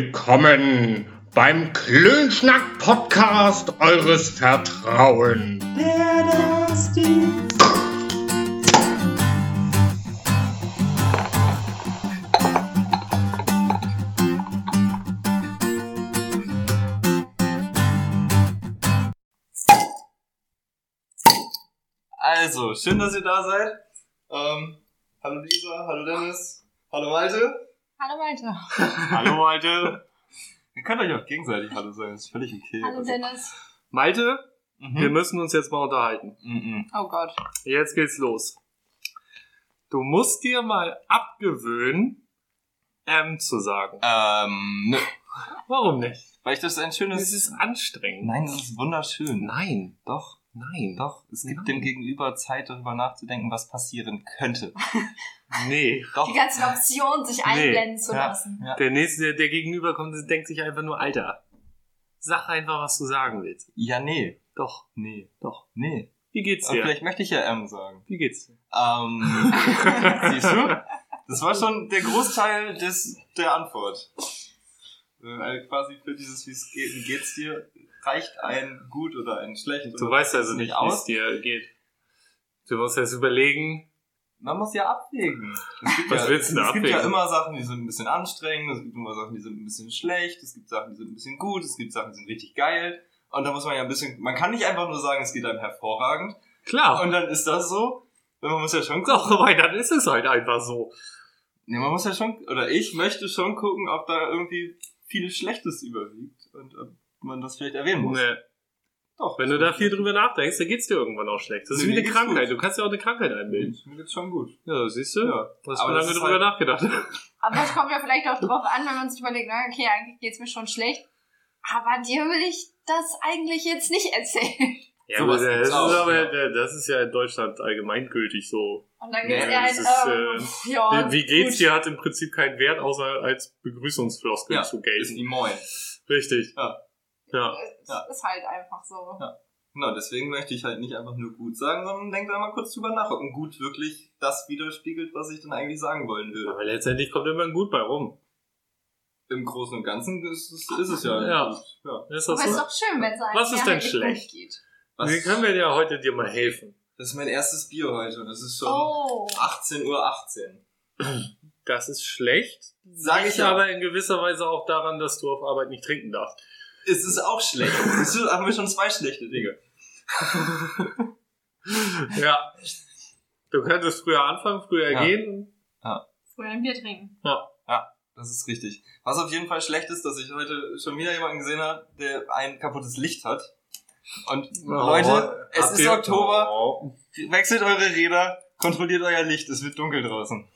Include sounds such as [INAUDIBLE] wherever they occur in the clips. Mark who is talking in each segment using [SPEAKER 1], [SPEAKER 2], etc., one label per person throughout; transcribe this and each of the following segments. [SPEAKER 1] Willkommen beim Klönschnack-Podcast eures Vertrauens.
[SPEAKER 2] Also, schön, dass ihr da seid. Ähm, hallo Lisa, hallo Dennis, hallo Malte.
[SPEAKER 3] Hallo Malte.
[SPEAKER 2] Hallo Malte. [LAUGHS] Ihr könnt euch auch gegenseitig hallo sagen, ist völlig okay.
[SPEAKER 3] Hallo
[SPEAKER 2] Also,
[SPEAKER 3] Dennis.
[SPEAKER 4] Malte, wir
[SPEAKER 2] Mhm.
[SPEAKER 4] müssen uns jetzt mal unterhalten.
[SPEAKER 2] Mhm.
[SPEAKER 3] Oh Gott.
[SPEAKER 4] Jetzt geht's los. Du musst dir mal abgewöhnen, M zu sagen.
[SPEAKER 2] Ähm, nö.
[SPEAKER 4] Warum nicht?
[SPEAKER 2] Weil ich das ein
[SPEAKER 4] Es
[SPEAKER 2] schönes...
[SPEAKER 4] ist anstrengend.
[SPEAKER 2] Nein, das ist wunderschön.
[SPEAKER 4] Nein,
[SPEAKER 2] Doch,
[SPEAKER 4] nein,
[SPEAKER 2] doch. Es gibt
[SPEAKER 4] Nein.
[SPEAKER 2] dem Gegenüber Zeit, darüber nachzudenken, was passieren
[SPEAKER 3] [LAUGHS]
[SPEAKER 2] könnte.
[SPEAKER 4] nee.
[SPEAKER 2] Doch.
[SPEAKER 3] Die ganzen Optionen, sich einblenden zu
[SPEAKER 2] Ja,
[SPEAKER 3] lassen.
[SPEAKER 2] ja.
[SPEAKER 4] Der nächste, der, der Gegenüber kommt, und denkt sich einfach nur, Alter, sag einfach, was du sagen willst.
[SPEAKER 2] ja, nee.
[SPEAKER 4] Doch.
[SPEAKER 2] Nee. Doch. Nee.
[SPEAKER 4] Wie geht's
[SPEAKER 2] Und
[SPEAKER 4] dir?
[SPEAKER 2] vielleicht möchte ich ja M sagen.
[SPEAKER 4] Wie geht's dir?
[SPEAKER 2] Ähm, [LAUGHS] siehst du? Das war schon der Großteil des, der Antwort. Äh, Also quasi für dieses, wie es geht, wie geht's dir, reicht ein gut oder ein schlecht.
[SPEAKER 4] Du
[SPEAKER 2] oder
[SPEAKER 4] weißt also
[SPEAKER 2] nicht,
[SPEAKER 4] nicht,
[SPEAKER 2] wie
[SPEAKER 4] wie
[SPEAKER 2] es
[SPEAKER 4] es dir geht. Du musst erst überlegen.
[SPEAKER 2] Man muss ja abwägen. Es gibt
[SPEAKER 4] Was
[SPEAKER 2] ja,
[SPEAKER 4] willst du denn
[SPEAKER 2] Es gibt ja
[SPEAKER 4] abwägen?
[SPEAKER 2] immer Sachen, die sind ein bisschen anstrengend, es gibt immer Sachen, die sind ein bisschen schlecht, es gibt Sachen, die sind ein bisschen gut, es gibt Sachen, die sind richtig geil. Und da muss man ja ein bisschen, man kann nicht einfach nur sagen, es geht einem hervorragend.
[SPEAKER 4] Klar.
[SPEAKER 2] Und dann ist das so. Man muss ja schon gucken.
[SPEAKER 4] Doch, [LAUGHS] weil dann ist es halt einfach so.
[SPEAKER 2] Nee, man muss ja schon, oder ich möchte schon gucken, ob da irgendwie viel Schlechtes überwiegt und ob man das vielleicht erwähnen muss.
[SPEAKER 4] Nee.
[SPEAKER 2] Doch.
[SPEAKER 4] Wenn du da viel drüber nachdenkst, dann geht's dir irgendwann auch schlecht. Das
[SPEAKER 2] Nee,
[SPEAKER 4] ist wie
[SPEAKER 2] mir
[SPEAKER 4] eine
[SPEAKER 2] geht's
[SPEAKER 4] Krankheit.
[SPEAKER 2] gut.
[SPEAKER 4] Du kannst ja auch eine Krankheit einbilden.
[SPEAKER 2] Mir geht's schon gut.
[SPEAKER 4] Ja, siehst du?
[SPEAKER 2] Ja.
[SPEAKER 4] Du hast mir
[SPEAKER 2] Aber
[SPEAKER 4] lange
[SPEAKER 2] das ist
[SPEAKER 4] drüber
[SPEAKER 2] halt-
[SPEAKER 4] nachgedacht.
[SPEAKER 3] Aber es kommt ja vielleicht auch drauf an, wenn man sich überlegt, na, okay, eigentlich geht's mir schon schlecht. Aber dir will ich das eigentlich jetzt nicht erzählen.
[SPEAKER 4] Ja,
[SPEAKER 2] Sowas
[SPEAKER 4] aber
[SPEAKER 2] gibt's
[SPEAKER 4] das, ist
[SPEAKER 2] auch,
[SPEAKER 4] aber,
[SPEAKER 2] ja.
[SPEAKER 4] das ist ja in Deutschland allgemeingültig so.
[SPEAKER 3] Und dann gibt's
[SPEAKER 2] Nee,
[SPEAKER 3] eher
[SPEAKER 4] das
[SPEAKER 3] ein,
[SPEAKER 4] ist, äh,
[SPEAKER 3] ähm, ja,
[SPEAKER 4] Wie geht's
[SPEAKER 3] gut.
[SPEAKER 4] dir hat im Prinzip keinen Wert, außer als Begrüßungsfloskel
[SPEAKER 2] Ja,
[SPEAKER 4] zu
[SPEAKER 2] Ist wie
[SPEAKER 4] gelten.
[SPEAKER 2] Moin.
[SPEAKER 4] Richtig.
[SPEAKER 2] Ja.
[SPEAKER 4] Ja.
[SPEAKER 3] Es
[SPEAKER 2] Ja.
[SPEAKER 3] ist halt einfach so.
[SPEAKER 2] Ja. Genau, deswegen möchte ich halt nicht einfach nur gut sagen, sondern denke da mal kurz drüber nach, ob ein gut wirklich das widerspiegelt, was ich dann eigentlich sagen wollen würde.
[SPEAKER 4] Aber letztendlich kommt immer ein Gut bei rum.
[SPEAKER 2] Im Großen und Ganzen ist es, ist es ja.
[SPEAKER 4] Ja.
[SPEAKER 2] gut. ja.
[SPEAKER 4] Ist
[SPEAKER 3] Aber
[SPEAKER 4] das
[SPEAKER 3] es ist
[SPEAKER 4] so?
[SPEAKER 3] doch schön, wenn es einem
[SPEAKER 4] Was ist
[SPEAKER 3] ja
[SPEAKER 4] denn
[SPEAKER 3] wirklich
[SPEAKER 4] schlecht?
[SPEAKER 3] gut geht.
[SPEAKER 2] Was,
[SPEAKER 4] Wir können wir dir heute dir mal helfen.
[SPEAKER 2] das ist mein erstes Bier heute und es ist schon
[SPEAKER 3] Oh.
[SPEAKER 2] 18.18 Uhr. 18.
[SPEAKER 4] Das ist schlecht.
[SPEAKER 2] Sag
[SPEAKER 4] Liegt
[SPEAKER 2] ich aber.
[SPEAKER 4] aber in gewisser Weise auch daran, dass du auf Arbeit nicht trinken darfst. [LAUGHS]
[SPEAKER 2] Es ist auch schlecht. Es ist- haben wir schon zwei schlechte Dinge.
[SPEAKER 4] Ja. Du könntest früher anfangen, früher
[SPEAKER 2] Ja.
[SPEAKER 4] gehen.
[SPEAKER 3] Früher ein Bier trinken.
[SPEAKER 2] Das ist richtig. Was auf jeden Fall schlecht ist, dass ich heute schon wieder jemanden gesehen habe, der ein kaputtes Licht hat. Und Leute, es
[SPEAKER 4] Oh, Habt
[SPEAKER 2] ist
[SPEAKER 4] ihr-
[SPEAKER 2] Oktober,
[SPEAKER 4] Oh.
[SPEAKER 2] wechselt eure Räder, kontrolliert euer Licht, es wird dunkel draußen.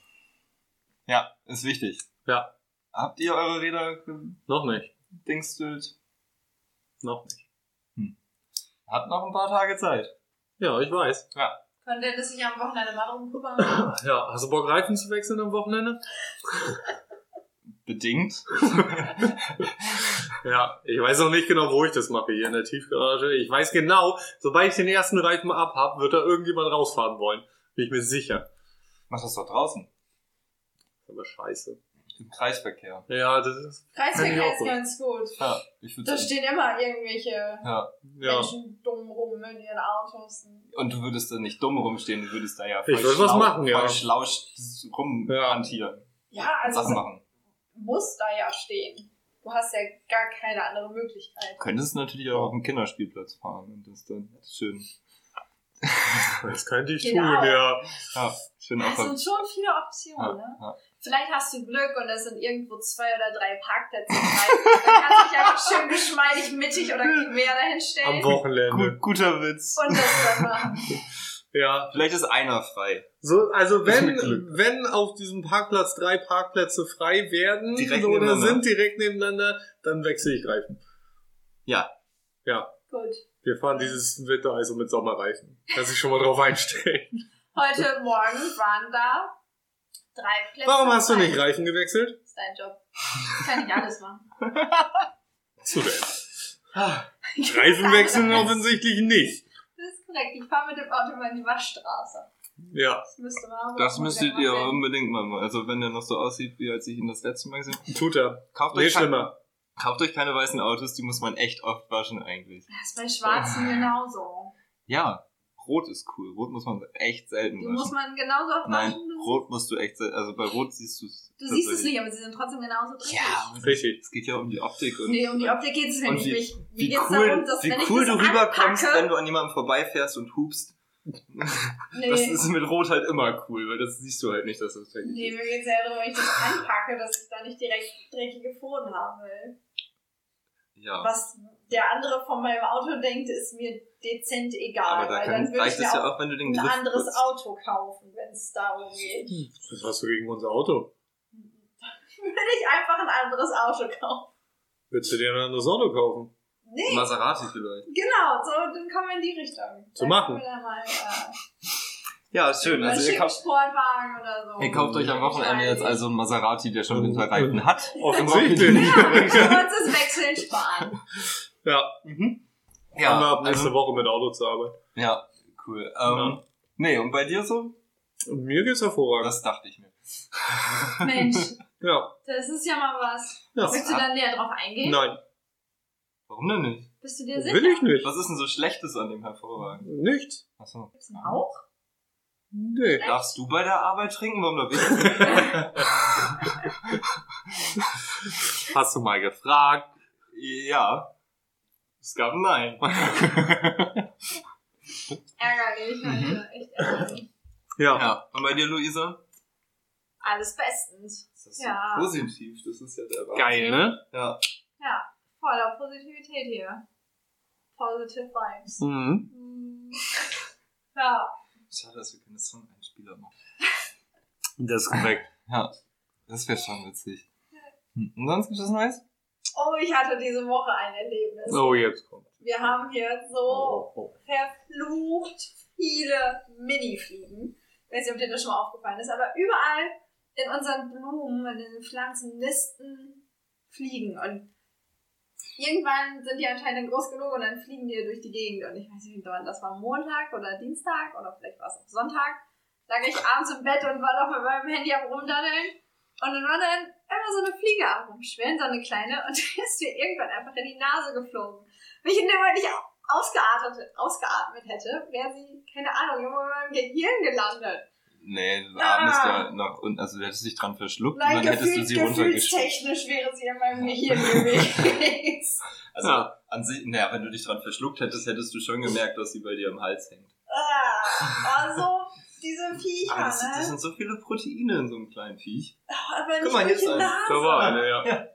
[SPEAKER 2] Ja, ist wichtig.
[SPEAKER 4] Ja.
[SPEAKER 2] Habt ihr eure Räder
[SPEAKER 4] Noch nicht.
[SPEAKER 2] gedingstelt? Hm.
[SPEAKER 4] Noch nicht.
[SPEAKER 2] Habt noch ein paar Tage Zeit.
[SPEAKER 4] Ja, ich weiß.
[SPEAKER 3] Könnte Dennis sich am Wochenende mal drum kümmern?
[SPEAKER 4] Ja, hast du Bock, Reifen zu wechseln am Wochenende?
[SPEAKER 2] Bedingt.
[SPEAKER 4] Ja, ich weiß noch nicht genau, wo ich das mache, hier in der Tiefgarage. Ich weiß genau, sobald ich den ersten Reifen abhab, wird da irgendjemand rausfahren wollen. Bin ich mir sicher.
[SPEAKER 2] Mach das doch draußen.
[SPEAKER 4] Aber scheiße.
[SPEAKER 2] Im Kreisverkehr.
[SPEAKER 4] Ja, das ist, Finde ich
[SPEAKER 3] Kreisverkehr
[SPEAKER 4] auch
[SPEAKER 3] ist
[SPEAKER 4] gut.
[SPEAKER 3] ganz gut.
[SPEAKER 2] Ja, ich würde
[SPEAKER 3] Da
[SPEAKER 2] sagen.
[SPEAKER 3] stehen immer irgendwelche
[SPEAKER 2] Ja.
[SPEAKER 4] ja.
[SPEAKER 3] Menschen dumm rum in ihren Autos.
[SPEAKER 2] Und du würdest da nicht dumm rumstehen, du würdest da ja
[SPEAKER 4] Ich würde was machen,
[SPEAKER 2] voll
[SPEAKER 4] ja.
[SPEAKER 2] schlau rumhantieren.
[SPEAKER 3] Ja,
[SPEAKER 2] Ja. Sachen
[SPEAKER 3] also
[SPEAKER 2] machen.
[SPEAKER 3] muss da ja stehen. Du hast ja gar keine andere Möglichkeit.
[SPEAKER 2] könntest natürlich auch auf dem Kinderspielplatz fahren und das dann schön,
[SPEAKER 4] Das könnte ich
[SPEAKER 3] Genau.
[SPEAKER 4] tun, ja.
[SPEAKER 2] ja, schön
[SPEAKER 3] Es
[SPEAKER 2] auf
[SPEAKER 3] sind schon viele Optionen, ne?
[SPEAKER 2] ja.
[SPEAKER 3] Vielleicht hast du Glück und es sind irgendwo zwei oder drei Parkplätze frei. Dann kannst du dich
[SPEAKER 4] [LAUGHS]
[SPEAKER 3] einfach schön geschmeidig mittig oder quer
[SPEAKER 4] Am
[SPEAKER 3] dahinstellen
[SPEAKER 4] Wochenende.
[SPEAKER 2] Gut, guter Witz.
[SPEAKER 3] und das dann machen.
[SPEAKER 4] Ja,
[SPEAKER 2] Vielleicht ist einer frei.
[SPEAKER 4] So, also
[SPEAKER 2] Das
[SPEAKER 4] wenn,
[SPEAKER 2] mit Glück.
[SPEAKER 4] wenn auf diesem Parkplatz drei Parkplätze frei werden
[SPEAKER 2] Direkt
[SPEAKER 4] oder
[SPEAKER 2] nebeneinander.
[SPEAKER 4] sind direkt nebeneinander, dann wechsle ich Reifen.
[SPEAKER 2] Ja.
[SPEAKER 4] Ja,
[SPEAKER 3] Gut.
[SPEAKER 4] wir fahren dieses Winter also mit Sommerreifen. Kann sich schon mal drauf einstellen.
[SPEAKER 3] Heute Morgen waren da drei Plätze.
[SPEAKER 4] Warum hast du
[SPEAKER 3] frei.
[SPEAKER 4] nicht Reifen gewechselt?
[SPEAKER 3] Das ist dein Job. Ich kann nicht alles machen.
[SPEAKER 4] Zu denn. Ah. Reifen wechseln offensichtlich nicht.
[SPEAKER 3] Das ist korrekt. Ich fahre mit dem Auto mal in die Waschstraße.
[SPEAKER 4] Ja,
[SPEAKER 3] Das müsste man auch
[SPEAKER 2] Das
[SPEAKER 3] mal
[SPEAKER 2] müsstet ihr
[SPEAKER 3] wieder machen.
[SPEAKER 2] unbedingt mal machen. Also wenn der noch so aussieht, wie als ich ihn das letzte Mal gesehen habe.
[SPEAKER 4] tut er.
[SPEAKER 2] Kauft,
[SPEAKER 4] Nee,
[SPEAKER 2] euch keine,
[SPEAKER 4] schlimmer.
[SPEAKER 2] kauft euch keine weißen Autos, die muss man echt oft waschen eigentlich.
[SPEAKER 3] Das ist bei Schwarzen
[SPEAKER 2] Ah.
[SPEAKER 3] genauso.
[SPEAKER 2] Ja, rot ist cool. Rot muss man echt selten
[SPEAKER 3] Die
[SPEAKER 2] waschen.
[SPEAKER 3] muss man genauso oft
[SPEAKER 2] Nein,
[SPEAKER 3] waschen. Du-
[SPEAKER 2] rot musst du echt selten. Also bei rot siehst du es.
[SPEAKER 3] Du siehst es nicht, aber sie sind trotzdem genauso drin.
[SPEAKER 2] Ja,
[SPEAKER 4] Richtig.
[SPEAKER 2] es geht ja um die Optik. Und
[SPEAKER 3] Nee, um die Optik geht es mir
[SPEAKER 2] Und
[SPEAKER 3] nicht.
[SPEAKER 2] wie-
[SPEAKER 3] Mich- Mir
[SPEAKER 2] Wie
[SPEAKER 3] geht's
[SPEAKER 2] cool,
[SPEAKER 3] darum, dass wenn
[SPEAKER 2] wie
[SPEAKER 3] ich
[SPEAKER 2] cool du
[SPEAKER 3] das
[SPEAKER 2] rüberkommst,
[SPEAKER 3] anpacke,
[SPEAKER 2] wenn du an jemandem vorbeifährst und hupst.
[SPEAKER 3] nee,
[SPEAKER 2] Das ist mit Rot halt immer cool, weil das siehst du halt nicht, dass das dreckig
[SPEAKER 3] nee,
[SPEAKER 2] ist.
[SPEAKER 3] mir geht's ja darum, wenn ich das anpacke, dass ich da nicht direkt dreckige Fohlen haben will.
[SPEAKER 2] Ja.
[SPEAKER 3] Was der andere von meinem Auto denkt, ist mir dezent egal.
[SPEAKER 2] Aber da
[SPEAKER 3] weil
[SPEAKER 2] kann,
[SPEAKER 3] dann würde ich
[SPEAKER 2] reicht
[SPEAKER 3] mir
[SPEAKER 2] es
[SPEAKER 3] auch
[SPEAKER 2] ja auch, wenn du den
[SPEAKER 3] ein
[SPEAKER 2] Griff
[SPEAKER 3] anderes
[SPEAKER 2] putzt.
[SPEAKER 3] Auto kaufen, wenn es darum geht. [LAUGHS]
[SPEAKER 4] Was hast du gegen unser Auto?
[SPEAKER 3] Würde ich einfach ein anderes Auto kaufen.
[SPEAKER 4] Willst du dir ein anderes Auto kaufen?
[SPEAKER 3] Nee,
[SPEAKER 2] Maserati vielleicht.
[SPEAKER 3] genau, so, dann kommen wir in die Richtung.
[SPEAKER 4] Zu
[SPEAKER 3] Dann
[SPEAKER 4] machen.
[SPEAKER 3] kommen wir dann mal, äh,
[SPEAKER 2] Ja, schön.
[SPEAKER 3] also
[SPEAKER 2] Also ihr kauft,
[SPEAKER 3] Sportwagen oder so.
[SPEAKER 2] ihr kauft euch am Wochenende jetzt also einen Maserati, der schon Winterreifen hat.
[SPEAKER 4] Offensichtlich.
[SPEAKER 3] [LAUGHS] Ja, kurzes Wechseln sparen.
[SPEAKER 4] ja. Mhm.
[SPEAKER 2] genau.
[SPEAKER 4] Ja, Also- Haben wir ab nächste Woche mit Auto zu arbeiten.
[SPEAKER 2] Also, ja, cool. Ähm, Nee, und bei dir so?
[SPEAKER 4] Und mir geht's hervorragend.
[SPEAKER 2] Das dachte ich mir.
[SPEAKER 3] Mensch,
[SPEAKER 4] ja.
[SPEAKER 3] das ist ja mal was.
[SPEAKER 4] Ja.
[SPEAKER 3] Möchtest du dann näher drauf eingehen?
[SPEAKER 4] Nein.
[SPEAKER 2] Warum denn nicht?
[SPEAKER 3] Bist du dir sicher?
[SPEAKER 4] Will ich nicht.
[SPEAKER 2] Was ist denn so Schlechtes an dem hervorragend?
[SPEAKER 4] Nichts.
[SPEAKER 2] Achso.
[SPEAKER 3] Gibt's einen Hauch?
[SPEAKER 4] Nee.
[SPEAKER 2] Darfst du bei der Arbeit trinken? Warum darf ich das nicht?
[SPEAKER 4] [LAUGHS] Hast du mal gefragt?
[SPEAKER 2] Ja. Es gab ein
[SPEAKER 4] [LAUGHS]
[SPEAKER 2] Nein. Mhm.
[SPEAKER 3] Ärgerlich, Alter. Echt ärgerlich.
[SPEAKER 4] Ja.
[SPEAKER 2] ja. Und bei dir, Luisa?
[SPEAKER 3] Alles bestens.
[SPEAKER 2] Das ist
[SPEAKER 3] Ja.
[SPEAKER 2] so positiv, das ist ja der Wahnsinn.
[SPEAKER 4] Geil, ne?
[SPEAKER 2] Ja.
[SPEAKER 3] Ja, voller Positivität hier. Positive Vibes.
[SPEAKER 2] Hm.
[SPEAKER 4] Mhm.
[SPEAKER 3] Mhm. Ja,
[SPEAKER 2] Schade, dass wir keine Song-Einspieler machen.
[SPEAKER 4] Das ist korrekt.
[SPEAKER 2] Ja. Das wäre schon witzig. Hm, Und sonst gibt's was Neues?
[SPEAKER 3] oh, ich hatte diese Woche ein Erlebnis.
[SPEAKER 4] Oh, jetzt kommt.
[SPEAKER 3] Wir haben hier so verflucht viele Mini-Fliegen. Ich weiß nicht, ob dir das schon mal aufgefallen ist, aber überall in unseren Blumen, in den Pflanzen nisten Fliegen und irgendwann sind die anscheinend groß genug und dann fliegen die durch die Gegend und ich weiß nicht, wann das war, Montag oder Dienstag oder vielleicht war es auch Sonntag, lag ich abends im Bett und war noch mit meinem Handy am rumdaddeln und dann war dann immer so eine Fliege am rumschwirren, so eine kleine und [LAUGHS] die ist mir irgendwann einfach in die Nase geflogen. Wenn ich in dem Moment nicht ausgeatmet, ausgeatmet hätte, wäre sie, keine Ahnung, irgendwo in meinem Gehirn gelandet.
[SPEAKER 2] Nee, du
[SPEAKER 3] Ah.
[SPEAKER 2] atmest ja nach unten. Also du hättest dich dran verschluckt
[SPEAKER 3] Nein,
[SPEAKER 2] und dann hättest du
[SPEAKER 3] gefühlt,
[SPEAKER 2] sie runtergeschluckt.
[SPEAKER 3] gefühlstechnisch wäre sie in meinem
[SPEAKER 2] [LAUGHS]
[SPEAKER 3] Gehirn gewesen.
[SPEAKER 2] Also
[SPEAKER 4] Ja.
[SPEAKER 2] an sich, naja, wenn du dich dran verschluckt hättest, hättest du schon gemerkt, dass sie bei dir am Hals hängt.
[SPEAKER 3] ah, also, diese Viecher,
[SPEAKER 2] Aber Ah, das, das
[SPEAKER 3] ne?
[SPEAKER 2] sind so viele Proteine in so einem kleinen Viech.
[SPEAKER 3] Aber wenn
[SPEAKER 2] Guck
[SPEAKER 3] ich,
[SPEAKER 2] mal, hier
[SPEAKER 3] welche
[SPEAKER 2] ist eins.
[SPEAKER 4] Da
[SPEAKER 3] Nase,
[SPEAKER 4] war eine, ja.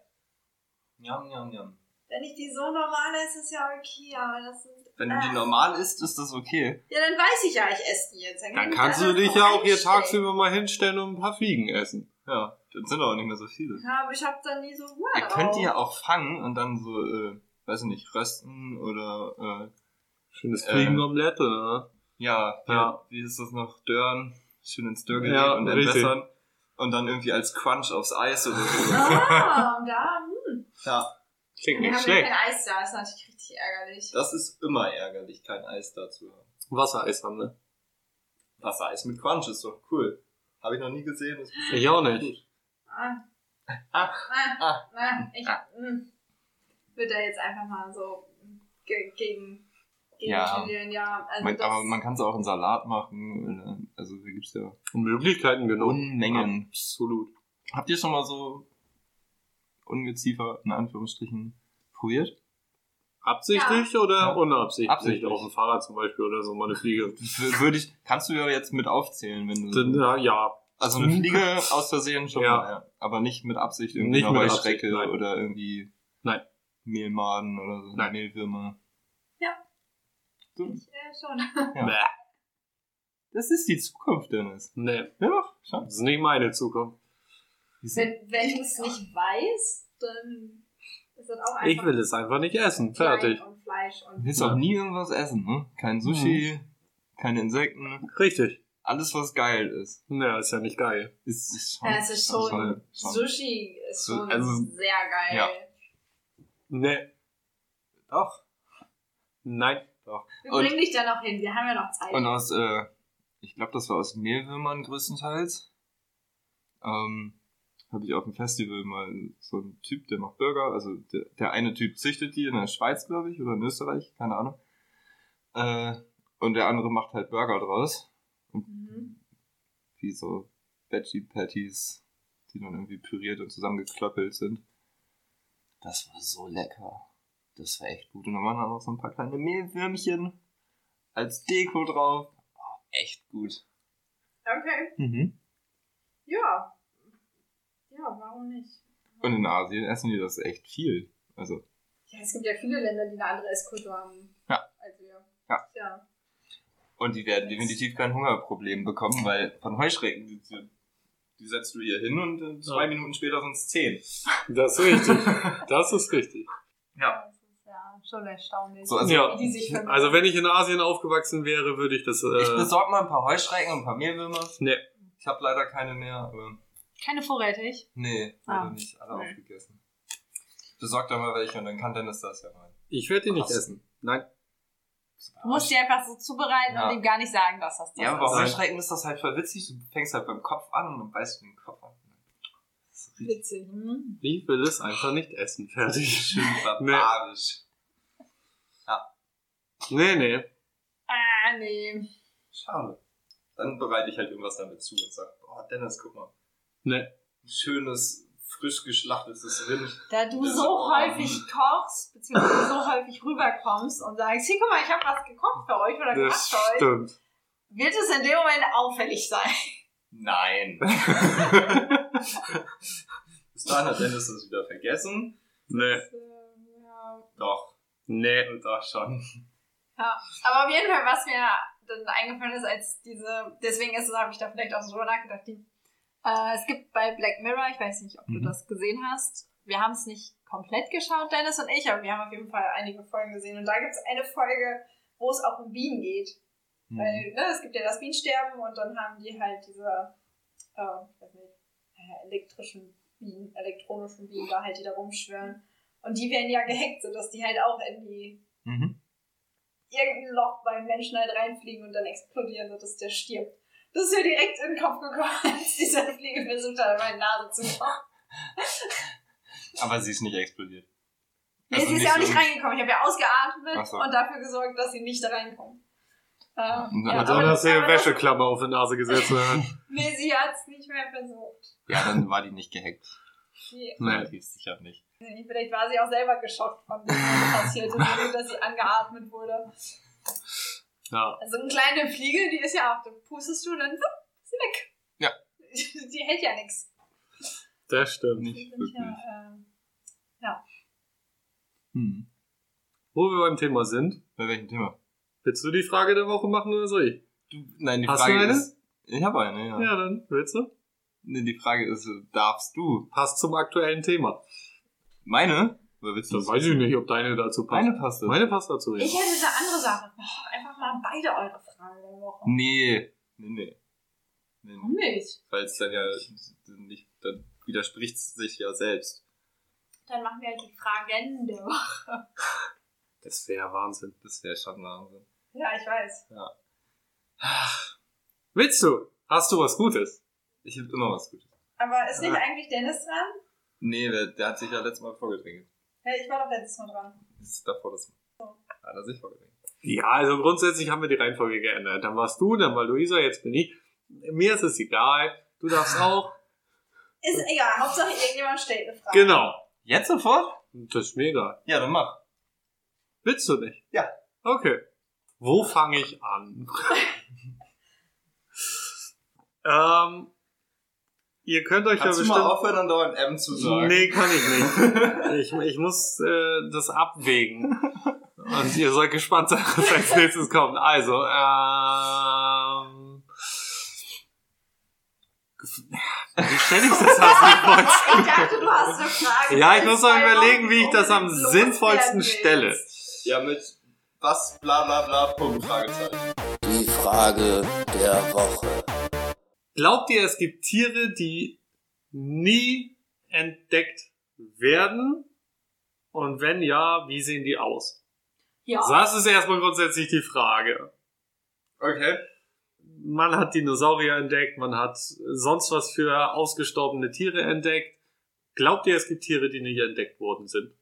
[SPEAKER 2] Njam, njam, njam.
[SPEAKER 3] wenn ich die so normal esse, ist ja okay, aber das sind...
[SPEAKER 2] Wenn du die
[SPEAKER 3] Ah.
[SPEAKER 2] normal isst, ist das okay.
[SPEAKER 3] Ja, dann weiß ich ja, ich esse die jetzt. kann
[SPEAKER 4] Dann
[SPEAKER 3] ich
[SPEAKER 4] kannst
[SPEAKER 3] mich
[SPEAKER 4] du
[SPEAKER 3] anders
[SPEAKER 4] dich
[SPEAKER 3] drauf
[SPEAKER 4] ja auch hier
[SPEAKER 3] einstellen.
[SPEAKER 4] tagsüber mal hinstellen und ein paar Fliegen essen.
[SPEAKER 2] Ja, dann sind auch nicht mehr so viele.
[SPEAKER 3] Ja, aber ich hab da nie so Hunger
[SPEAKER 2] Ihr könnt die
[SPEAKER 3] drauf.
[SPEAKER 2] ja auch fangen und dann so, äh, weiß ich nicht, rösten oder, äh,
[SPEAKER 4] Schönes
[SPEAKER 2] Äh.
[SPEAKER 4] Fliegenomelette, ne?
[SPEAKER 2] ja, wie,
[SPEAKER 4] Ja.
[SPEAKER 2] wie ist das noch, dörren, schön ins Dörrgerät
[SPEAKER 4] Ja,
[SPEAKER 2] und
[SPEAKER 4] richtig.
[SPEAKER 2] entwässern und dann irgendwie als Crunch aufs Eis oder
[SPEAKER 3] [LAUGHS]
[SPEAKER 2] so.
[SPEAKER 3] Ah, da, hm.
[SPEAKER 2] ja,
[SPEAKER 4] Klingt
[SPEAKER 3] Wir
[SPEAKER 4] nicht
[SPEAKER 3] haben ja
[SPEAKER 4] schlecht.
[SPEAKER 3] kein Eis da, ist natürlich richtig ärgerlich.
[SPEAKER 2] das ist immer ärgerlich, kein Eis dazu haben.
[SPEAKER 4] Wassereis haben, ne?
[SPEAKER 2] Wassereis mit Crunch ist doch cool. Habe ich noch nie gesehen. Ist bestimmt
[SPEAKER 4] Ich auch
[SPEAKER 2] gut.
[SPEAKER 4] nicht.
[SPEAKER 3] Ah.
[SPEAKER 2] Ah.
[SPEAKER 3] Ah.
[SPEAKER 2] Ah.
[SPEAKER 3] Ah. Ich
[SPEAKER 2] Ah.
[SPEAKER 3] mm, würde da jetzt einfach mal so ge gegen, gegen
[SPEAKER 2] Ja.
[SPEAKER 3] tendieren, ja. Also
[SPEAKER 2] Man,
[SPEAKER 3] das,
[SPEAKER 2] aber man kann es auch in Salat machen. oder- Also da gibt's ja
[SPEAKER 4] Möglichkeiten genug.
[SPEAKER 2] Unmengen.
[SPEAKER 4] Absolut.
[SPEAKER 2] Habt ihr schon mal so Ungeziefer in Anführungsstrichen probiert?
[SPEAKER 4] Absichtlich oder
[SPEAKER 2] Ja.
[SPEAKER 4] unabsichtlich?
[SPEAKER 2] Absichtlich.
[SPEAKER 4] Auf dem Fahrrad zum Beispiel oder so, mal eine Fliege.
[SPEAKER 2] W- Würde ich, kannst du ja jetzt mit aufzählen, wenn
[SPEAKER 4] Dann,
[SPEAKER 2] du.
[SPEAKER 4] ja, ja. Mhm.
[SPEAKER 2] Also eine Fliege aus Versehen schon
[SPEAKER 4] Ja.
[SPEAKER 2] mal, ja. Aber nicht mit Absicht irgendwie
[SPEAKER 4] Nicht
[SPEAKER 2] einer
[SPEAKER 4] mit Absicht,
[SPEAKER 2] Heuschrecke
[SPEAKER 4] nein.
[SPEAKER 2] oder irgendwie
[SPEAKER 4] Nein.
[SPEAKER 2] Mehlmaden oder so.
[SPEAKER 4] Nein.
[SPEAKER 2] Mehlwürmer.
[SPEAKER 3] ich, äh, schon.
[SPEAKER 2] Ja.
[SPEAKER 4] Bäh.
[SPEAKER 2] Das ist die Zukunft, Dennis.
[SPEAKER 4] Nee,
[SPEAKER 2] Ja, doch, schon.
[SPEAKER 4] das ist nicht meine Zukunft.
[SPEAKER 3] Wenn, wenn du es nicht weißt, dann ist das auch einfach
[SPEAKER 4] Ich will es einfach nicht essen.
[SPEAKER 3] Fleisch
[SPEAKER 4] Fertig.
[SPEAKER 3] und Fleisch und
[SPEAKER 2] Du willst auch nie irgendwas essen, ne? Kein Sushi,
[SPEAKER 4] Mhm.
[SPEAKER 2] keine Insekten,
[SPEAKER 4] Richtig.
[SPEAKER 2] alles was geil ist.
[SPEAKER 4] Naja, ist ja nicht geil.
[SPEAKER 2] Ist, ist schon,
[SPEAKER 3] ja, es ist schon, Sushi ist
[SPEAKER 2] So-
[SPEAKER 3] schon
[SPEAKER 2] also-
[SPEAKER 3] sehr geil.
[SPEAKER 2] ja.
[SPEAKER 4] Nee.
[SPEAKER 2] Doch.
[SPEAKER 4] Nein.
[SPEAKER 3] Wir
[SPEAKER 2] Und-
[SPEAKER 3] bringen dich da noch hin, wir haben ja noch Zeit.
[SPEAKER 2] Und aus, äh, ich glaube, das war aus Mehlwürmern größtenteils. Ähm, habe ich auf dem Festival mal so einen Typ, der macht Burger, also der, der eine Typ züchtet die in der Schweiz, glaube ich, oder in Österreich, keine Ahnung. Äh, und der andere macht halt Burger draus,
[SPEAKER 5] Mhm.
[SPEAKER 2] wie so Veggie-Patties, die dann irgendwie püriert und zusammengeklöppelt sind. Das war so lecker. Das war echt gut. Und dann waren da noch so ein paar kleine Mehlwürmchen als Deko drauf. Oh, echt gut.
[SPEAKER 5] Okay,
[SPEAKER 2] Mhm.
[SPEAKER 5] ja. Ja, warum nicht?
[SPEAKER 2] Und in Asien essen die das echt viel. Also,
[SPEAKER 5] Ja, es gibt ja viele Länder, die eine andere Esskultur haben.
[SPEAKER 2] Ja.
[SPEAKER 5] Also, ja.
[SPEAKER 2] Ja.
[SPEAKER 5] Tja.
[SPEAKER 2] und die werden definitiv kein Hungerproblem bekommen, weil von Heuschrecken, die, die, die setzt du hier hin und äh, zwei
[SPEAKER 4] Ja. Äh.
[SPEAKER 2] Minuten später sind es zehn.
[SPEAKER 4] Das ist [LAUGHS] richtig. Das ist richtig.
[SPEAKER 2] Ja.
[SPEAKER 5] Das ist ja schon erstaunlich.
[SPEAKER 2] So, also-
[SPEAKER 4] Ja.
[SPEAKER 5] wie die sich vermehren.
[SPEAKER 4] Also wenn ich in Asien aufgewachsen wäre, würde ich das.
[SPEAKER 2] Ich
[SPEAKER 4] Äh,
[SPEAKER 2] besorge mal ein paar Heuschrecken und ein paar Mehlwürmer.
[SPEAKER 4] Nee.
[SPEAKER 2] Ich habe leider keine mehr, aber
[SPEAKER 5] Keine vorrätig.
[SPEAKER 2] nee, leider
[SPEAKER 5] Ah.
[SPEAKER 2] nicht alle
[SPEAKER 5] Nee.
[SPEAKER 2] aufgegessen. Besorgt da mal welche und dann kann Dennis das ja mal.
[SPEAKER 4] ich werde die nicht
[SPEAKER 2] Krass.
[SPEAKER 4] essen. Nein.
[SPEAKER 3] Du musst dir einfach so zubereiten
[SPEAKER 2] Ja.
[SPEAKER 3] und ihm gar nicht sagen, dass das das
[SPEAKER 2] Ja,
[SPEAKER 4] Also-
[SPEAKER 2] aber bei
[SPEAKER 3] ist.
[SPEAKER 2] Heuschrecken ist das halt voll witzig. Du fängst halt beim Kopf an und dann beißt du den Kopf
[SPEAKER 4] [LAUGHS]
[SPEAKER 2] an.
[SPEAKER 5] Witzig. Hm?
[SPEAKER 4] Ich will es einfach nicht essen. Fertig. [LAUGHS]
[SPEAKER 2] Schön barbarisch.
[SPEAKER 4] Nee, nee.
[SPEAKER 5] Ah, nee.
[SPEAKER 2] Schade. Dann bereite ich halt irgendwas damit zu und sage, oh Dennis, guck mal.
[SPEAKER 4] Nee.
[SPEAKER 2] Ein schönes, frisch geschlachtetes Rind.
[SPEAKER 3] Da du
[SPEAKER 2] Das-
[SPEAKER 3] so häufig kochst, beziehungsweise so häufig rüberkommst und sagst, hier guck mal, ich habe was gekocht für euch oder gemacht
[SPEAKER 4] Das
[SPEAKER 3] für euch,
[SPEAKER 4] stimmt.
[SPEAKER 3] wird es in dem Moment auffällig sein.
[SPEAKER 2] [LAUGHS] Nein. Bis dahin hat Dennis das wieder vergessen.
[SPEAKER 4] Nee.
[SPEAKER 5] Das, ähm, ja.
[SPEAKER 2] Doch,
[SPEAKER 4] Nee.
[SPEAKER 2] doch schon.
[SPEAKER 3] Aber auf jeden Fall, was mir dann eingefallen ist, als diese, deswegen ist es, habe ich da vielleicht auch so drüber nachgedacht, die, äh, es gibt bei Black Mirror, ich weiß nicht, ob du
[SPEAKER 2] Mhm.
[SPEAKER 3] das gesehen hast, wir haben es nicht komplett geschaut, Dennis und ich, aber wir haben auf jeden Fall einige Folgen gesehen und da gibt es eine Folge, wo es auch um Bienen geht. Weil, ne, es gibt ja das Bienensterben und dann haben die halt diese, äh, ich weiß nicht, äh, elektrischen Bienen, elektronischen Bienen da halt, die da rumschwirren. Und die werden ja gehackt, sodass die halt auch in die
[SPEAKER 2] Mhm.
[SPEAKER 3] irgendein Loch beim Menschen halt reinfliegen und dann explodieren, sodass der stirbt. Das ist mir direkt in den Kopf gekommen, [LAUGHS] als dieser Fliege versucht hat, an meine Nase zu kommen.
[SPEAKER 2] Aber sie ist nicht explodiert.
[SPEAKER 3] Nee,
[SPEAKER 2] Also
[SPEAKER 3] sie ist
[SPEAKER 2] nicht
[SPEAKER 3] ja auch nicht
[SPEAKER 2] so-
[SPEAKER 3] reingekommen. Ich habe ja
[SPEAKER 2] Ach
[SPEAKER 3] ausgeatmet
[SPEAKER 2] so.
[SPEAKER 3] und dafür gesorgt, dass sie nicht da reinkommt. Äh,
[SPEAKER 2] Und
[SPEAKER 3] ja,
[SPEAKER 4] Und
[SPEAKER 3] aber
[SPEAKER 4] dann hast du
[SPEAKER 3] das-
[SPEAKER 4] dir eine Wäscheklammer auf die Nase gesetzt.
[SPEAKER 3] [LAUGHS] Nee, sie hat es nicht mehr versucht.
[SPEAKER 2] Ja, dann war die nicht gehackt. [LAUGHS]
[SPEAKER 3] Sie,
[SPEAKER 4] nee.
[SPEAKER 2] Relativ sicher nicht.
[SPEAKER 3] vielleicht war sie auch selber geschockt von dem, was passiert
[SPEAKER 2] [LAUGHS]
[SPEAKER 3] ist, ohne dass sie angeatmet wurde.
[SPEAKER 4] Ja.
[SPEAKER 3] Also eine kleine Fliege, die ist ja auch, da pustest du, dann wupp, ist sie weg.
[SPEAKER 2] Ja.
[SPEAKER 3] [LAUGHS] Die hält ja nichts.
[SPEAKER 4] Das stimmt.
[SPEAKER 2] Nicht
[SPEAKER 3] sind ja,
[SPEAKER 2] wirklich.
[SPEAKER 3] ähm,
[SPEAKER 2] Hm.
[SPEAKER 4] Wo wir beim Thema sind,
[SPEAKER 2] Bei welchem Thema?
[SPEAKER 4] willst du die Frage der Woche machen oder soll ich?
[SPEAKER 2] Du, nein, die
[SPEAKER 4] Hast
[SPEAKER 2] Frage
[SPEAKER 4] du eine?
[SPEAKER 2] ist. Ich habe eine, ja.
[SPEAKER 4] Ja, dann willst du?
[SPEAKER 2] Nee, die Frage ist, darfst du?
[SPEAKER 4] Passt zum aktuellen Thema.
[SPEAKER 2] Meine? Oder willst du
[SPEAKER 4] Das weiß ich nicht, ob deine dazu passt.
[SPEAKER 2] Meine passt das.
[SPEAKER 4] Meine passt dazu, ja.
[SPEAKER 3] Ich hätte eine andere Sache. Boah, Einfach mal beide eure Fragen der Woche.
[SPEAKER 2] Nee. Nee, nee. nee,
[SPEAKER 3] Warum
[SPEAKER 2] nee.
[SPEAKER 3] nicht?
[SPEAKER 2] Weil es dann ja nicht, dann widerspricht es sich ja selbst.
[SPEAKER 3] Dann machen wir halt die Fragen der Woche.
[SPEAKER 4] Das wäre Wahnsinn.
[SPEAKER 2] Das wäre schon Wahnsinn.
[SPEAKER 3] Ja, ich weiß.
[SPEAKER 4] Willst du? Hast du was Gutes?
[SPEAKER 2] Ich habe immer was Gutes.
[SPEAKER 3] Aber ist nicht
[SPEAKER 4] Ah.
[SPEAKER 3] eigentlich Dennis dran?
[SPEAKER 2] Nee, der, der hat sich ja letztes Mal vorgedrängelt.
[SPEAKER 3] Hey, ich war doch letztes Mal dran.
[SPEAKER 2] Das ist davor das Hat er sich vorgedrängelt.
[SPEAKER 4] Ja, also grundsätzlich haben wir die Reihenfolge geändert. Dann warst du, dann war Luisa, jetzt bin ich. Mir ist es egal. Du darfst auch.
[SPEAKER 3] Ist egal. Hauptsache irgendjemand stellt eine Frage.
[SPEAKER 4] Genau.
[SPEAKER 2] Jetzt sofort?
[SPEAKER 4] Das ist mir egal.
[SPEAKER 2] Ja, dann mach.
[SPEAKER 4] Willst du nicht?
[SPEAKER 2] Ja.
[SPEAKER 4] Okay. Wo fange
[SPEAKER 2] [LAUGHS]
[SPEAKER 4] ich an? ähm, ihr könnt euch
[SPEAKER 2] Kannst
[SPEAKER 4] ja
[SPEAKER 2] du
[SPEAKER 4] bestimmt...
[SPEAKER 2] mal aufhören, dann dauernd M zu sagen?
[SPEAKER 4] Nee, kann
[SPEAKER 2] [LAUGHS]
[SPEAKER 4] ich nicht. Ich, ich muss äh, das abwägen. Und ihr seid gespannt, [LAUGHS] sein, was als nächstes kommt. Also, ähm. Wie stelle ich das
[SPEAKER 2] [LAUGHS]
[SPEAKER 4] als Antwort?
[SPEAKER 3] [LAUGHS] Ich dachte, du hast eine Frage.
[SPEAKER 4] Ja, ich muss mal
[SPEAKER 3] Zwei
[SPEAKER 4] überlegen, wie ich
[SPEAKER 3] Wochen,
[SPEAKER 4] das am
[SPEAKER 3] wo du
[SPEAKER 4] sinnvollsten
[SPEAKER 3] loswerden willst.
[SPEAKER 4] stelle.
[SPEAKER 2] Ja, mit was, bla bla bla, Punkt, Fragezeichen.
[SPEAKER 6] Die Frage der Woche.
[SPEAKER 4] Glaubt ihr, es gibt Tiere, die nie entdeckt werden? Und wenn ja, wie sehen die aus?
[SPEAKER 3] Ja.
[SPEAKER 4] Das ist erstmal grundsätzlich die Frage.
[SPEAKER 2] Okay.
[SPEAKER 4] man hat Dinosaurier entdeckt, man hat sonst was für ausgestorbene Tiere entdeckt. Glaubt ihr, es gibt Tiere, die nicht entdeckt worden sind?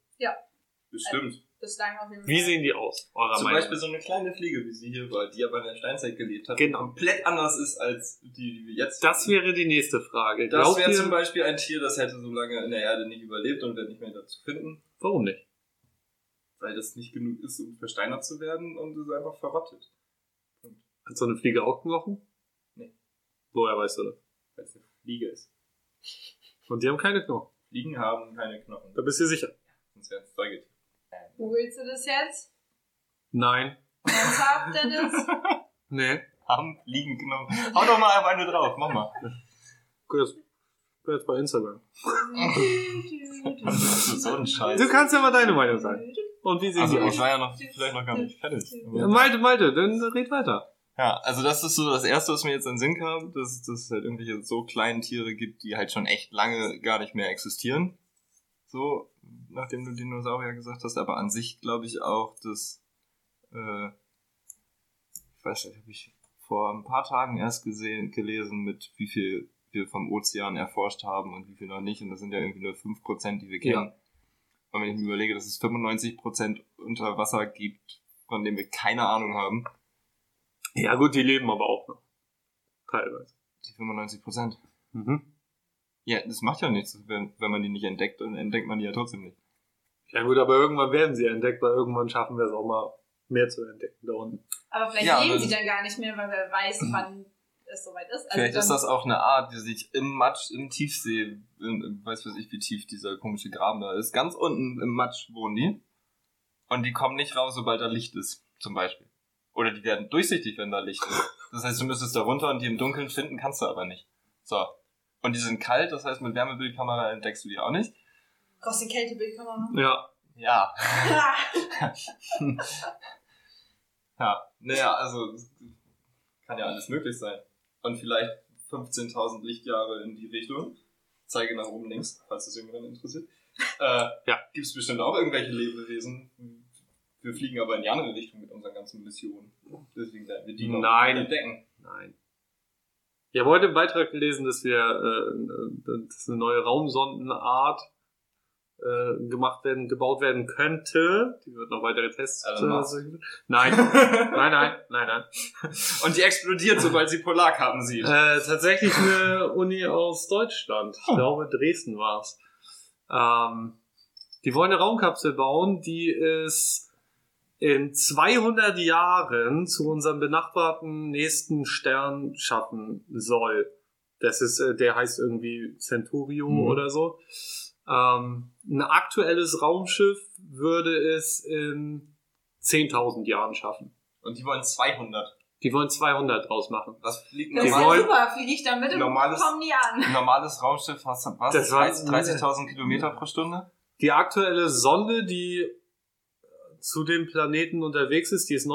[SPEAKER 2] Bestimmt.
[SPEAKER 3] Bislang auf jeden Fall.
[SPEAKER 4] Wie sehen die aus, eurer
[SPEAKER 2] Ähm, Zum
[SPEAKER 4] Meinung?
[SPEAKER 2] Beispiel so eine kleine Fliege, wie sie hier war, die aber in der Steinzeit gelebt hat.
[SPEAKER 4] Genau.
[SPEAKER 2] und Komplett anders ist als die, die wir jetzt.
[SPEAKER 4] das wäre die nächste Frage.
[SPEAKER 2] das
[SPEAKER 4] Glaubt
[SPEAKER 2] wäre
[SPEAKER 4] ihr,
[SPEAKER 2] zum Beispiel ein Tier, das hätte so lange in der Erde nicht überlebt und wäre nicht mehr dazu finden,
[SPEAKER 4] warum nicht?
[SPEAKER 2] weil das nicht genug ist, um versteinert zu werden und es einfach verrottet.
[SPEAKER 4] Hat so eine Fliege auch Knochen?
[SPEAKER 2] Nee.
[SPEAKER 4] Woher weißt du das?
[SPEAKER 2] Weil es eine Fliege ist.
[SPEAKER 4] Und die haben keine Knochen.
[SPEAKER 2] Fliegen haben keine Knochen.
[SPEAKER 4] Da bist du sicher?
[SPEAKER 2] Sonst wären es Säugetiere.
[SPEAKER 3] Googelst du das jetzt?
[SPEAKER 4] Nein.
[SPEAKER 3] Ernsthaft,
[SPEAKER 4] [LAUGHS]
[SPEAKER 3] Dennis? [LAUGHS]
[SPEAKER 4] Nee.
[SPEAKER 2] Haben Fliegen Knochen. Hau doch mal auf eine drauf, mach mal.
[SPEAKER 4] Guck jetzt, guck jetzt bei Instagram.
[SPEAKER 2] Das ist so ein Scheiß.
[SPEAKER 4] Du kannst ja mal deine Meinung sagen. Und wie sehen
[SPEAKER 2] Also
[SPEAKER 4] die
[SPEAKER 2] ich
[SPEAKER 4] aus?
[SPEAKER 2] war ja noch vielleicht noch gar nicht fertig.
[SPEAKER 4] Ja, Malte, Malte, dann red weiter.
[SPEAKER 2] Ja, also das ist so das Erste, was mir jetzt in den Sinn kam, dass, dass es halt irgendwelche so kleinen Tiere gibt, die halt schon echt lange gar nicht mehr existieren. So, nachdem du Dinosaurier gesagt hast, aber an sich glaube ich auch, dass äh, ich weiß nicht, habe ich vor ein paar Tagen erst gesehen, gelesen, mit wie viel wir vom Ozean erforscht haben und wie viel noch nicht. Und das sind ja irgendwie nur 5%, die wir
[SPEAKER 4] Ja.
[SPEAKER 2] kennen. Und wenn ich mir überlege, dass es 95% unter Wasser gibt, von denen wir keine Ahnung haben,
[SPEAKER 4] Ja gut, die leben aber auch noch. Teilweise.
[SPEAKER 2] die 95%.
[SPEAKER 4] Mhm.
[SPEAKER 2] Ja, das macht ja nichts, wenn, wenn man die nicht entdeckt und entdeckt man die ja trotzdem nicht.
[SPEAKER 4] Ja gut, aber irgendwann werden sie entdeckt, weil irgendwann schaffen wir es auch mal mehr zu entdecken da unten.
[SPEAKER 3] Aber vielleicht
[SPEAKER 2] Ja,
[SPEAKER 3] leben
[SPEAKER 2] aber- Mhm.
[SPEAKER 3] sie dann gar nicht mehr, weil wer weiß, wann es soweit ist. Also
[SPEAKER 2] Vielleicht
[SPEAKER 3] dann,
[SPEAKER 2] ist das auch eine Art, die sich im Matsch, im Tiefsee, in, in, weiß was ich, wie tief dieser komische Graben da ist, ganz unten im Matsch wohnen die. Und die kommen nicht raus, sobald da Licht ist, zum Beispiel. Oder die werden durchsichtig, wenn da Licht ist. Das heißt, du müsstest da runter und die im Dunkeln finden kannst du aber nicht. So. Und die sind kalt, das heißt, mit Wärmebildkamera entdeckst du die auch nicht.
[SPEAKER 3] Brauchst du ein Kältebild, kann man
[SPEAKER 2] [LAUGHS]
[SPEAKER 3] machen.
[SPEAKER 4] Ja.
[SPEAKER 2] Ja,
[SPEAKER 3] Ah,
[SPEAKER 2] Ja, naja, also es kann ja alles möglich sein. Und vielleicht 15.000 Lichtjahre in die Richtung. Zeige nach oben links, falls das irgendwann interessiert. Äh,
[SPEAKER 4] Ja.
[SPEAKER 2] Gibt es bestimmt auch irgendwelche Lebewesen. Wir fliegen aber in die andere Richtung mit unseren ganzen Missionen. Deswegen werden wir die noch
[SPEAKER 4] Nein.
[SPEAKER 2] entdecken. [LAUGHS]
[SPEAKER 4] Nein. Ich habe heute einen Beitrag gelesen, dass wir äh, äh, dass eine neue Raumsondenart äh, gemacht werden, gebaut werden könnte. Die wird noch weiter getestet.
[SPEAKER 2] Elon Musk.
[SPEAKER 4] Nein, nein, nein, nein, nein.
[SPEAKER 2] Und die explodiert, sobald sie Polarkarten sieht.
[SPEAKER 4] Äh, tatsächlich eine Uni aus Deutschland. Ich glaube, Dresden war's. Ähm, die wollen eine Raumkapsel bauen, die es in 200 Jahren zu unserem benachbarten nächsten Stern schaffen soll. Das ist, äh, der heißt irgendwie Centurio
[SPEAKER 2] Mhm.
[SPEAKER 4] oder so. Ähm, ein aktuelles Raumschiff würde es in 10.000 Jahren schaffen.
[SPEAKER 2] Und die wollen 200.
[SPEAKER 4] Die wollen 200 draus machen.
[SPEAKER 2] Was fliegt ein
[SPEAKER 3] das
[SPEAKER 4] Die
[SPEAKER 3] ist
[SPEAKER 2] normal-
[SPEAKER 3] ja
[SPEAKER 4] wollen-
[SPEAKER 3] super, fliege ich da mit und
[SPEAKER 2] Normales-
[SPEAKER 3] komm nie an.
[SPEAKER 2] ein normales Raumschiff? Was? was
[SPEAKER 4] Das war-
[SPEAKER 2] 30 30.000 Kilometer pro Stunde?
[SPEAKER 4] Die aktuelle Sonde, die äh, zu dem Planeten unterwegs ist, die ist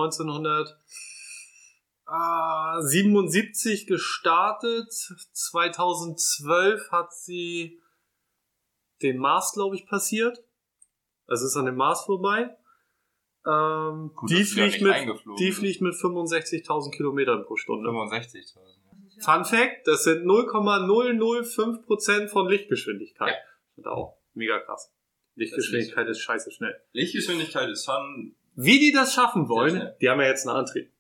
[SPEAKER 4] 1977 gestartet. 2012 hat sie den Mars, glaube ich, passiert. Also ist an dem Mars vorbei. Ähm,
[SPEAKER 2] Gut,
[SPEAKER 4] die,
[SPEAKER 2] dass die da
[SPEAKER 4] fliegt
[SPEAKER 2] nicht
[SPEAKER 4] mit,
[SPEAKER 2] eingeflogen
[SPEAKER 4] die
[SPEAKER 2] sind.
[SPEAKER 4] fliegt mit 65.000 Kilometern pro Stunde.
[SPEAKER 2] 65.000.
[SPEAKER 4] Fun Fact, das sind 0,005% von Lichtgeschwindigkeit. Und auch mega krass. Lichtgeschwindigkeit ist scheiße schnell.
[SPEAKER 2] Lichtgeschwindigkeit ist schon
[SPEAKER 4] Wie die das schaffen
[SPEAKER 2] Sehr
[SPEAKER 4] wollen,
[SPEAKER 2] schnell.
[SPEAKER 4] die haben ja jetzt einen Antrieb.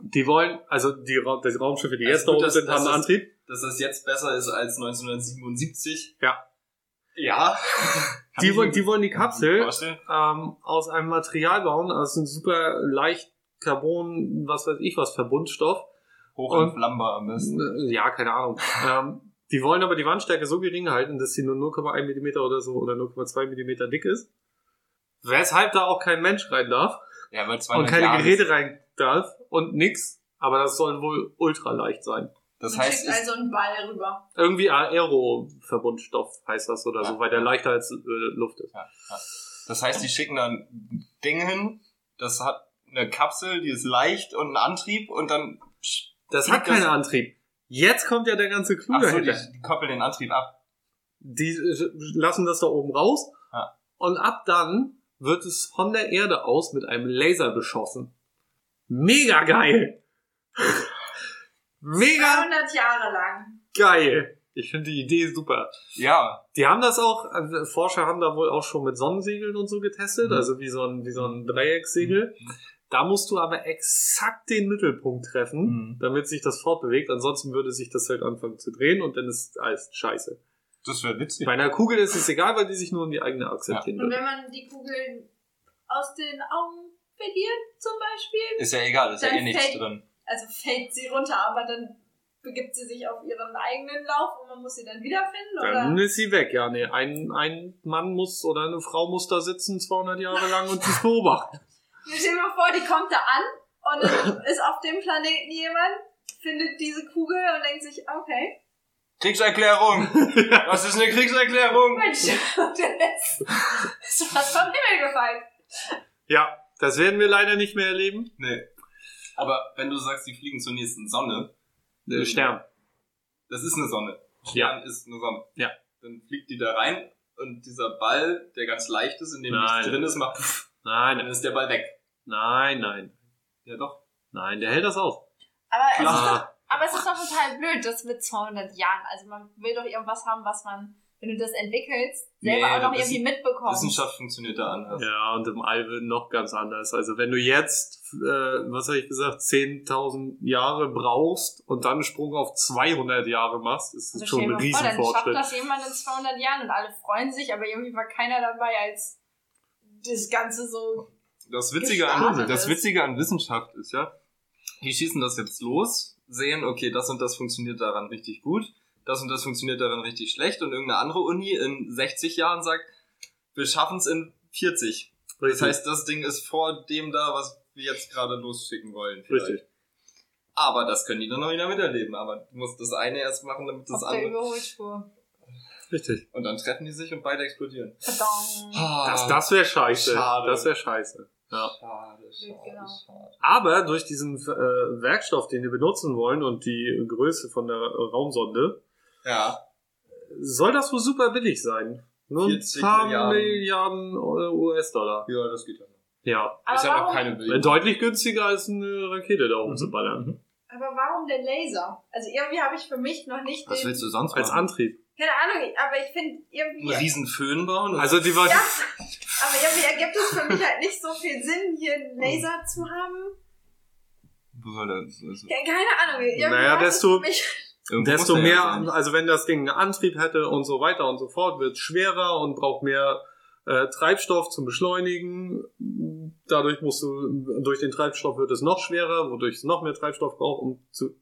[SPEAKER 4] Die wollen, also die, Ra die Raumschiffe, die
[SPEAKER 2] Also
[SPEAKER 4] jetzt da
[SPEAKER 2] gut,
[SPEAKER 4] oben
[SPEAKER 2] das-
[SPEAKER 4] sind,
[SPEAKER 2] das
[SPEAKER 4] haben einen
[SPEAKER 2] ist-
[SPEAKER 4] Antrieb.
[SPEAKER 2] dass das jetzt besser ist als 1977.
[SPEAKER 4] Ja.
[SPEAKER 2] Ja.
[SPEAKER 4] [LAUGHS] Die wollen, die wollen die
[SPEAKER 2] Kann ich mir
[SPEAKER 4] Kapsel
[SPEAKER 2] vorstellen.
[SPEAKER 4] ähm, aus einem Material bauen, also ein super leicht Carbon, was weiß ich was, Verbundstoff.
[SPEAKER 2] Hoch
[SPEAKER 4] Und-
[SPEAKER 2] und flammbar am besten.
[SPEAKER 4] äh, Ja, keine Ahnung. ähm, die wollen aber die Wandstärke so gering halten, dass sie nur 0,1 Millimeter oder so oder 0,2 Millimeter dick ist. Weshalb da auch kein Mensch rein darf
[SPEAKER 2] Ja, weil
[SPEAKER 4] und
[SPEAKER 2] 200
[SPEAKER 4] keine
[SPEAKER 2] Jahre-
[SPEAKER 4] Geräte rein darf und nix. Aber das soll wohl ultra leicht sein.
[SPEAKER 2] Das
[SPEAKER 3] Man
[SPEAKER 2] heißt,
[SPEAKER 3] schickt
[SPEAKER 2] es,
[SPEAKER 3] also einen Ball rüber.
[SPEAKER 4] Irgendwie Aero-Verbundstoff heißt das oder so,
[SPEAKER 2] Ja.
[SPEAKER 4] weil der leichter als äh, Luft ist.
[SPEAKER 2] ja, ja. das heißt, die schicken dann ein Ding hin, das hat eine Kapsel, die ist leicht und einen Antrieb und dann
[SPEAKER 4] Das hat
[SPEAKER 2] Das-
[SPEAKER 4] keinen Antrieb. Jetzt kommt ja der ganze Clou
[SPEAKER 2] ach so,
[SPEAKER 4] dahinter.
[SPEAKER 2] die, die koppeln den Antrieb ab.
[SPEAKER 4] die äh, lassen das da oben raus
[SPEAKER 2] Ja.
[SPEAKER 4] und ab dann wird es von der
[SPEAKER 2] [LAUGHS]
[SPEAKER 4] Erde aus mit einem Laser beschossen. Mega geil! Mega
[SPEAKER 3] 200 Jahre lang.
[SPEAKER 4] geil. Ich finde die Idee super.
[SPEAKER 2] Ja,
[SPEAKER 4] Die haben das auch, also Forscher haben da wohl auch schon mit Sonnensegeln und so getestet,
[SPEAKER 2] Mhm.
[SPEAKER 4] also wie so ein, wie so ein Dreieckssegel. Da musst du aber exakt den Mittelpunkt treffen,
[SPEAKER 2] Mhm.
[SPEAKER 4] damit sich das fortbewegt. Ansonsten würde sich das halt anfangen zu drehen und dann ist alles scheiße.
[SPEAKER 2] das wäre witzig.
[SPEAKER 4] Bei einer Kugel ist es egal, weil die sich nur um die eigene Achse
[SPEAKER 2] Ja.
[SPEAKER 4] drehen
[SPEAKER 3] Und
[SPEAKER 4] wird.
[SPEAKER 3] wenn man die Kugeln aus den Augen verliert, zum Beispiel,
[SPEAKER 2] Ist ja egal, ist ja
[SPEAKER 3] Dann
[SPEAKER 2] eh nichts
[SPEAKER 3] fällt-
[SPEAKER 2] drin.
[SPEAKER 3] also fällt sie runter, aber dann begibt sie sich auf ihren eigenen Lauf und man muss sie dann wiederfinden,
[SPEAKER 4] Dann
[SPEAKER 3] oder?
[SPEAKER 4] ist sie weg, ja, nee. Ein, ein Mann muss oder eine Frau muss da sitzen 200 Jahre lang und dies beobachten.
[SPEAKER 3] Wir stellen mal vor, die kommt da an und
[SPEAKER 2] [LAUGHS]
[SPEAKER 3] dann ist auf dem Planeten jemand, findet diese Kugel und denkt sich, okay,
[SPEAKER 4] [LAUGHS]
[SPEAKER 2] Kriegserklärung! Was ist eine Kriegserklärung?
[SPEAKER 3] Mensch, der ist, [LAUGHS] ist was vom Himmel gefallen.
[SPEAKER 4] Ja, das werden wir leider nicht mehr erleben.
[SPEAKER 2] Nee. Aber wenn du sagst, die fliegen zur nächsten Sonne,
[SPEAKER 4] Äh, Stern.
[SPEAKER 2] das ist eine Sonne.
[SPEAKER 4] Ja.
[SPEAKER 2] Stern ist eine Sonne.
[SPEAKER 4] Ja.
[SPEAKER 2] Dann fliegt die da rein und dieser Ball, der ganz leicht ist, in dem
[SPEAKER 4] Nein.
[SPEAKER 2] nichts drin ist, macht pff, dann
[SPEAKER 4] Nein,
[SPEAKER 2] ist der Ball weg.
[SPEAKER 4] nein, nein.
[SPEAKER 2] Ja doch.
[SPEAKER 4] Nein, der hält das aus.
[SPEAKER 3] Aber es, ist doch,
[SPEAKER 4] Ah,
[SPEAKER 3] aber es ist doch total blöd, das mit 200 Jahren. Also man will doch irgendwas haben, was man, wenn du das entwickelst, selber
[SPEAKER 2] Nee,
[SPEAKER 3] auch noch
[SPEAKER 2] das ist-
[SPEAKER 3] irgendwie mitbekommst.
[SPEAKER 2] Wissenschaft funktioniert da anders.
[SPEAKER 4] ja, und im All wird noch ganz anders. Also wenn du jetzt, äh, was habe ich gesagt, 10.000 Jahre brauchst und dann einen Sprung auf 200 Jahre machst, ist das
[SPEAKER 3] Also
[SPEAKER 4] schon
[SPEAKER 3] stell
[SPEAKER 4] ein
[SPEAKER 3] dir mal vor, dann schafft
[SPEAKER 4] Riesenfortschritt.
[SPEAKER 3] das jemand in 200 Jahren und alle freuen sich, aber irgendwie war keiner dabei, als das Ganze so...
[SPEAKER 2] Das Witzige, an,
[SPEAKER 3] Gestartet
[SPEAKER 2] das
[SPEAKER 3] ist.
[SPEAKER 2] Witzige an Wissenschaft ist ja, die schießen das jetzt los, sehen, okay, das und das funktioniert daran richtig gut, das und das funktioniert daran richtig schlecht und irgendeine andere Uni in 60 Jahren sagt, wir schaffen es in 40. Das heißt, das Ding ist vor dem da, was wir jetzt gerade losschicken wollen. vielleicht.
[SPEAKER 4] Richtig.
[SPEAKER 2] Aber das können die dann noch wieder miterleben. Aber du musst das eine erst machen, damit das
[SPEAKER 3] auf der
[SPEAKER 2] andere.
[SPEAKER 3] Überholspur.
[SPEAKER 4] richtig.
[SPEAKER 2] Und dann treffen die sich und beide explodieren.
[SPEAKER 3] Verdammt.
[SPEAKER 4] Das, das wäre scheiße.
[SPEAKER 2] Ah, Schade.
[SPEAKER 4] Das wäre scheiße. Ja.
[SPEAKER 2] Schade, schade,
[SPEAKER 3] Genau.
[SPEAKER 2] schade.
[SPEAKER 4] Aber durch diesen äh, Werkstoff, den wir benutzen wollen und die Größe von der Raumsonde,
[SPEAKER 2] Ja,
[SPEAKER 4] soll das wohl super billig sein. Nur ein
[SPEAKER 2] 40
[SPEAKER 4] paar Milliarden, äh,
[SPEAKER 2] Milliarden.
[SPEAKER 4] US-Dollar.
[SPEAKER 2] ja, das geht ja noch.
[SPEAKER 4] Ja.
[SPEAKER 3] Aber
[SPEAKER 2] ist ja noch
[SPEAKER 3] warum,
[SPEAKER 2] keine Billion.
[SPEAKER 4] Deutlich günstiger als eine Rakete da oben
[SPEAKER 2] Mhm.
[SPEAKER 4] zu ballern.
[SPEAKER 3] aber warum der Laser? Also irgendwie habe ich für mich noch nicht
[SPEAKER 2] Was
[SPEAKER 3] den...
[SPEAKER 2] willst du sonst
[SPEAKER 4] Als
[SPEAKER 2] machen?
[SPEAKER 4] Antrieb.
[SPEAKER 3] Keine Ahnung, aber ich finde irgendwie...
[SPEAKER 2] einen riesen Föhn bauen?
[SPEAKER 4] Also die war.
[SPEAKER 3] Ja, aber irgendwie ergibt es für mich halt nicht so viel Sinn, hier einen Laser zu haben.
[SPEAKER 2] Wo soll der- also-
[SPEAKER 3] Ke- Keine Ahnung. irgendwie
[SPEAKER 4] Naja,
[SPEAKER 3] hat es
[SPEAKER 4] desto-
[SPEAKER 3] für mich-
[SPEAKER 2] Irgendwo
[SPEAKER 4] Desto
[SPEAKER 2] muss der
[SPEAKER 4] mehr,
[SPEAKER 2] ja sein.
[SPEAKER 4] also wenn das Ding einen Antrieb hätte und so weiter und so fort, wird schwerer und braucht mehr äh, Treibstoff zum Beschleunigen. Dadurch musst du, durch den Treibstoff wird es noch schwerer, wodurch es noch mehr Treibstoff braucht, um zu.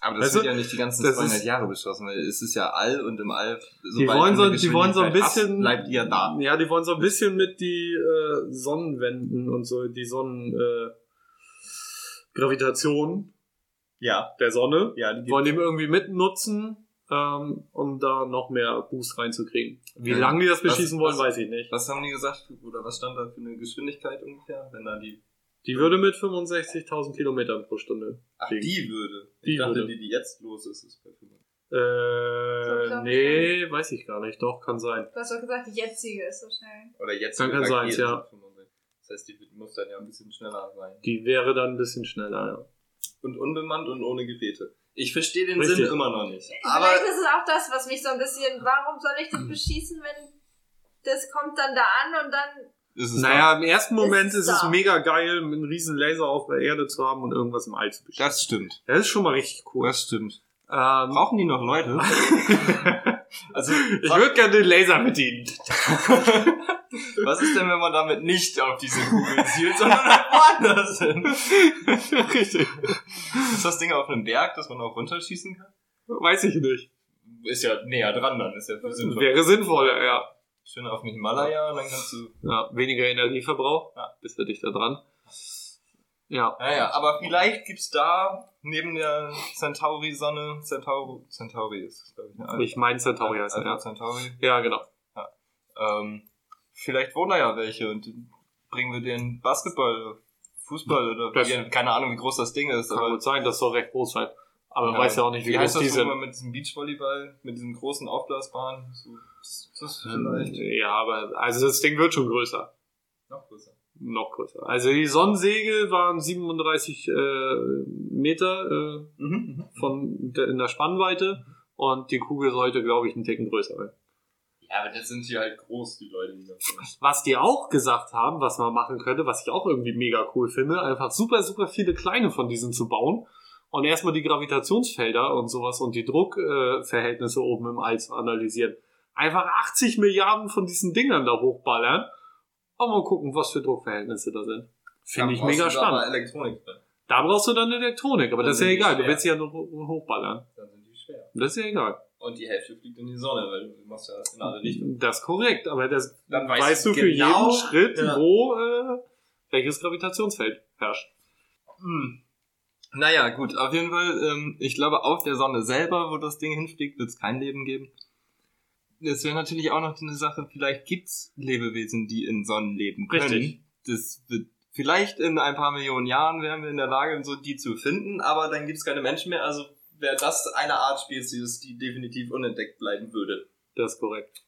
[SPEAKER 2] Aber das
[SPEAKER 4] Weißt
[SPEAKER 2] wird
[SPEAKER 4] du,
[SPEAKER 2] ja nicht die ganzen
[SPEAKER 4] Also, das
[SPEAKER 2] 200
[SPEAKER 4] ist-
[SPEAKER 2] Jahre beschlossen, weil es ist ja All und im All.
[SPEAKER 4] Die wollen,
[SPEAKER 2] du
[SPEAKER 4] so,
[SPEAKER 2] eine
[SPEAKER 4] die wollen so ein
[SPEAKER 2] Geschwindigkeit
[SPEAKER 4] bisschen.
[SPEAKER 2] hast, bleibt ihr da.
[SPEAKER 4] Ja, die wollen so ein bisschen mit die äh, Sonnenwänden und so, die Sonnen. Äh, Gravitation
[SPEAKER 2] Ja.
[SPEAKER 4] der Sonne.
[SPEAKER 2] ja die
[SPEAKER 4] wollen dem irgendwie mitnutzen, ähm, um da noch mehr Boost reinzukriegen. Wie
[SPEAKER 2] Ja.
[SPEAKER 4] lange die das beschießen
[SPEAKER 2] Was-
[SPEAKER 4] wollen,
[SPEAKER 2] was-
[SPEAKER 4] weiß ich nicht.
[SPEAKER 2] was haben die gesagt? Oder was stand da für eine Geschwindigkeit ungefähr? Wenn da die.
[SPEAKER 4] Die würde mit 65.000 Kilometern pro Stunde.
[SPEAKER 2] Ach,
[SPEAKER 4] Fliegen.
[SPEAKER 2] die würde. Ich
[SPEAKER 4] Die
[SPEAKER 2] dachte,
[SPEAKER 4] würde.
[SPEAKER 2] die, die jetzt los ist, ist bei 500.
[SPEAKER 3] ich
[SPEAKER 4] Äh,
[SPEAKER 3] glaub,
[SPEAKER 4] nee, weiß ich gar nicht. Doch, kann sein.
[SPEAKER 3] Du hast doch gesagt, die jetzige ist so schnell.
[SPEAKER 2] Oder jetzt.
[SPEAKER 4] Dann
[SPEAKER 2] mit
[SPEAKER 4] kann
[SPEAKER 2] Raketen
[SPEAKER 4] sein, ja.
[SPEAKER 2] sind 65. Das heißt, die wird- muss dann ja ein bisschen schneller sein.
[SPEAKER 4] Die wäre dann ein bisschen schneller.
[SPEAKER 2] Und unbemannt und ohne Geräte. Ich verstehe den
[SPEAKER 4] Richtig.
[SPEAKER 2] Sinn immer noch nicht. Aber
[SPEAKER 3] Vielleicht ist es auch das, was mich so ein bisschen, warum soll ich das beschießen, wenn das kommt dann da an und dann.
[SPEAKER 2] es
[SPEAKER 4] Ja.
[SPEAKER 2] ist
[SPEAKER 4] Naja, im ersten Moment
[SPEAKER 3] Ist
[SPEAKER 4] ist es
[SPEAKER 3] da.
[SPEAKER 4] mega geil, einen riesen Laser auf der Erde zu haben und irgendwas im All zu
[SPEAKER 2] da.
[SPEAKER 4] beschieben.
[SPEAKER 2] Das stimmt.
[SPEAKER 4] Das ist schon mal richtig cool.
[SPEAKER 2] Das stimmt.
[SPEAKER 4] Ähm,
[SPEAKER 2] Brauchen die noch
[SPEAKER 4] [LAUGHS]
[SPEAKER 2] Leute? also,
[SPEAKER 4] ich würde gerne den Laser
[SPEAKER 2] [LAUGHS]
[SPEAKER 4] bedienen.
[SPEAKER 2] Was ist denn, wenn man damit nicht auf diese Kugel zielt, sondern woanders hin?
[SPEAKER 4] [LAUGHS] Richtig.
[SPEAKER 2] Ist das Ding auf einem Berg, dass man auch runterschießen kann?
[SPEAKER 4] Weiß ich nicht.
[SPEAKER 2] Ist ja näher dran, dann ist ja für sinnvoll.
[SPEAKER 4] Wäre sinnvoller, ja.
[SPEAKER 2] Schön auf dem Himalaya, dann kannst du.
[SPEAKER 4] Ja, weniger Energieverbrauch,
[SPEAKER 2] Ja.
[SPEAKER 4] bist du dichter dran. Ja,
[SPEAKER 2] Naja, aber vielleicht gibt's da neben der Centauri-Sonne, Centauri, Centauri ist, glaube ich, ne? eine
[SPEAKER 4] ich meine Centauri heißt er,
[SPEAKER 2] Alpha
[SPEAKER 4] ja.
[SPEAKER 2] Centauri.
[SPEAKER 4] Ja, genau.
[SPEAKER 2] Ähm, vielleicht wohnen da ja welche und bringen wir den Basketball, Fußball oder
[SPEAKER 4] Das-
[SPEAKER 2] wie- keine Ahnung, wie groß das Ding ist,
[SPEAKER 4] Kann
[SPEAKER 2] aber
[SPEAKER 4] gut sein, das soll recht groß sein. Aber man
[SPEAKER 2] Ja.
[SPEAKER 4] weiß ja auch nicht, wie,
[SPEAKER 2] heißt
[SPEAKER 4] groß
[SPEAKER 2] das
[SPEAKER 4] die
[SPEAKER 2] nochmal
[SPEAKER 4] sind.
[SPEAKER 2] mit diesem Beachvolleyball, mit diesem großen
[SPEAKER 4] Ähm,
[SPEAKER 2] aufblasbaren? So, das, das ist vielleicht
[SPEAKER 4] äh, Ja, aber also das Ding wird schon größer.
[SPEAKER 2] noch größer.
[SPEAKER 4] noch größer. Also die Sonnensegel waren 37 äh, Meter
[SPEAKER 2] Mhm.
[SPEAKER 4] äh, von der, in der Spannweite und die Kugel sollte, glaube ich, einen Ticken größer sein.
[SPEAKER 2] Ja, aber das sind hier halt groß, die Leute, die da sind.
[SPEAKER 4] Was die auch gesagt haben, was man machen könnte, was ich auch irgendwie mega cool finde, einfach super, super viele kleine von diesen zu bauen und erstmal die Gravitationsfelder und sowas und die Druckverhältnisse äh, Verhältnisse oben im All zu analysieren. Einfach 80 Milliarden von diesen Dingern da hochballern und mal gucken, was für Druckverhältnisse da sind. Finde ich
[SPEAKER 2] Da brauchst
[SPEAKER 4] mega
[SPEAKER 2] du Also da
[SPEAKER 4] spannend.
[SPEAKER 2] mal Elektronik drin.
[SPEAKER 4] Da brauchst du dann Elektronik, aber
[SPEAKER 2] Dann
[SPEAKER 4] das ist ja
[SPEAKER 2] sind die
[SPEAKER 4] egal, du
[SPEAKER 2] schwer.
[SPEAKER 4] willst sie ja nur ho- hochballern.
[SPEAKER 2] Dann sind die schwer.
[SPEAKER 4] Das ist ja egal.
[SPEAKER 2] Und die Hälfte fliegt in die Sonne, weil du machst ja in alle Richtungen.
[SPEAKER 4] Das ist korrekt, aber das
[SPEAKER 2] Dann genau
[SPEAKER 4] weißt, du für jeden Schritt, wo äh, welches Gravitationsfeld herrscht.
[SPEAKER 2] Hm. Naja, gut, auf jeden Fall, ähm, ich glaube, auf der Sonne selber, wo das Ding hinfliegt, wird es kein Leben geben. Das wäre natürlich auch noch eine Sache, vielleicht gibt's Lebewesen, die in Sonnen leben können.
[SPEAKER 4] Richtig.
[SPEAKER 2] Das wird, vielleicht in ein paar Millionen Jahren wären wir in der Lage, so die zu finden, aber dann gibt's keine Menschen mehr, also wäre das eine Art Spezies, die definitiv unentdeckt bleiben würde.
[SPEAKER 4] Das ist korrekt.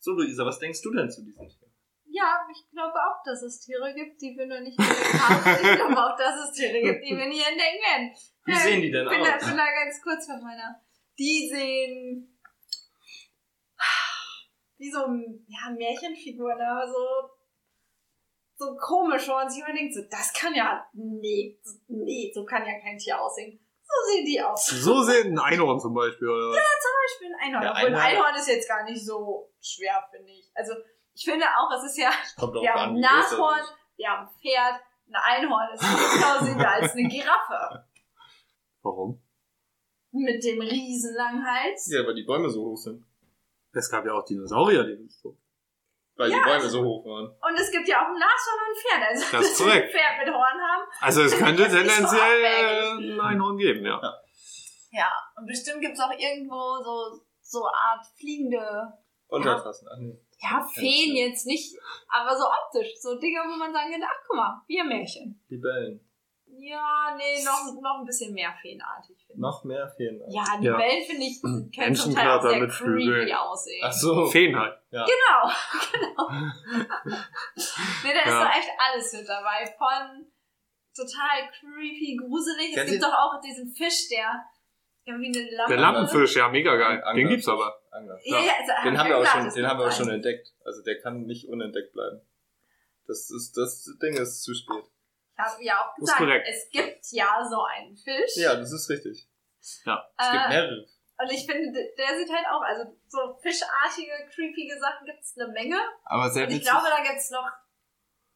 [SPEAKER 2] So, Luisa, was denkst du denn zu diesem Thema?
[SPEAKER 3] Ja, ich glaube auch, dass es Tiere gibt, die wir noch nicht entdeckt haben. Ich glaube auch, dass es Tiere gibt, die wir nie entdecken werden.
[SPEAKER 2] Wie
[SPEAKER 3] Ja,
[SPEAKER 2] sehen die denn
[SPEAKER 3] bin da,
[SPEAKER 2] aus?
[SPEAKER 3] bin da ganz kurz von meiner. Die sehen wie so ja, Märchenfiguren, aber so, so komisch, wo man sich überlegt, so, das kann ja, nee, so- nee, so kann ja kein Tier aussehen. So sehen die aus. Zum
[SPEAKER 4] So sehen ein Einhorn zum Beispiel. Oder? was?
[SPEAKER 3] Beispiel ein Einhorn.
[SPEAKER 2] Ja,
[SPEAKER 3] Obwohl ein
[SPEAKER 2] Einhorn-
[SPEAKER 3] Einhorn ist jetzt gar nicht so schwer, finde ich. Also ich finde auch, es ist ja
[SPEAKER 2] Kommt
[SPEAKER 3] wir haben ein Nashorn, wir haben ein Pferd, ein Einhorn ist viel plausiger als eine Giraffe.
[SPEAKER 4] Warum?
[SPEAKER 3] Mit dem riesenlangen Hals.
[SPEAKER 2] Ja, weil die Bäume so hoch sind.
[SPEAKER 4] Es gab ja auch Dinosaurier, die nicht so.
[SPEAKER 2] Weil die
[SPEAKER 3] also-
[SPEAKER 2] Bäume so hoch waren.
[SPEAKER 3] Und es gibt ja auch ein Nashorn und ein Pferd. Also,
[SPEAKER 4] Das ist
[SPEAKER 3] dass wir ein
[SPEAKER 4] korrekt.
[SPEAKER 3] Pferd mit Horn haben.
[SPEAKER 4] Also es könnte [LAUGHS]
[SPEAKER 3] Das ist nicht so
[SPEAKER 4] tendenziell äh, ein Einhorn geben, ja.
[SPEAKER 3] Ja, und bestimmt gibt es auch irgendwo so, so Art fliegende,
[SPEAKER 2] Untertassen. Ach, nee.
[SPEAKER 3] ja, Feen jetzt nicht, aber so optisch. So Dinge, wo man sagen könnte, ach guck mal, Biermärchen.
[SPEAKER 2] Libellen.
[SPEAKER 3] Ja, nee, noch, noch ein bisschen mehr feenartig. finde ich.
[SPEAKER 2] Noch mehr Feen.
[SPEAKER 3] Ja, die
[SPEAKER 4] Ja.
[SPEAKER 3] Welt finde ich, können zum Teil auch
[SPEAKER 4] Menschenkater
[SPEAKER 3] sehr
[SPEAKER 4] mit Flügeln.
[SPEAKER 3] creepy aussehen.
[SPEAKER 2] Ach so.
[SPEAKER 4] Feen halt.
[SPEAKER 3] Genau, genau. nee, da ist
[SPEAKER 4] Ja.
[SPEAKER 3] doch echt alles mit dabei. Von total creepy, gruselig.
[SPEAKER 2] Ja,
[SPEAKER 3] Es gibt
[SPEAKER 2] die-
[SPEAKER 3] doch auch diesen Fisch, der irgendwie eine Lampe.
[SPEAKER 4] Der Lampenfisch, ja, mega geil. Den gibt's [LAUGHS] aber.
[SPEAKER 2] Angler.
[SPEAKER 3] Ja, ja, also,
[SPEAKER 2] Den
[SPEAKER 3] ja,
[SPEAKER 2] haben wir auch
[SPEAKER 3] klar,
[SPEAKER 2] schon,
[SPEAKER 3] das
[SPEAKER 2] den
[SPEAKER 3] kann
[SPEAKER 2] haben wir auch
[SPEAKER 3] sein.
[SPEAKER 2] schon entdeckt. Also der kann nicht unentdeckt bleiben. Das ist, das Ding ist zu spät.
[SPEAKER 3] Ich habe ja auch
[SPEAKER 4] Das ist
[SPEAKER 3] gesagt,
[SPEAKER 4] korrekt.
[SPEAKER 3] es gibt ja so einen Fisch.
[SPEAKER 2] Ja, das ist richtig. Es gibt
[SPEAKER 3] äh,
[SPEAKER 2] mehrere.
[SPEAKER 3] und ich finde, der sieht halt auch, also so fischartige, creepige Sachen gibt es eine Menge.
[SPEAKER 2] Aber sehr
[SPEAKER 3] Und ich glaube, da gibt es noch,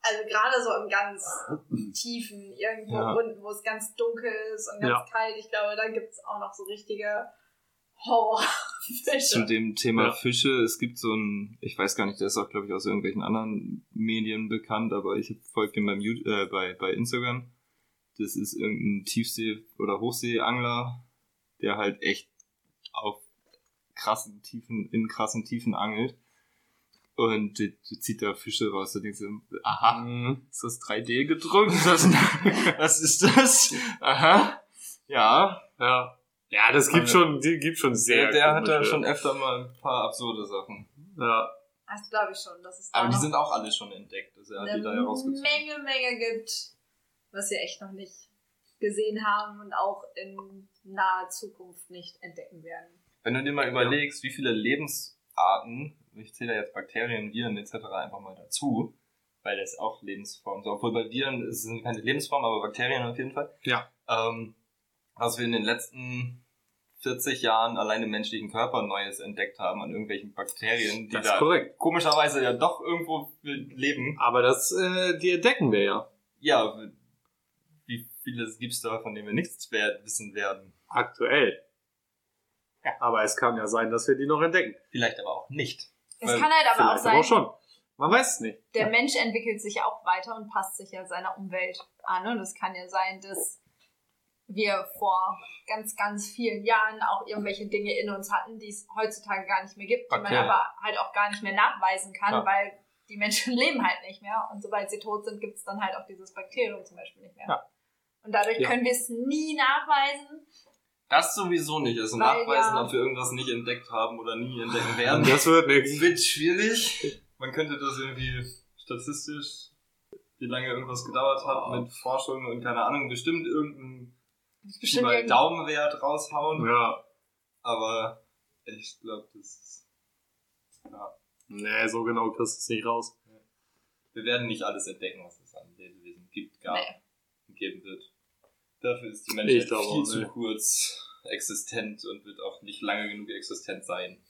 [SPEAKER 3] also gerade so im ganz tiefen, irgendwo
[SPEAKER 2] Ja.
[SPEAKER 3] unten, wo es ganz dunkel ist und ganz
[SPEAKER 4] Ja.
[SPEAKER 3] kalt, ich glaube, da gibt es auch noch so richtige Horrorfische.
[SPEAKER 2] zu dem Thema
[SPEAKER 4] Ja.
[SPEAKER 2] Fische. Es gibt so einen, ich weiß gar nicht, der ist auch, glaube ich, aus irgendwelchen anderen Medien bekannt, aber ich folge dem beim, Ju- äh, bei, bei Instagram. Das ist irgendein Tiefsee- oder Hochseeangler, der halt echt auf krassen Tiefen, in krassen Tiefen angelt. Und der, der zieht da Fische raus. Da denkst du, aha,
[SPEAKER 4] Mhm.
[SPEAKER 2] ist das 3D gedrückt? Das, was ist das? Aha, ja.
[SPEAKER 4] Ja. Ja, das gibt
[SPEAKER 2] Aber-
[SPEAKER 4] schon, die gibt schon sehr
[SPEAKER 2] Der, der hat da
[SPEAKER 4] komische-
[SPEAKER 2] schon öfter mal ein paar absurde Sachen.
[SPEAKER 4] Ja.
[SPEAKER 3] Das glaube ich schon, dass es da
[SPEAKER 2] Aber die
[SPEAKER 3] noch
[SPEAKER 2] sind auch alle schon entdeckt. Also er hat die
[SPEAKER 3] eine
[SPEAKER 2] da ja rausgezogen.
[SPEAKER 3] Menge, Menge gibt, was wir echt noch nicht gesehen haben und auch in naher Zukunft nicht entdecken werden.
[SPEAKER 2] Wenn du dir mal überlegst, wie viele Lebensarten, ich zähle da jetzt Bakterien, Viren etc. einfach mal dazu, weil das auch Lebensformen sind. Obwohl bei Viren es sind keine Lebensformen, aber Bakterien auf jeden Fall.
[SPEAKER 4] Ja.
[SPEAKER 2] Ähm, was wir in den letzten 40 Jahren allein im menschlichen Körper Neues entdeckt haben an irgendwelchen Bakterien, die
[SPEAKER 4] Das ist
[SPEAKER 2] da
[SPEAKER 4] korrekt.
[SPEAKER 2] komischerweise ja doch irgendwo leben.
[SPEAKER 4] Aber das, äh, die entdecken wir ja.
[SPEAKER 2] Ja, wie viele gibt's da, von denen wir nichts wer- wissen werden?
[SPEAKER 4] Aktuell.
[SPEAKER 2] Ja.
[SPEAKER 4] Aber es kann ja sein, dass wir die noch entdecken.
[SPEAKER 2] Vielleicht aber auch nicht.
[SPEAKER 3] Es
[SPEAKER 2] Weil
[SPEAKER 3] kann halt aber auch
[SPEAKER 4] Vielleicht aber
[SPEAKER 3] sein,
[SPEAKER 4] auch schon. Man weiß es nicht.
[SPEAKER 3] der Mensch entwickelt sich ja auch weiter und passt sich ja seiner Umwelt an. Und es kann ja sein, dass wir vor ganz, ganz vielen Jahren auch irgendwelche Dinge in uns hatten, die es heutzutage gar nicht mehr gibt, die man
[SPEAKER 2] Bakterien.
[SPEAKER 3] aber halt auch gar nicht mehr nachweisen kann,
[SPEAKER 2] Ja.
[SPEAKER 3] weil die Menschen [LAUGHS] leben halt nicht mehr. Und sobald sie tot sind, gibt es dann halt auch dieses Bakterium zum Beispiel nicht mehr.
[SPEAKER 4] Ja.
[SPEAKER 3] Und dadurch
[SPEAKER 4] Ja.
[SPEAKER 3] können wir es nie nachweisen.
[SPEAKER 2] Das sowieso nicht. Also
[SPEAKER 3] Weil
[SPEAKER 2] nachweisen,
[SPEAKER 3] ja-
[SPEAKER 2] ob wir irgendwas nicht entdeckt haben oder nie [LAUGHS] entdecken werden,
[SPEAKER 4] Das wird nichts.
[SPEAKER 2] wird schwierig. Man könnte das irgendwie statistisch wie lange irgendwas gedauert hat mit Forschung und keine Ahnung, bestimmt irgendeinen Pi
[SPEAKER 3] Bestimmt
[SPEAKER 2] mal
[SPEAKER 3] irgendein-
[SPEAKER 2] Daumenwert raushauen.
[SPEAKER 4] Ja.
[SPEAKER 2] Aber ich glaube, das ist,
[SPEAKER 4] Nee, so genau kriegst du es nicht raus.
[SPEAKER 2] wir werden nicht alles entdecken, was es an Lebewesen gibt, gab und geben wird. Dafür ist die
[SPEAKER 4] Ich
[SPEAKER 2] Menschheit
[SPEAKER 4] glaube
[SPEAKER 2] viel
[SPEAKER 4] auch,
[SPEAKER 2] zu
[SPEAKER 4] nee.
[SPEAKER 2] kurz existent und wird auch nicht lange genug existent sein.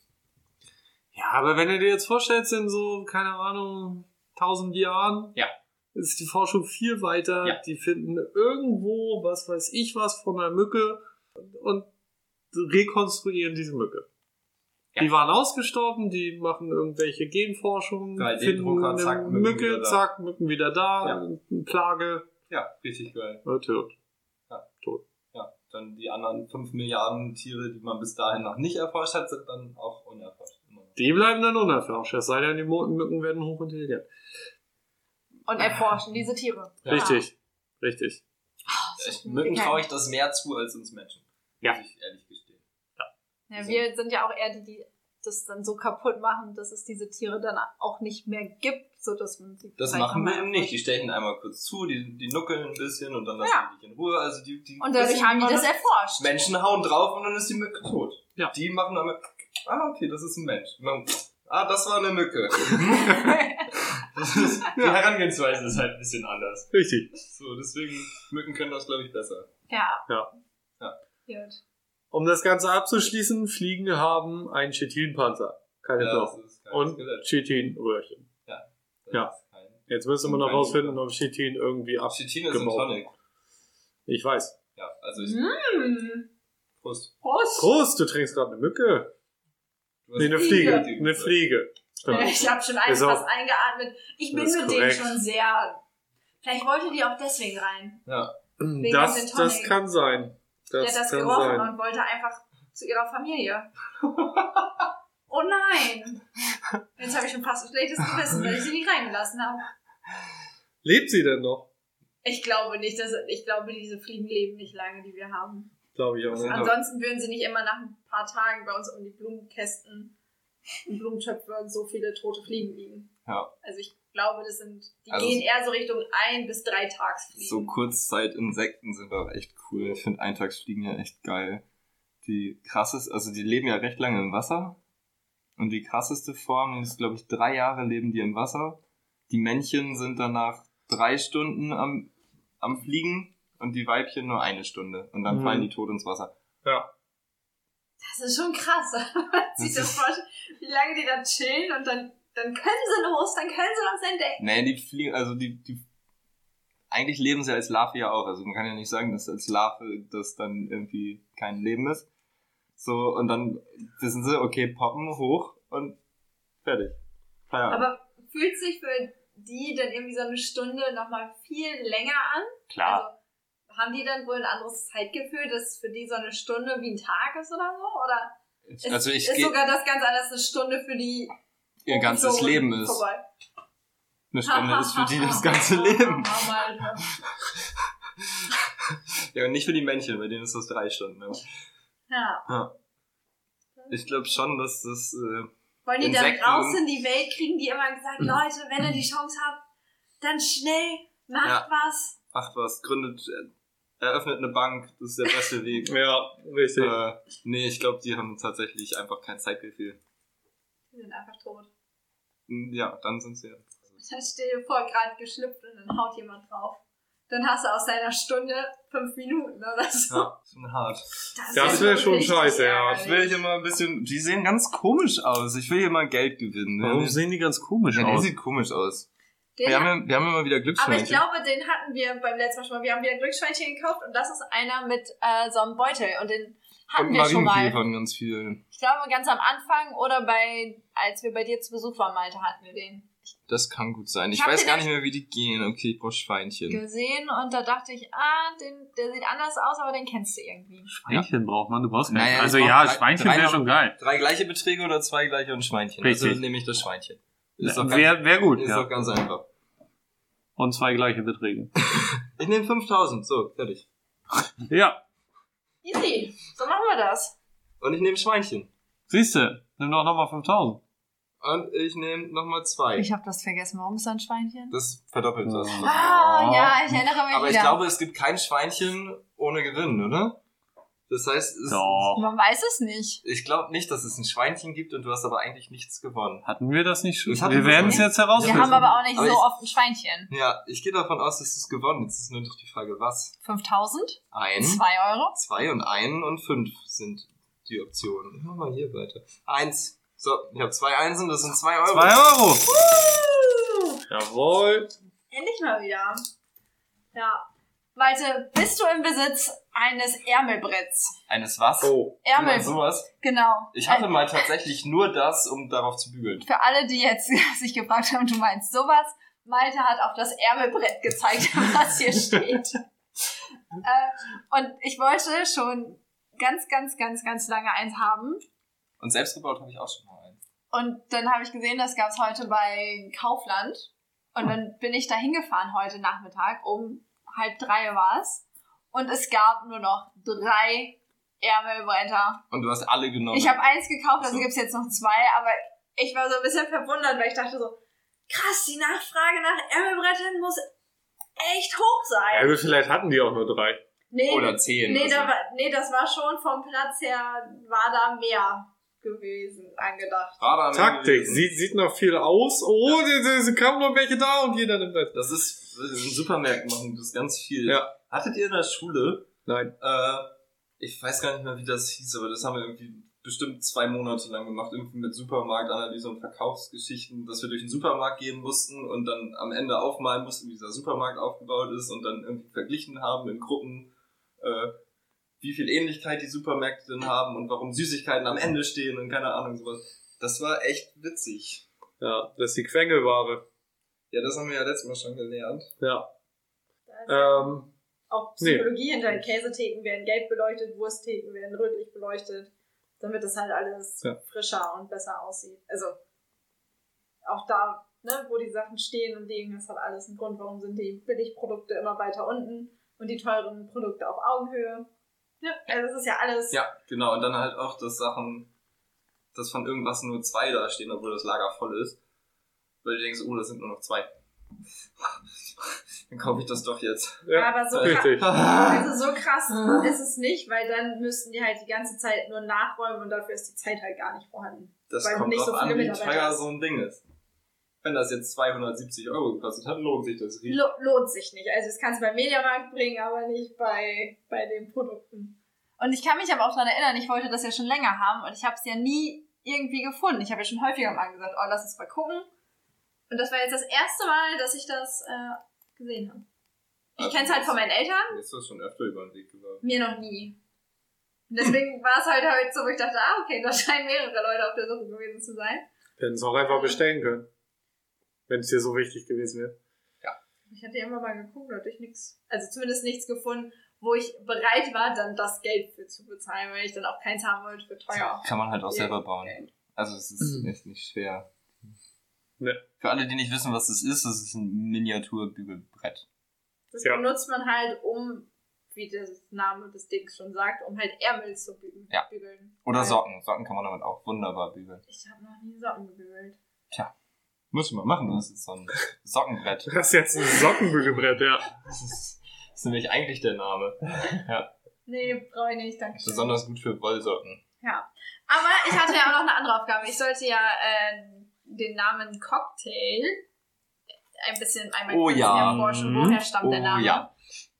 [SPEAKER 4] Ja, aber wenn du dir jetzt vorstellst, in so, keine Ahnung, tausend Jahren,
[SPEAKER 2] Ja.
[SPEAKER 4] ist die Forschung viel weiter.
[SPEAKER 2] Ja.
[SPEAKER 4] Die finden irgendwo, was weiß ich was, von einer Mücke und rekonstruieren diese Mücke.
[SPEAKER 2] Ja.
[SPEAKER 4] Die waren ausgestorben, die machen irgendwelche Genforschungen,
[SPEAKER 2] 3D-Drucker,
[SPEAKER 4] finden eine
[SPEAKER 2] zack, Mücken
[SPEAKER 4] Mücke,
[SPEAKER 2] wieder da.
[SPEAKER 4] zack, Mücken wieder da, Plage,
[SPEAKER 2] Ja, richtig geil.
[SPEAKER 4] äh, tot.
[SPEAKER 2] Ja, dann die anderen 5 Milliarden Tiere, die man bis dahin noch nicht erforscht hat, sind dann auch unerforscht. Immer noch.
[SPEAKER 4] Die bleiben dann unerforscht, es sei denn, die Mo- Mücken werden hochintelligent.
[SPEAKER 3] Und erforschen diese Tiere.
[SPEAKER 2] Ja.
[SPEAKER 4] Richtig, richtig.
[SPEAKER 2] Ich, Mücken traue ich das mehr zu als uns Menschen.
[SPEAKER 4] Ja.
[SPEAKER 2] Muss ich ehrlich gestehen.
[SPEAKER 3] Ja, wir sind ja auch eher die, die das dann so kaputt machen, dass es diese Tiere dann auch nicht mehr gibt, sodass man sie
[SPEAKER 2] Das
[SPEAKER 3] vielleicht
[SPEAKER 2] machen
[SPEAKER 3] noch mal
[SPEAKER 2] wir eben nicht. Die
[SPEAKER 3] erforscht.
[SPEAKER 2] stechen einmal kurz zu, die, die nuckeln ein bisschen und dann lassen
[SPEAKER 3] Ja.
[SPEAKER 2] wir die in Ruhe. Also die, die
[SPEAKER 3] Und dadurch
[SPEAKER 2] wissen,
[SPEAKER 3] haben
[SPEAKER 2] wie
[SPEAKER 3] die das
[SPEAKER 2] man-
[SPEAKER 3] erforscht.
[SPEAKER 2] Menschen hauen drauf und dann ist die Mücke tot.
[SPEAKER 4] Ja.
[SPEAKER 2] Die machen dann mit, ah, okay, das ist ein Mensch. Und dann, ah, das war eine
[SPEAKER 3] [LAUGHS]
[SPEAKER 2] Mücke. Das ist, die Herangehensweise ist halt ein bisschen anders.
[SPEAKER 4] Richtig.
[SPEAKER 2] So, deswegen, Mücken können das, glaube ich, besser.
[SPEAKER 3] ja.
[SPEAKER 4] Ja.
[SPEAKER 2] Ja.
[SPEAKER 3] Gut.
[SPEAKER 4] Um das Ganze abzuschließen, Fliegen haben einen Chitinpanzer. Keine Knochen.
[SPEAKER 2] das ist kein
[SPEAKER 4] Und
[SPEAKER 2] Skelett.
[SPEAKER 4] Chitinröhrchen.
[SPEAKER 2] Das
[SPEAKER 4] ja.
[SPEAKER 2] ist kein-
[SPEAKER 4] Jetzt müssen wir
[SPEAKER 2] Und
[SPEAKER 4] noch
[SPEAKER 2] keine
[SPEAKER 4] rausfinden,
[SPEAKER 2] Knochen.
[SPEAKER 4] ob Chitin irgendwie ab.
[SPEAKER 2] Chitin ist
[SPEAKER 4] Genau.
[SPEAKER 2] ein Tonic.
[SPEAKER 4] Ich weiß.
[SPEAKER 2] Ja, also ich.
[SPEAKER 3] Hm.
[SPEAKER 2] Prost.
[SPEAKER 3] Prost.
[SPEAKER 4] Prost, du trinkst gerade eine Mücke.
[SPEAKER 2] Du hast-
[SPEAKER 4] Nee, eine Fliege.
[SPEAKER 3] Fliege.
[SPEAKER 4] Eine Fliege. Stimmt.
[SPEAKER 3] [LAUGHS] Ich habe schon
[SPEAKER 4] Ist
[SPEAKER 3] alles
[SPEAKER 2] Also,
[SPEAKER 4] auch-
[SPEAKER 3] was eingeatmet. Ich bin
[SPEAKER 4] Ist
[SPEAKER 3] mit denen
[SPEAKER 4] korrekt.
[SPEAKER 3] schon sehr. Vielleicht wollte die auch deswegen rein.
[SPEAKER 2] Ja,
[SPEAKER 4] Hm, Das,
[SPEAKER 3] den
[SPEAKER 4] das
[SPEAKER 3] Tonic.
[SPEAKER 4] kann sein.
[SPEAKER 3] Die
[SPEAKER 4] Das,
[SPEAKER 3] hat das
[SPEAKER 4] kann
[SPEAKER 3] gerochen
[SPEAKER 4] sein.
[SPEAKER 3] und wollte einfach zu ihrer Familie. [LAUGHS] oh nein! Jetzt habe ich schon fast ein schlechtes Gewissen, weil ich sie nicht reingelassen habe.
[SPEAKER 4] Lebt sie denn noch?
[SPEAKER 3] Ich glaube nicht, dass ich glaube, diese Fliegen leben nicht lange, die wir haben.
[SPEAKER 4] Glaube ich auch nicht.
[SPEAKER 2] Ja.
[SPEAKER 3] Ansonsten würden sie nicht immer nach ein paar Tagen bei uns um die Blumenkästen und Blumentöpfe und so viele tote Fliegen liegen.
[SPEAKER 2] Ja.
[SPEAKER 3] Also ich glaube, das sind, die
[SPEAKER 2] Also
[SPEAKER 3] gehen eher so Richtung ein bis drei Tagsfliegen.
[SPEAKER 2] so Kurzzeit-Insekten sind auch echt cool. Ich finde Eintagsfliegen ja echt geil. Die krasseste, also die leben ja recht lange im Wasser. Und die krasseste Form ist, glaube ich, drei Jahre leben die im Wasser. Die Männchen sind danach drei Stunden am, am Fliegen und die Weibchen nur eine Stunde. Und dann
[SPEAKER 4] Mhm.
[SPEAKER 2] fallen die tot ins Wasser.
[SPEAKER 3] Das ist schon krass. [LAUGHS] Sieht das vor, wie lange die da chillen und dann, dann können sie los, dann können sie uns entdecken.
[SPEAKER 2] Nee, die fliegen, also die, die. Eigentlich leben sie als Larve ja auch. Also man kann ja nicht sagen, dass als Larve das dann irgendwie kein Leben ist. So, und dann wissen sie, okay, poppen hoch und fertig. Feierabend.
[SPEAKER 3] Aber fühlt sich für die dann irgendwie so eine Stunde nochmal viel länger an?
[SPEAKER 2] Klar.
[SPEAKER 3] Also haben die dann wohl ein anderes Zeitgefühl, dass für die so eine Stunde wie ein Tag ist oder so? Oder ist,
[SPEAKER 2] also ich
[SPEAKER 3] ist
[SPEAKER 2] gehe
[SPEAKER 3] sogar das ganz anders eine Stunde für die
[SPEAKER 2] ihr ganzes
[SPEAKER 3] so
[SPEAKER 2] Leben ist.
[SPEAKER 3] vorbei? Oh
[SPEAKER 2] Eine
[SPEAKER 3] [LAUGHS]
[SPEAKER 2] Stunde ist für die das ganze Leben. Ja, und nicht für die Männchen, bei denen ist das drei Stunden. aber
[SPEAKER 3] ja.
[SPEAKER 2] Ich glaube schon, dass das. Äh,
[SPEAKER 3] Wollen die dann
[SPEAKER 2] Insekten- Mhm.
[SPEAKER 3] raus in die Welt kriegen, die immer gesagt, Leute, wenn ihr die Chance habt, dann schnell, macht
[SPEAKER 2] Ja.
[SPEAKER 3] was.
[SPEAKER 2] ach was, gründet, äh, eröffnet eine Bank, das ist der beste
[SPEAKER 4] [LAUGHS]
[SPEAKER 2] Weg.
[SPEAKER 4] Ja, richtig.
[SPEAKER 2] äh, nee, ich glaube, die haben tatsächlich einfach kein Zeitgefühl. Hm,
[SPEAKER 3] Die sind einfach tot.
[SPEAKER 2] Ja, dann sind sie.
[SPEAKER 3] Dann stell dir vor, gerade geschlüpft und dann haut jemand drauf. Dann hast du aus deiner Stunde fünf Minuten oder so.
[SPEAKER 2] Ja, schon hart.
[SPEAKER 3] Das,
[SPEAKER 4] Das
[SPEAKER 3] ist
[SPEAKER 4] wäre schon
[SPEAKER 3] richtig
[SPEAKER 4] scheiße, ja.
[SPEAKER 3] ärgerlich.
[SPEAKER 2] Ich will hier mal ein bisschen. Die sehen ganz komisch aus. Ich will hier mal Geld gewinnen.
[SPEAKER 4] Warum
[SPEAKER 2] ja,
[SPEAKER 4] sehen die ganz komisch
[SPEAKER 2] die, ja, die
[SPEAKER 4] aus?
[SPEAKER 2] sieht komisch aus.
[SPEAKER 3] Den
[SPEAKER 2] Wir haben, ja, wir haben immer wieder
[SPEAKER 3] aber ich
[SPEAKER 2] Glücksschweinchen.
[SPEAKER 3] glaube, den hatten wir beim letzten Mal schon mal. Wir haben wieder ein Glücksschweinchen gekauft und das ist einer mit äh, so einem Beutel. Und den hatten
[SPEAKER 2] und
[SPEAKER 3] wir schon
[SPEAKER 2] Marienkäfer
[SPEAKER 3] mal.
[SPEAKER 2] von ganz vielen.
[SPEAKER 3] Ich glaube, ganz am Anfang oder bei, als wir bei dir zu Besuch waren, Malte, hatten wir den
[SPEAKER 2] Das kann gut sein. Ich
[SPEAKER 3] Habt
[SPEAKER 2] weiß
[SPEAKER 3] ihr
[SPEAKER 2] gar
[SPEAKER 3] den-
[SPEAKER 2] nicht mehr, wie die gehen. Okay, ich brauche Schweinchen.
[SPEAKER 3] gesehen. Und da dachte ich, ah, den, der sieht anders aus, aber den kennst du irgendwie.
[SPEAKER 4] Schweinchen braucht man, du brauchst
[SPEAKER 2] Naja,
[SPEAKER 4] keinen.
[SPEAKER 2] ich
[SPEAKER 4] Also
[SPEAKER 2] brauch
[SPEAKER 4] ja,
[SPEAKER 2] drei-
[SPEAKER 4] Schweinchen
[SPEAKER 2] drei
[SPEAKER 4] wäre
[SPEAKER 2] noch-
[SPEAKER 4] schon geil.
[SPEAKER 2] Drei gleiche Beträge oder zwei gleiche und Schweinchen. Also
[SPEAKER 4] Richtig.
[SPEAKER 2] nehme ich das Schweinchen. Ist doch ganz,
[SPEAKER 4] Wäre wär gut,
[SPEAKER 2] ist
[SPEAKER 4] ja.
[SPEAKER 2] doch ganz einfach.
[SPEAKER 4] Und zwei gleiche Beträge.
[SPEAKER 2] Ich nehme 5000. So, fertig.
[SPEAKER 4] Ja,
[SPEAKER 3] Easy. So machen wir das.
[SPEAKER 2] Und ich nehme Schweinchen.
[SPEAKER 4] siehste, nimm doch nochmal 5000.
[SPEAKER 2] Und ich nehme nochmal zwei.
[SPEAKER 3] Ich habe das vergessen. Warum ist da ein Schweinchen?
[SPEAKER 2] Das verdoppelt das.
[SPEAKER 3] Ah, ja, ich erinnere mich
[SPEAKER 2] Aber ich
[SPEAKER 3] wieder.
[SPEAKER 2] glaube, es gibt kein Schweinchen ohne Gewinn, oder? Das heißt, es,
[SPEAKER 4] Doch.
[SPEAKER 3] Man weiß es nicht.
[SPEAKER 2] ich glaube nicht, dass es ein Schweinchen gibt und du hast aber eigentlich nichts gewonnen.
[SPEAKER 4] Hatten wir das nicht schon?
[SPEAKER 2] Das hatten
[SPEAKER 4] Wir
[SPEAKER 2] wir
[SPEAKER 4] werden
[SPEAKER 2] schon.
[SPEAKER 4] es jetzt
[SPEAKER 3] Wir
[SPEAKER 4] herausfinden.
[SPEAKER 3] haben aber auch nicht
[SPEAKER 2] Aber
[SPEAKER 3] so
[SPEAKER 2] ich-
[SPEAKER 3] oft ein Schweinchen.
[SPEAKER 2] Ja, ich gehe davon aus, dass du es gewonnen Jetzt ist nur noch die Frage, was?
[SPEAKER 3] 5000?
[SPEAKER 2] Ein,
[SPEAKER 3] 2 Euro?
[SPEAKER 2] zwei und ein und fünf sind die Optionen. Ich mach mal hier weiter. Eins. So, ich habe zwei Einsen, das sind zwei Euro.
[SPEAKER 4] Zwei Euro. Jawohl.
[SPEAKER 3] Endlich mal wieder. Ja. Malte, bist du im Besitz eines Ärmelbretts?
[SPEAKER 2] Eines was?
[SPEAKER 4] Oh.
[SPEAKER 2] Ärmel.
[SPEAKER 3] Ärmel,
[SPEAKER 2] Sowas.
[SPEAKER 3] genau.
[SPEAKER 2] Ich hatte mal tatsächlich nur das, um darauf zu bügeln.
[SPEAKER 3] Für alle, die jetzt [LAUGHS] sich gefragt haben, du meinst sowas, Malte hat auf das Ärmelbrett gezeigt, [LAUGHS] was hier steht. äh, und ich wollte schon ganz, ganz, ganz, ganz lange eins haben.
[SPEAKER 2] Und selbst gebaut habe ich auch schon mal einen.
[SPEAKER 3] Und dann habe ich gesehen, das gab es heute bei Kaufland. Und dann bin ich da hingefahren heute Nachmittag, um halb drei war es. Und es gab nur noch drei Ärmelbretter.
[SPEAKER 2] Und du hast alle genommen.
[SPEAKER 3] Ich habe eins gekauft, also
[SPEAKER 2] So.
[SPEAKER 3] gibt's jetzt noch zwei, aber ich war so ein bisschen verwundert, weil ich dachte so, krass, die Nachfrage nach Ärmelbrettern muss echt hoch sein.
[SPEAKER 4] Ja, vielleicht hatten die auch nur drei.
[SPEAKER 3] nee,
[SPEAKER 2] Oder zehn.
[SPEAKER 3] nee,
[SPEAKER 2] also.
[SPEAKER 3] da war, nee, das war schon vom Platz her, war da mehr gewesen, angedacht.
[SPEAKER 2] War da am Ende
[SPEAKER 4] Taktik.
[SPEAKER 2] gewesen.
[SPEAKER 4] Sieht, sieht noch viel aus. Oh, es ja. kamen nur welche da und jeder nimmt das.
[SPEAKER 2] Das ist, in Supermärkten machen das ganz viel.
[SPEAKER 4] Ja.
[SPEAKER 2] Hattet ihr in der Schule,
[SPEAKER 4] Nein.
[SPEAKER 2] äh, ich weiß gar nicht mehr, wie das hieß, aber das haben wir irgendwie bestimmt zwei Monate lang gemacht, irgendwie mit Supermarktanalyse und Verkaufsgeschichten, dass wir durch den Supermarkt gehen mussten und dann am Ende aufmalen mussten, wie dieser Supermarkt aufgebaut ist und dann irgendwie verglichen haben in Gruppen, äh, wie viel Ähnlichkeit die Supermärkte denn haben und warum Süßigkeiten am Ende stehen und keine Ahnung sowas. Das war echt witzig.
[SPEAKER 4] Ja, das ist die Quengelware.
[SPEAKER 2] Ja, das haben wir ja letztes Mal schon gelernt.
[SPEAKER 4] Ja. Ähm,
[SPEAKER 3] Auch
[SPEAKER 4] Nee.
[SPEAKER 3] Psychologie hinter den Käsetheken werden gelb beleuchtet, Wursttheken werden rötlich beleuchtet, damit das halt alles
[SPEAKER 4] Ja.
[SPEAKER 3] frischer und besser aussieht. Also auch da, ne, wo die Sachen stehen und liegen, das hat alles einen Grund, warum sind die Billigprodukte immer weiter unten und die teuren Produkte auf Augenhöhe. Ja, also das ist ja alles.
[SPEAKER 2] Ja, genau. Und dann halt auch, dass Sachen, dass von irgendwas nur zwei da stehen, obwohl das Lager voll ist. Weil du denkst, oh, das sind nur noch zwei. [LAUGHS] dann kaufe ich das doch jetzt.
[SPEAKER 4] ja,
[SPEAKER 3] Aber so, kra [LAUGHS]
[SPEAKER 4] richtig.
[SPEAKER 3] also so krass ist es nicht, weil dann müssten die halt die ganze Zeit nur nachräumen und dafür ist die Zeit halt gar nicht vorhanden.
[SPEAKER 2] Das
[SPEAKER 3] Weil
[SPEAKER 2] kommt
[SPEAKER 3] nicht
[SPEAKER 2] drauf
[SPEAKER 3] so
[SPEAKER 2] an,
[SPEAKER 3] viele
[SPEAKER 2] wie
[SPEAKER 3] Mitarbeiter
[SPEAKER 2] teuer
[SPEAKER 3] hast.
[SPEAKER 2] so ein Ding ist. Wenn das jetzt 270 Euro gekostet hat, lohnt sich das richtig.
[SPEAKER 3] Lo- lohnt sich nicht. Also das kannst du beim Mediamarkt bringen, aber nicht bei, bei den Produkten. Und ich kann mich aber auch daran erinnern, ich wollte das ja schon länger haben und ich habe es ja nie irgendwie gefunden. Ich habe ja schon häufiger mal gesagt, oh, lass uns mal gucken. Und das war jetzt das erste Mal, dass ich das äh, gesehen habe. Ich
[SPEAKER 2] Also
[SPEAKER 3] kenne es halt von meinen Eltern,
[SPEAKER 2] Mir ist das schon öfter über den Weg gelaufen.
[SPEAKER 3] mir noch nie. Und deswegen war es halt heute so, wo ich dachte, ah, okay, da scheinen mehrere Leute auf der Suche gewesen zu sein.
[SPEAKER 4] Hätten es auch einfach bestellen können. Wenn es dir so wichtig gewesen wäre.
[SPEAKER 3] Ich hatte ja immer mal geguckt, da hatte ich nichts, also zumindest nichts gefunden, wo ich bereit war, dann das Geld für zu bezahlen, weil ich dann auch keins haben wollte für teuer.
[SPEAKER 2] Kann man halt auch
[SPEAKER 3] Oh Ja. Mhm.
[SPEAKER 2] selber bauen. Also es ist echt nicht schwer.
[SPEAKER 4] Nee.
[SPEAKER 2] Für alle, die nicht wissen, was das ist, das ist ein Miniaturbügelbrett.
[SPEAKER 3] Das
[SPEAKER 4] Ja.
[SPEAKER 3] benutzt man halt, um, wie der Name des Dings schon sagt, um halt Ärmel zu bügeln.
[SPEAKER 2] Ja.
[SPEAKER 3] bügeln.
[SPEAKER 2] Oder
[SPEAKER 3] Weil
[SPEAKER 2] Socken. Socken kann man damit auch wunderbar bügeln.
[SPEAKER 3] Ich habe noch nie Socken gebügelt.
[SPEAKER 2] Muss man machen, das ist so ein Sockenbrett.
[SPEAKER 4] Das ist jetzt ein Sockenbügelbrett, ja.
[SPEAKER 2] Das ist, das ist nämlich eigentlich der Name.
[SPEAKER 3] Nee, brauche ich nicht, danke. schön.
[SPEAKER 2] Besonders gut für Wollsocken.
[SPEAKER 3] Ja. Aber ich hatte ja auch noch eine andere Aufgabe. Ich sollte ja äh, den Namen Cocktail ein bisschen einmal
[SPEAKER 2] Oh
[SPEAKER 3] kurz
[SPEAKER 2] ja.
[SPEAKER 3] erforschen.
[SPEAKER 4] Mhm.
[SPEAKER 3] Woher stammt der
[SPEAKER 2] Oh
[SPEAKER 3] Name?
[SPEAKER 2] ja.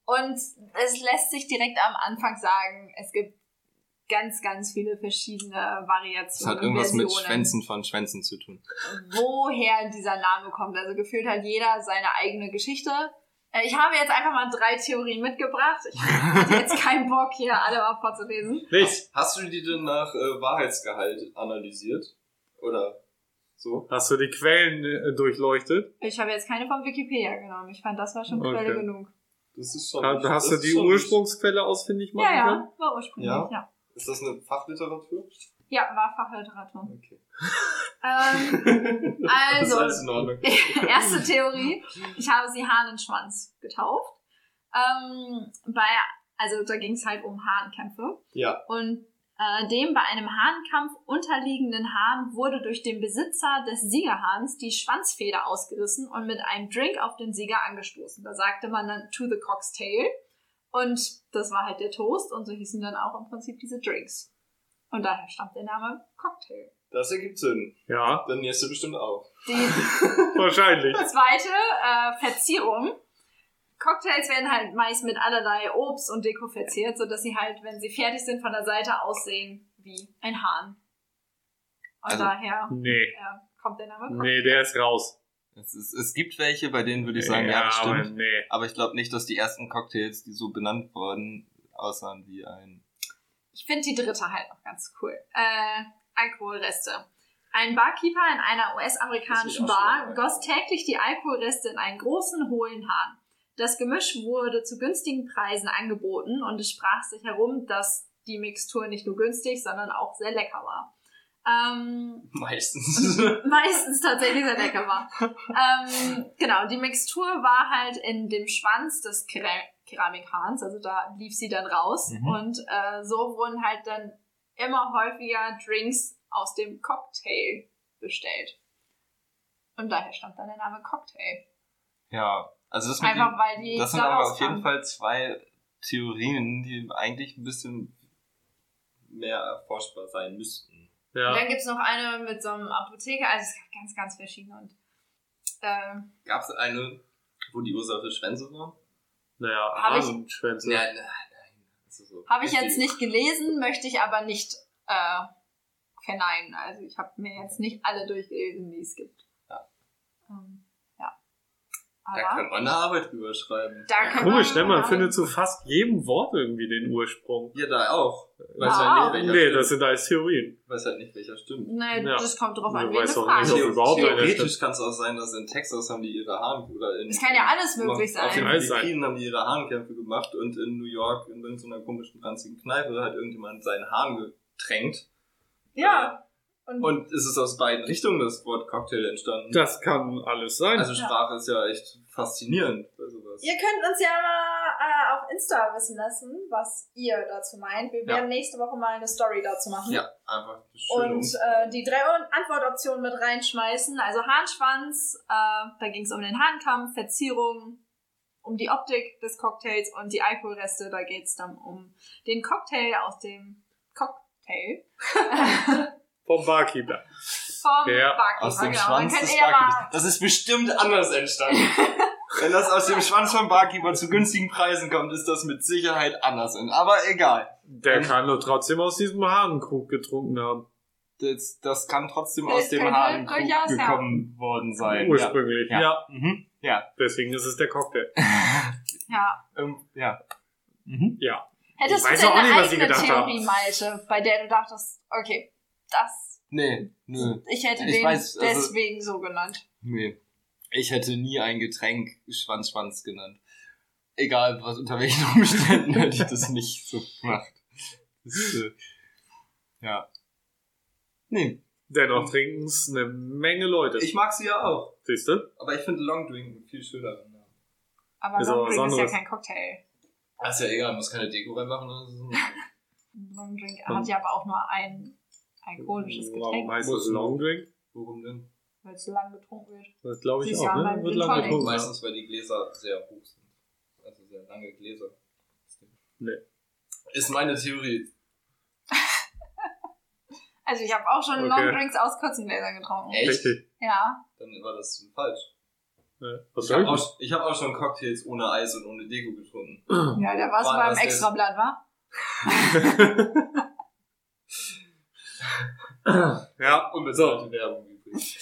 [SPEAKER 3] Und es lässt sich direkt am Anfang sagen, es gibt ganz, ganz viele verschiedene
[SPEAKER 2] Das
[SPEAKER 3] Variationen.
[SPEAKER 2] hat irgendwas
[SPEAKER 3] und
[SPEAKER 2] mit
[SPEAKER 3] Versionen,
[SPEAKER 2] Schwänzen von Schwänzen zu tun.
[SPEAKER 3] Woher dieser Name kommt. Also gefühlt hat jeder seine eigene Geschichte. Äh, Ich habe jetzt einfach mal drei Theorien mitgebracht. Ich hatte jetzt keinen Bock, hier alle mal vorzulesen.
[SPEAKER 4] Nicht.
[SPEAKER 2] Hast du die denn nach äh, Wahrheitsgehalt analysiert? Oder so?
[SPEAKER 4] Hast du die Quellen äh, durchleuchtet?
[SPEAKER 3] Ich habe jetzt keine von Wikipedia genommen. Ich fand, das war schon
[SPEAKER 4] Okay.
[SPEAKER 3] Quelle genug.
[SPEAKER 2] Das ist schon.
[SPEAKER 4] Hast, hast du
[SPEAKER 2] Oh, das ist
[SPEAKER 4] die
[SPEAKER 2] schon-
[SPEAKER 4] Ursprungsquelle ausfindig machen
[SPEAKER 3] Ja,
[SPEAKER 4] können?
[SPEAKER 3] ja, war ursprünglich,
[SPEAKER 2] Ja?
[SPEAKER 3] ja. Ja,
[SPEAKER 2] Ist das eine Fachliteratur?
[SPEAKER 3] war Fachliteratur.
[SPEAKER 2] Okay.
[SPEAKER 3] Ähm,
[SPEAKER 2] Das ist
[SPEAKER 3] [LAUGHS] also,
[SPEAKER 2] alles in Ordnung.
[SPEAKER 3] [LAUGHS] erste Theorie. Ich habe sie Hahnenschwanz getauft. Ähm, bei, also da ging es halt um Hahnenkämpfe.
[SPEAKER 2] Ja.
[SPEAKER 3] Und Äh, dem bei einem Hahnkampf unterliegenden Hahn wurde durch den Besitzer des Siegerhahns die Schwanzfeder ausgerissen und mit einem Drink auf den Sieger angestoßen. Da sagte man dann to the cock's tail. Und das war halt der Toast und so hießen dann auch im Prinzip diese Drinks. Und daher stammt der Name Cocktail.
[SPEAKER 2] Das ergibt Sinn.
[SPEAKER 4] Ja,
[SPEAKER 2] Dann nähst du bestimmt auch.
[SPEAKER 3] Die
[SPEAKER 4] wahrscheinlich.
[SPEAKER 3] Zweite äh, Verzierung. Cocktails werden halt meist mit allerlei Obst und Deko verziert, sodass sie halt, wenn sie fertig sind, von der Seite aussehen wie ein Hahn. Und
[SPEAKER 2] Also-
[SPEAKER 3] daher
[SPEAKER 4] Nee,
[SPEAKER 3] äh, kommt der Name Cocktail.
[SPEAKER 4] nee, der ist raus.
[SPEAKER 2] Es, ist, es gibt welche, bei denen würde ich sagen, ja, das
[SPEAKER 4] aber
[SPEAKER 2] stimmt.
[SPEAKER 4] nee.
[SPEAKER 2] Aber ich glaube nicht, dass die ersten Cocktails, die so benannt wurden, aussahen wie ein.
[SPEAKER 3] Ich finde die dritte halt noch ganz cool. Äh, Alkoholreste. Ein Barkeeper in einer US-amerikanischen
[SPEAKER 2] Das will ich auch schon mal.
[SPEAKER 3] Bar goss täglich die Alkoholreste in einen großen, hohlen Hahn. Das Gemisch wurde zu günstigen Preisen angeboten und es sprach sich herum, dass die Mixtur nicht nur günstig, sondern auch sehr lecker war. Ähm,
[SPEAKER 2] Meistens. [LAUGHS]
[SPEAKER 3] meistens tatsächlich sehr lecker war. ähm, genau, die Mixtur war halt in dem Schwanz des Kera Keramikhahns, also da lief sie dann raus
[SPEAKER 2] Mhm.
[SPEAKER 3] und äh, so wurden halt dann immer häufiger Drinks aus dem Cocktail bestellt. Und daher stammt dann der Name Cocktail.
[SPEAKER 2] ja. Also das, mit
[SPEAKER 3] Einfach
[SPEAKER 2] dem,
[SPEAKER 3] weil die
[SPEAKER 2] das sind
[SPEAKER 3] da
[SPEAKER 2] aber auf
[SPEAKER 3] rauskamen.
[SPEAKER 2] jeden Fall zwei Theorien, die eigentlich ein bisschen mehr erforschbar sein müssten.
[SPEAKER 3] Und
[SPEAKER 4] Ja.
[SPEAKER 3] dann gibt es noch eine mit so einem Apotheker, also es gab ganz, ganz verschiedene und äh,
[SPEAKER 2] Gab es eine, wo die Ursache Schwänze war?
[SPEAKER 4] Naja,
[SPEAKER 3] Hab ich-
[SPEAKER 4] Hasenschwänze.
[SPEAKER 2] Ja, nein, nein. Das ist so
[SPEAKER 3] Habe ich
[SPEAKER 2] richtig-
[SPEAKER 3] jetzt nicht gelesen, möchte ich aber nicht äh, verneinen. Also ich habe mir jetzt nicht alle durchgelesen, die es gibt.
[SPEAKER 2] Ja.
[SPEAKER 3] Ähm, ja.
[SPEAKER 2] Da
[SPEAKER 3] Aber
[SPEAKER 2] können wir eine Arbeit drüber schreiben.
[SPEAKER 3] da kann
[SPEAKER 4] Komisch, ne? Man findet zu fast jedem Wort irgendwie den Ursprung.
[SPEAKER 2] Ja, da auch. Weiß
[SPEAKER 3] Ah.
[SPEAKER 2] halt nicht, welcher
[SPEAKER 4] Nee,
[SPEAKER 2] stimmt.
[SPEAKER 4] das sind alles Theorien.
[SPEAKER 2] Weiß halt nicht, welcher stimmt.
[SPEAKER 3] Nee,
[SPEAKER 4] Ja.
[SPEAKER 3] ne, das kommt drauf
[SPEAKER 4] Man
[SPEAKER 3] an, wie eine
[SPEAKER 4] weiß auch
[SPEAKER 3] Frage.
[SPEAKER 4] nicht, ob
[SPEAKER 3] ist.
[SPEAKER 2] Theo-
[SPEAKER 4] überhaupt einer
[SPEAKER 2] Theoretisch kann es auch sein, dass in Texas haben die ihre Hahn oder in.
[SPEAKER 3] Es kann ja alles möglich
[SPEAKER 2] Auf
[SPEAKER 3] sein.
[SPEAKER 2] den
[SPEAKER 4] Alles sein.
[SPEAKER 2] Philippinen haben die ihre Hahnkämpfe gemacht und in New York in irgendeiner komischen ranzigen Kneipe hat irgendjemand seinen Hahn getränkt.
[SPEAKER 3] Ja.
[SPEAKER 2] Äh, Und es ist aus beiden Richtungen das Wort Cocktail entstanden.
[SPEAKER 4] Das kann alles sein.
[SPEAKER 2] also Sprache ist ja echt faszinierend bei sowas.
[SPEAKER 3] Ihr könnt uns ja mal äh, auf Insta wissen lassen, was ihr dazu meint. Wir
[SPEAKER 2] Ja.
[SPEAKER 3] werden nächste Woche mal eine Story dazu machen.
[SPEAKER 2] Ja, einfach schön.
[SPEAKER 3] genau. und äh, die drei Antwortoptionen mit reinschmeißen. Also Hahnschwanz, äh, da ging es um den Hahnkampf, Verzierung, um die Optik des Cocktails und die Alkoholreste, da geht es dann um den Cocktail aus dem Cocktail
[SPEAKER 4] Vom Barkeeper.
[SPEAKER 3] vom
[SPEAKER 4] Ja,
[SPEAKER 3] Barkeeper.
[SPEAKER 2] aus dem
[SPEAKER 3] genau.
[SPEAKER 2] Schwanz
[SPEAKER 3] dann könnt
[SPEAKER 2] des
[SPEAKER 3] ihr ja
[SPEAKER 2] Barkeepers.
[SPEAKER 3] mal,
[SPEAKER 2] Das ist bestimmt anders entstanden.
[SPEAKER 3] [LAUGHS]
[SPEAKER 2] Wenn das aus dem Schwanz vom Barkeeper zu günstigen Preisen kommt, ist das mit Sicherheit anders. Aber egal.
[SPEAKER 4] Der
[SPEAKER 2] Ähm.
[SPEAKER 4] kann doch trotzdem aus diesem Hahnkrug getrunken haben.
[SPEAKER 2] Das, das kann trotzdem
[SPEAKER 3] Das
[SPEAKER 2] aus dem
[SPEAKER 3] könnte
[SPEAKER 2] Hahn
[SPEAKER 3] durchaus, ja.
[SPEAKER 2] gekommen worden
[SPEAKER 4] Oh,
[SPEAKER 2] sein. Ja.
[SPEAKER 4] Ursprünglich.
[SPEAKER 2] Ja.
[SPEAKER 4] Ja.
[SPEAKER 2] Mhm. ja.
[SPEAKER 4] Deswegen ist es der Cocktail.
[SPEAKER 3] ja.
[SPEAKER 2] Ähm, ja. Mhm.
[SPEAKER 4] Ja.
[SPEAKER 3] Hättest
[SPEAKER 4] Ich weiß
[SPEAKER 3] du denn
[SPEAKER 4] auch nicht,
[SPEAKER 3] eine
[SPEAKER 4] was sie
[SPEAKER 3] eigene
[SPEAKER 4] gedacht haben.
[SPEAKER 3] Theorie, Malte, bei der du dachtest, okay, das,
[SPEAKER 2] Nee, nö,
[SPEAKER 3] ich hätte
[SPEAKER 2] Ich
[SPEAKER 3] den
[SPEAKER 2] weiß, also-
[SPEAKER 3] deswegen so genannt.
[SPEAKER 2] nee. Ich hätte nie ein Getränk Schwanz-Schwanz genannt. Egal, was unter welchen Umständen hätte ich das nicht so gemacht. Das, äh, ja. Nee,
[SPEAKER 4] Dennoch trinken es eine Menge Leute.
[SPEAKER 2] Ich mag sie ja auch.
[SPEAKER 4] Siehst du?
[SPEAKER 2] Aber ich finde Long Drink einen viel schöner.
[SPEAKER 3] Aber
[SPEAKER 4] Ist aber
[SPEAKER 3] Longdrink
[SPEAKER 4] was
[SPEAKER 3] ist ja
[SPEAKER 4] anderes.
[SPEAKER 3] kein Cocktail.
[SPEAKER 2] Ah, ist ja egal, muss keine Deko reinmachen. ne? oder so.
[SPEAKER 3] Longdrink
[SPEAKER 4] Und-
[SPEAKER 3] hat ja aber auch nur ein alkoholisches
[SPEAKER 4] Warum
[SPEAKER 3] Getränk.
[SPEAKER 4] heißt das Long Drink?
[SPEAKER 2] Warum denn?
[SPEAKER 3] weil es so lange getrunken wird.
[SPEAKER 4] Das glaube ich
[SPEAKER 3] Siehst
[SPEAKER 4] auch,
[SPEAKER 3] du,
[SPEAKER 4] ne?
[SPEAKER 3] beim
[SPEAKER 4] Wird
[SPEAKER 3] Gin
[SPEAKER 4] lange
[SPEAKER 3] Tonic.
[SPEAKER 4] getrunken. ja.
[SPEAKER 2] Meistens, weil die Gläser sehr hoch sind. Also sehr lange Gläser.
[SPEAKER 4] Nee.
[SPEAKER 2] Ist meine Theorie.
[SPEAKER 3] Also ich habe auch schon
[SPEAKER 4] Okay.
[SPEAKER 3] Longdrinks aus kurzen Gläsern getrunken.
[SPEAKER 2] Echt?
[SPEAKER 4] Richtig.
[SPEAKER 3] Ja.
[SPEAKER 2] Dann war das falsch.
[SPEAKER 4] Ja. Was
[SPEAKER 2] Ich habe
[SPEAKER 4] soll ich?
[SPEAKER 2] auch, ich hab auch schon Cocktails ohne Eis und ohne Deko
[SPEAKER 4] [LAUGHS]
[SPEAKER 2] getrunken.
[SPEAKER 3] Ja, da warst
[SPEAKER 2] War
[SPEAKER 3] du beim
[SPEAKER 2] das jetzt-
[SPEAKER 3] Extrablatt, wa?
[SPEAKER 4] Ja,
[SPEAKER 2] Unbezahlte Werbung übrigens.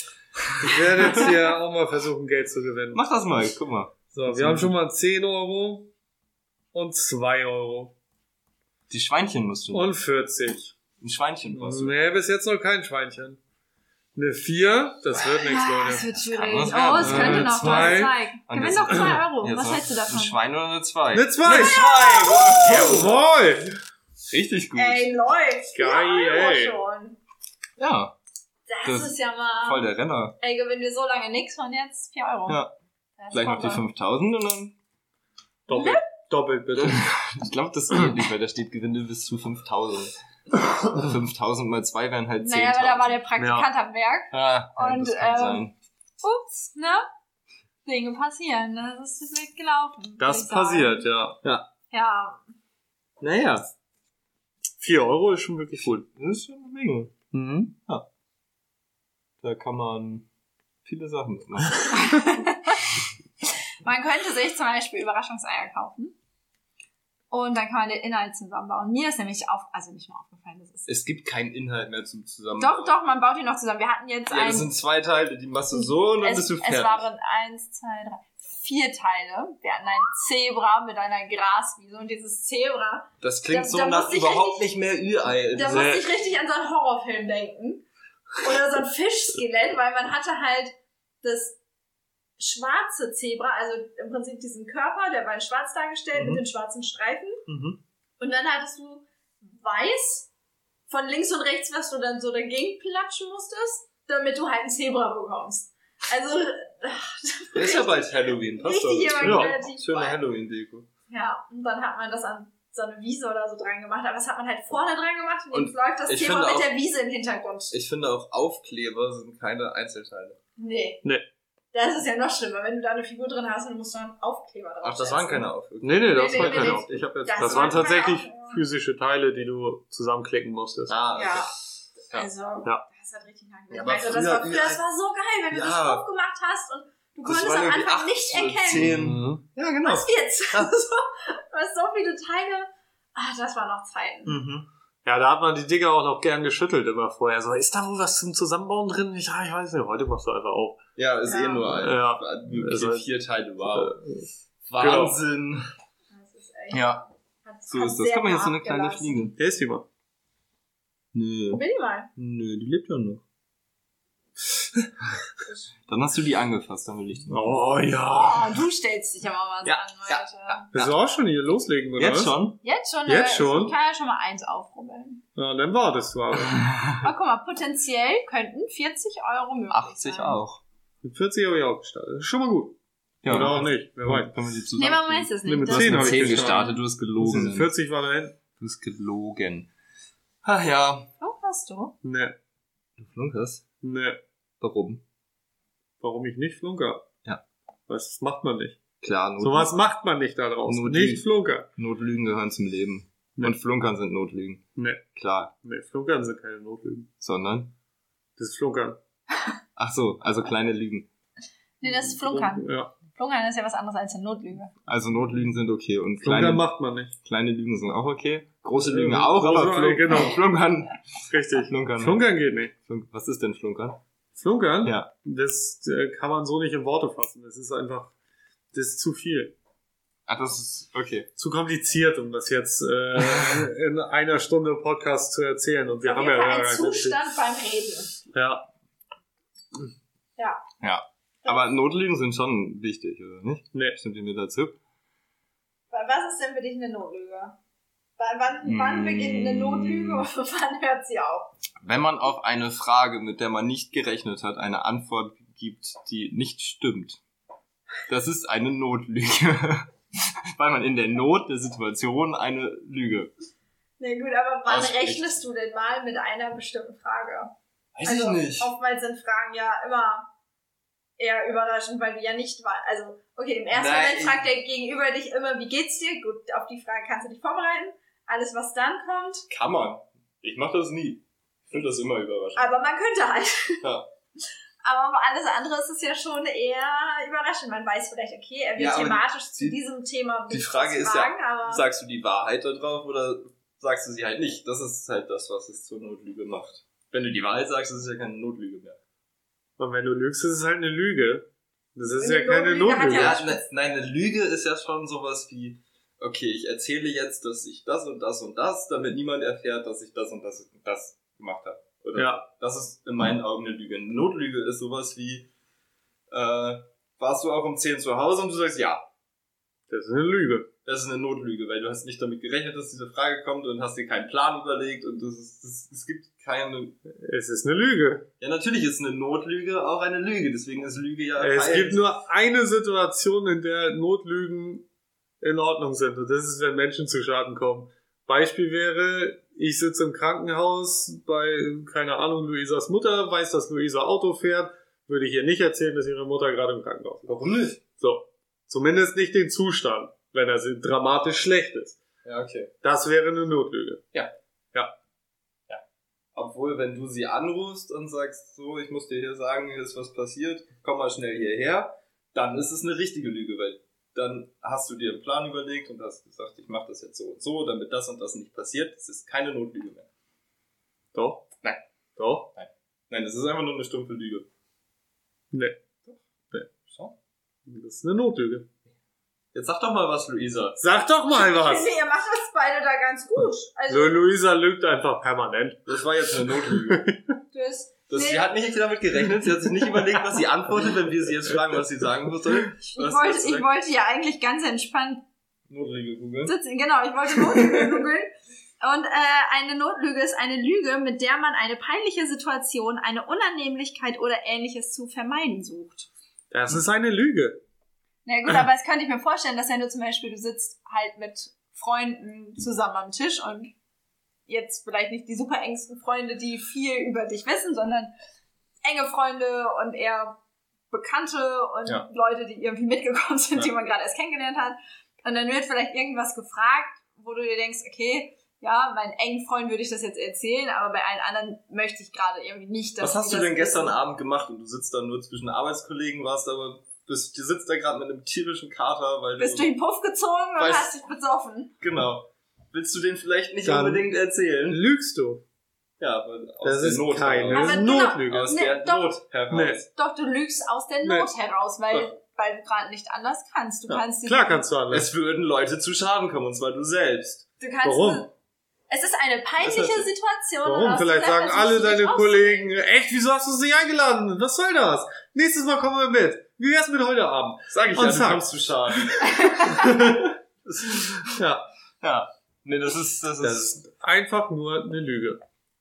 [SPEAKER 4] ich werde jetzt hier auch mal versuchen, Geld zu gewinnen.
[SPEAKER 2] Mach das mal, guck mal.
[SPEAKER 4] So, wir haben schon mal 10 Euro und 2 Euro
[SPEAKER 2] Die Schweinchen musst du.
[SPEAKER 4] und Mhm. 40.
[SPEAKER 2] Ein Schweinchen brauchst du.
[SPEAKER 4] Nee, bis jetzt noch kein Schweinchen. Eine 4, das wird nichts,
[SPEAKER 3] Das
[SPEAKER 4] Leute.
[SPEAKER 3] wird schwierig.
[SPEAKER 2] was
[SPEAKER 3] Oh, es
[SPEAKER 2] werden.
[SPEAKER 3] könnte
[SPEAKER 4] Äh,
[SPEAKER 3] noch
[SPEAKER 4] zwei.
[SPEAKER 3] was zeigen.
[SPEAKER 2] Und
[SPEAKER 3] Gewinn
[SPEAKER 2] das-
[SPEAKER 3] doch 2 Euro.
[SPEAKER 2] Jetzt
[SPEAKER 3] was
[SPEAKER 2] noch
[SPEAKER 3] hältst du
[SPEAKER 2] Ein
[SPEAKER 3] davon?
[SPEAKER 2] Schwein oder eine Zwei?
[SPEAKER 4] Eine 2!
[SPEAKER 2] Zwei!
[SPEAKER 4] Jawohl!
[SPEAKER 2] Richtig gut.
[SPEAKER 3] läuft.
[SPEAKER 4] Geil, ey.
[SPEAKER 3] schon.
[SPEAKER 2] Ja.
[SPEAKER 3] Das,
[SPEAKER 2] Das-
[SPEAKER 3] ist ja mal...
[SPEAKER 2] Voll der Renner.
[SPEAKER 3] Ey, gewinnen wir so lange nichts von jetzt 4 Euro.
[SPEAKER 2] Ja.
[SPEAKER 3] Das
[SPEAKER 2] Gleich noch
[SPEAKER 3] kommt
[SPEAKER 2] die
[SPEAKER 3] doch.
[SPEAKER 2] 5000 und dann.
[SPEAKER 4] Doppelt, doppelt bitte. [LAUGHS]
[SPEAKER 2] Ich glaube, das geht nicht, weil da steht Gewinne bis zu 5000. 5000 mal 2 wären halt 10.000.
[SPEAKER 3] Naja, weil da war der Praktikant am Werk.
[SPEAKER 2] ah, ja,
[SPEAKER 3] Und,
[SPEAKER 2] das kann
[SPEAKER 3] ähm,
[SPEAKER 2] sein.
[SPEAKER 3] Ups, ne? Dinge passieren. ne? Das ist blöd gelaufen. würd
[SPEAKER 4] Das
[SPEAKER 3] ich sagen.
[SPEAKER 4] passiert, ja. ja.
[SPEAKER 3] Ja.
[SPEAKER 4] Naja. 4 Euro ist schon wirklich gut.
[SPEAKER 2] Das ist schon eine Menge.
[SPEAKER 4] Mhm.
[SPEAKER 2] Da kann man viele Sachen mitmachen.
[SPEAKER 3] Man könnte sich zum Beispiel Überraschungseier kaufen. Und dann kann man den Inhalt zusammenbauen. Mir ist nämlich auf, also nicht mal aufgefallen, das ist.
[SPEAKER 2] es gibt keinen Inhalt mehr zum Zusammen.
[SPEAKER 3] Doch, doch, man baut ihn noch zusammen. Wir hatten jetzt
[SPEAKER 2] Ja,
[SPEAKER 3] ein.
[SPEAKER 2] das sind zwei Teile, die machst du so und dann
[SPEAKER 3] es,
[SPEAKER 2] bist du fertig.
[SPEAKER 3] es waren eins, zwei, drei, vier Teile. Wir hatten ein Zebra mit einer Graswiese und dieses Zebra.
[SPEAKER 2] das klingt
[SPEAKER 3] da-
[SPEAKER 2] so
[SPEAKER 3] da
[SPEAKER 2] nach
[SPEAKER 3] muss ich
[SPEAKER 2] überhaupt nicht mehr Ü-Ei.
[SPEAKER 3] Da musste ich richtig an so einen Horrorfilm denken.
[SPEAKER 2] [LAUGHS]
[SPEAKER 3] Oder so ein Fischskelett, weil man hatte halt das schwarze Zebra, also im Prinzip diesen Körper, der war in schwarz dargestellt
[SPEAKER 2] Mhm.
[SPEAKER 3] mit den schwarzen Streifen.
[SPEAKER 2] Mhm.
[SPEAKER 3] Und dann hattest du weiß von links und rechts, was du dann so dagegen platschen musstest, damit du halt ein Zebra bekommst. Also,
[SPEAKER 2] Ist ja bald Halloween, passt doch.
[SPEAKER 3] Richtig, aber
[SPEAKER 2] ja,
[SPEAKER 3] kreativ.
[SPEAKER 2] schöne Halloween-Deko.
[SPEAKER 3] Ja, und dann hat man das an so eine Wiese oder so dran gemacht, aber das hat man halt vorne dran gemacht und,
[SPEAKER 2] Und
[SPEAKER 3] jetzt läuft das
[SPEAKER 2] ich
[SPEAKER 3] Thema
[SPEAKER 2] finde
[SPEAKER 3] mit
[SPEAKER 2] auch-
[SPEAKER 3] der Wiese im Hintergrund.
[SPEAKER 2] Ich finde auch Aufkleber sind keine Einzelteile.
[SPEAKER 3] nee.
[SPEAKER 4] Nee.
[SPEAKER 3] Das ist ja noch schlimmer, wenn du da eine Figur drin hast und du musst da einen Aufkleber drauf
[SPEAKER 2] Ach, das waren keine Aufkleber.
[SPEAKER 4] Nee, nee, das
[SPEAKER 3] Nee,
[SPEAKER 4] war
[SPEAKER 3] nee,
[SPEAKER 4] keine
[SPEAKER 3] nee.
[SPEAKER 4] Aufgabe.
[SPEAKER 2] Ich habe jetzt.
[SPEAKER 3] Das
[SPEAKER 4] Das waren
[SPEAKER 3] war keine
[SPEAKER 4] tatsächlich
[SPEAKER 3] Aufgabe.
[SPEAKER 4] physische Teile, die du zusammenklicken musstest.
[SPEAKER 2] Ah, okay.
[SPEAKER 3] Ja.
[SPEAKER 2] Ja.
[SPEAKER 3] Also,
[SPEAKER 4] Ja.
[SPEAKER 3] das hat richtig lang
[SPEAKER 2] Ja,
[SPEAKER 3] gedauert.
[SPEAKER 2] aber
[SPEAKER 3] also, das,
[SPEAKER 2] früher
[SPEAKER 3] war, früher, das
[SPEAKER 2] überall-
[SPEAKER 3] war so geil, wenn du
[SPEAKER 2] Ja.
[SPEAKER 3] das aufgemacht hast und du
[SPEAKER 2] Das
[SPEAKER 3] konntest
[SPEAKER 2] waren
[SPEAKER 3] am
[SPEAKER 2] irgendwie
[SPEAKER 3] Anfang
[SPEAKER 2] acht
[SPEAKER 3] nicht
[SPEAKER 2] oder
[SPEAKER 3] erkennen,
[SPEAKER 2] zehn. Ja, genau.
[SPEAKER 3] was jetzt. [LAUGHS] Also, du hast so viele Teile. Ah, das waren noch
[SPEAKER 2] Hm.
[SPEAKER 3] Zeiten.
[SPEAKER 4] Mhm. Ja, da hat man die Dinger auch noch gern geschüttelt immer vorher. So, ist da wohl was zum Zusammenbauen drin? Ich, ah, ich weiß nicht, heute machst du einfach auf.
[SPEAKER 2] Ja, ist eh
[SPEAKER 3] Ja.
[SPEAKER 2] nur ein.
[SPEAKER 4] Ja.
[SPEAKER 2] Wirklich
[SPEAKER 4] Also-
[SPEAKER 2] vier Teile, wow.
[SPEAKER 4] Äh,
[SPEAKER 2] Wahnsinn.
[SPEAKER 3] Das ist echt.
[SPEAKER 2] Ja,
[SPEAKER 3] Hat,
[SPEAKER 2] so
[SPEAKER 3] hat
[SPEAKER 2] ist das.
[SPEAKER 3] sehr
[SPEAKER 2] Guck mal, hier ist so eine kleine
[SPEAKER 3] nachgelassen.
[SPEAKER 2] Fliege.
[SPEAKER 4] Wer ist die mal?
[SPEAKER 2] genau. Nö,
[SPEAKER 3] Will die mal.
[SPEAKER 2] nö, die lebt ja [LAUGHS] noch. Dann hast du die angefasst, dann will ich die.
[SPEAKER 4] Oh ja.
[SPEAKER 3] Oh, du stellst dich aber was
[SPEAKER 2] Ja,
[SPEAKER 3] an, Leute.
[SPEAKER 4] Willst du auch schon hier loslegen, oder?
[SPEAKER 2] Jetzt
[SPEAKER 4] was?
[SPEAKER 2] schon?
[SPEAKER 3] Jetzt schon?
[SPEAKER 4] Jetzt
[SPEAKER 3] äh,
[SPEAKER 4] schon?
[SPEAKER 3] Ich kann ja schon mal eins aufrubbeln.
[SPEAKER 4] Ja, dann wartest du aber.
[SPEAKER 3] Aber guck mal, potenziell könnten 40 Euro möglich
[SPEAKER 2] 80
[SPEAKER 3] sein.
[SPEAKER 2] auch.
[SPEAKER 4] Mit 40 habe ich auch gestartet. Schon mal gut. Oder auch nicht, wer weiß.
[SPEAKER 2] Können wir die
[SPEAKER 3] Nee,
[SPEAKER 2] zusammen.
[SPEAKER 3] man weiß es
[SPEAKER 4] Nee,
[SPEAKER 3] nicht.
[SPEAKER 4] mit
[SPEAKER 3] Das-
[SPEAKER 2] Du hast
[SPEAKER 4] 10
[SPEAKER 2] mit
[SPEAKER 4] habe ich
[SPEAKER 2] 10
[SPEAKER 4] gestartet.
[SPEAKER 2] gestartet, du hast
[SPEAKER 4] Diese
[SPEAKER 2] gelogen.
[SPEAKER 4] 40 war da hinten.
[SPEAKER 2] Du hast gelogen. Ach ja.
[SPEAKER 3] Oh, hast du?
[SPEAKER 4] Ne,
[SPEAKER 2] Du flunkerst.
[SPEAKER 4] ne.
[SPEAKER 2] Warum?
[SPEAKER 4] Warum ich nicht flunker?
[SPEAKER 2] Ja.
[SPEAKER 4] Was das macht man nicht?
[SPEAKER 2] Klar, Not
[SPEAKER 4] Sowas macht man nicht da draußen.
[SPEAKER 2] Nur
[SPEAKER 4] Nicht
[SPEAKER 2] die-
[SPEAKER 4] flunkern.
[SPEAKER 2] Notlügen gehören zum Leben.
[SPEAKER 4] Nee.
[SPEAKER 2] Und Flunkern sind Notlügen.
[SPEAKER 4] Ne,
[SPEAKER 2] Klar.
[SPEAKER 4] ne, flunkern sind keine Notlügen.
[SPEAKER 2] Sondern?
[SPEAKER 4] Das ist flunkern.
[SPEAKER 2] Ach so, also kleine Lügen.
[SPEAKER 3] Nee, das ist Flunkern.
[SPEAKER 4] Ja.
[SPEAKER 3] Flunkern ist ja was anderes als eine Notlüge.
[SPEAKER 2] Also Notlügen sind okay und
[SPEAKER 4] Flunkern
[SPEAKER 2] kleine,
[SPEAKER 4] macht man nicht.
[SPEAKER 2] kleine Lügen sind auch okay. Große
[SPEAKER 4] Äh,
[SPEAKER 2] Lügen auch, aber
[SPEAKER 4] große-
[SPEAKER 2] Flun
[SPEAKER 4] genau.
[SPEAKER 2] Flunkern.
[SPEAKER 4] Richtig.
[SPEAKER 2] Flunkern.
[SPEAKER 4] Flunkern geht nicht.
[SPEAKER 2] Flunk- Was ist denn Flunkern?
[SPEAKER 4] Flunkern?
[SPEAKER 2] Ja.
[SPEAKER 4] Das äh, kann man so nicht in Worte fassen. Das ist einfach, das ist zu viel.
[SPEAKER 2] Ach, Ah, das ist okay.
[SPEAKER 4] Zu kompliziert, um das jetzt [LAUGHS] äh, in einer Stunde Podcast zu erzählen. Und wir
[SPEAKER 3] Auf
[SPEAKER 4] haben
[SPEAKER 3] jeden
[SPEAKER 4] ja
[SPEAKER 3] Fall ein
[SPEAKER 4] ja,
[SPEAKER 3] Zustand beim Reden.
[SPEAKER 4] Ja,
[SPEAKER 2] Aber Notlügen sind schon wichtig, oder nicht?
[SPEAKER 4] Nee.
[SPEAKER 2] Stimmt ihr mir dazu?
[SPEAKER 3] Wa- Was ist denn für dich eine Notlüge? Wa- Wann, wann
[SPEAKER 2] Mm.
[SPEAKER 3] beginnt eine Notlüge und [LAUGHS] wann hört sie auf?
[SPEAKER 2] Wenn man auf eine Frage, mit der man nicht gerechnet hat, eine Antwort gibt, die nicht stimmt. Das ist eine Notlüge. [LAUGHS] Weil man in der Not der Situation eine Lüge.
[SPEAKER 3] Na gut, aber wann
[SPEAKER 2] Ausspricht.
[SPEAKER 3] rechnest du denn mal mit einer bestimmten Frage?
[SPEAKER 2] Weiß
[SPEAKER 3] also oftmals sind Fragen ja immer eher überraschend, weil du ja nicht weißt. Also, okay, im ersten
[SPEAKER 2] Nein.
[SPEAKER 3] Moment fragt der Gegenüber dich immer, wie geht's dir? Gut, auf die Frage kannst du dich vorbereiten. Alles, was dann kommt.
[SPEAKER 2] Kann man. Ich mache das nie. Ich finde das immer überraschend.
[SPEAKER 3] Aber man könnte halt.
[SPEAKER 2] Ja.
[SPEAKER 3] Aber bei alles andere ist es ja schon eher überraschend. Man weiß vielleicht, okay, er wird
[SPEAKER 2] Ja, aber
[SPEAKER 3] thematisch zu
[SPEAKER 2] die-
[SPEAKER 3] diesem Thema
[SPEAKER 2] die
[SPEAKER 3] nichts
[SPEAKER 2] Frage ist ja,
[SPEAKER 3] fragen, aber
[SPEAKER 2] Sagst du die Wahrheit da drauf oder sagst du sie halt nicht? Das ist halt das, was es zur Notlüge macht. Wenn du die Wahrheit sagst, ist es ja keine Notlüge mehr.
[SPEAKER 4] und wenn du lügst, ist es halt eine Lüge. Das ist
[SPEAKER 3] Eine
[SPEAKER 4] ja keine
[SPEAKER 3] Notlüge hat
[SPEAKER 4] Notlüge.
[SPEAKER 2] Ja, ne, nein, eine Lüge ist ja schon sowas wie, okay, ich erzähle jetzt, dass ich das und das und das, damit niemand erfährt, dass ich das und das und das gemacht habe. Oder
[SPEAKER 4] Ja.
[SPEAKER 2] das ist in meinen Augen eine Lüge. Eine Notlüge ist sowas wie, äh, warst du auch um 10 zu Hause und du sagst ja.
[SPEAKER 4] Das ist eine Lüge.
[SPEAKER 2] Das ist eine Notlüge, weil du hast nicht damit gerechnet, dass diese Frage kommt und hast dir keinen Plan überlegt und das ist, das, es gibt keine...
[SPEAKER 4] Es ist eine Lüge.
[SPEAKER 2] Ja, natürlich ist eine Notlüge auch eine Lüge, deswegen ist Lüge ja...
[SPEAKER 4] Äh, Es
[SPEAKER 2] kein-
[SPEAKER 4] gibt nur eine Situation, in der Notlügen in Ordnung sind. Und das ist, wenn Menschen zu Schaden kommen. Beispiel wäre, ich sitze im Krankenhaus bei, keine Ahnung, Luisas Mutter, weiß, dass Luisa Auto fährt, würde ich ihr nicht erzählen, dass ihre Mutter gerade im Krankenhaus ist.
[SPEAKER 2] Warum nicht?
[SPEAKER 4] So. Zumindest nicht den Zustand, wenn er dramatisch schlecht ist.
[SPEAKER 2] Ja, okay.
[SPEAKER 4] Das wäre eine Notlüge.
[SPEAKER 2] Obwohl, wenn du sie anrufst und sagst, so, ich muss dir hier sagen, hier ist was passiert, komm mal schnell hierher, dann ist es eine richtige Lüge, weil dann hast du dir einen Plan überlegt und hast gesagt, ich mache das jetzt so und so, damit das und das nicht passiert. Es ist keine Notlüge mehr.
[SPEAKER 4] Doch?
[SPEAKER 2] Nein.
[SPEAKER 4] Doch?
[SPEAKER 2] Nein, das ist einfach nur eine stumpfe Lüge.
[SPEAKER 4] Nee.
[SPEAKER 2] So.
[SPEAKER 4] Das ist eine Notlüge.
[SPEAKER 2] Jetzt sag doch mal was, Luisa.
[SPEAKER 4] Sag doch mal
[SPEAKER 3] Ich [LAUGHS]
[SPEAKER 4] was!
[SPEAKER 3] finde, ihr macht das beide da ganz gut. Also,
[SPEAKER 4] Lu- Luisa lügt einfach permanent.
[SPEAKER 2] Das war jetzt eine Notlüge.
[SPEAKER 3] das,
[SPEAKER 2] Das, Sie hat nicht damit gerechnet, sie hat sich nicht überlegt, was sie antwortet, wenn wir sie jetzt fragen, was sie sagen muss.
[SPEAKER 3] ich, wollte, ich wollte ja eigentlich ganz entspannt
[SPEAKER 2] Notlüge googeln.
[SPEAKER 3] sitzen. Genau, ich wollte Notlüge googeln. Und äh, eine Notlüge ist eine Lüge, mit der man eine peinliche Situation, eine Unannehmlichkeit oder ähnliches zu vermeiden sucht.
[SPEAKER 4] Das ist eine Lüge.
[SPEAKER 3] Na gut, aber das könnte ich mir vorstellen, dass wenn du zum Beispiel, du sitzt halt mit Freunden zusammen am Tisch und jetzt vielleicht nicht die super engsten Freunde, die viel über dich wissen, sondern enge Freunde und eher Bekannte und
[SPEAKER 2] Ja.
[SPEAKER 3] Leute, die irgendwie mitgekommen sind, die man gerade erst kennengelernt hat. Und dann wird vielleicht irgendwas gefragt, wo du dir denkst, okay, ja, meinen engen Freund würde ich das jetzt erzählen, aber bei allen anderen möchte ich gerade irgendwie nicht,
[SPEAKER 2] Was
[SPEAKER 3] dass
[SPEAKER 2] hast
[SPEAKER 3] die
[SPEAKER 2] du
[SPEAKER 3] das
[SPEAKER 2] denn gestern
[SPEAKER 3] wissen.
[SPEAKER 2] Abend gemacht? Und du sitzt da nur zwischen Arbeitskollegen, warst aber, bist, du sitzt da gerade mit einem tierischen Kater, weil
[SPEAKER 3] Bist du in den Puff gezogen und
[SPEAKER 2] Weißt-
[SPEAKER 3] hast dich besoffen?
[SPEAKER 2] Genau. Willst du den vielleicht nicht
[SPEAKER 4] Dann-
[SPEAKER 2] unbedingt erzählen?
[SPEAKER 4] Lügst du?
[SPEAKER 2] Ja, weil aus
[SPEAKER 4] Das
[SPEAKER 2] der
[SPEAKER 4] ist
[SPEAKER 2] Not
[SPEAKER 4] keine
[SPEAKER 2] heraus.
[SPEAKER 3] Aber genau.
[SPEAKER 4] Notlüge.
[SPEAKER 2] Aus
[SPEAKER 3] Nee,
[SPEAKER 2] der
[SPEAKER 3] doch.
[SPEAKER 2] Not heraus.
[SPEAKER 4] Nee.
[SPEAKER 3] Doch, du lügst aus der
[SPEAKER 4] Nee.
[SPEAKER 3] Not heraus, weil, weil du gerade nicht anders kannst. Du
[SPEAKER 2] Ja,
[SPEAKER 3] kannst dir-
[SPEAKER 4] Klar kannst du alles.
[SPEAKER 2] Es würden Leute zu Schaden kommen, und zwar du selbst.
[SPEAKER 3] du kannst
[SPEAKER 4] Warum?
[SPEAKER 3] Es ist eine peinliche
[SPEAKER 2] Das heißt-
[SPEAKER 3] Situation. und
[SPEAKER 4] Warum?
[SPEAKER 3] aus
[SPEAKER 4] Vielleicht
[SPEAKER 3] dieser
[SPEAKER 4] sagen
[SPEAKER 3] versuchst
[SPEAKER 4] alle
[SPEAKER 3] du dich
[SPEAKER 4] deine
[SPEAKER 3] aus-
[SPEAKER 4] Kollegen, echt, wieso hast du sie eingeladen? Was soll das? Nächstes Mal kommen wir mit. Wie wär's mit heute Abend?
[SPEAKER 2] Sag ich
[SPEAKER 4] Und
[SPEAKER 2] ja, du
[SPEAKER 4] zack.
[SPEAKER 2] kommst zu Schaden.
[SPEAKER 4] [LAUGHS] Ja,
[SPEAKER 2] ja. Nee, das ist, das ist,
[SPEAKER 4] das ist einfach nur eine Lüge.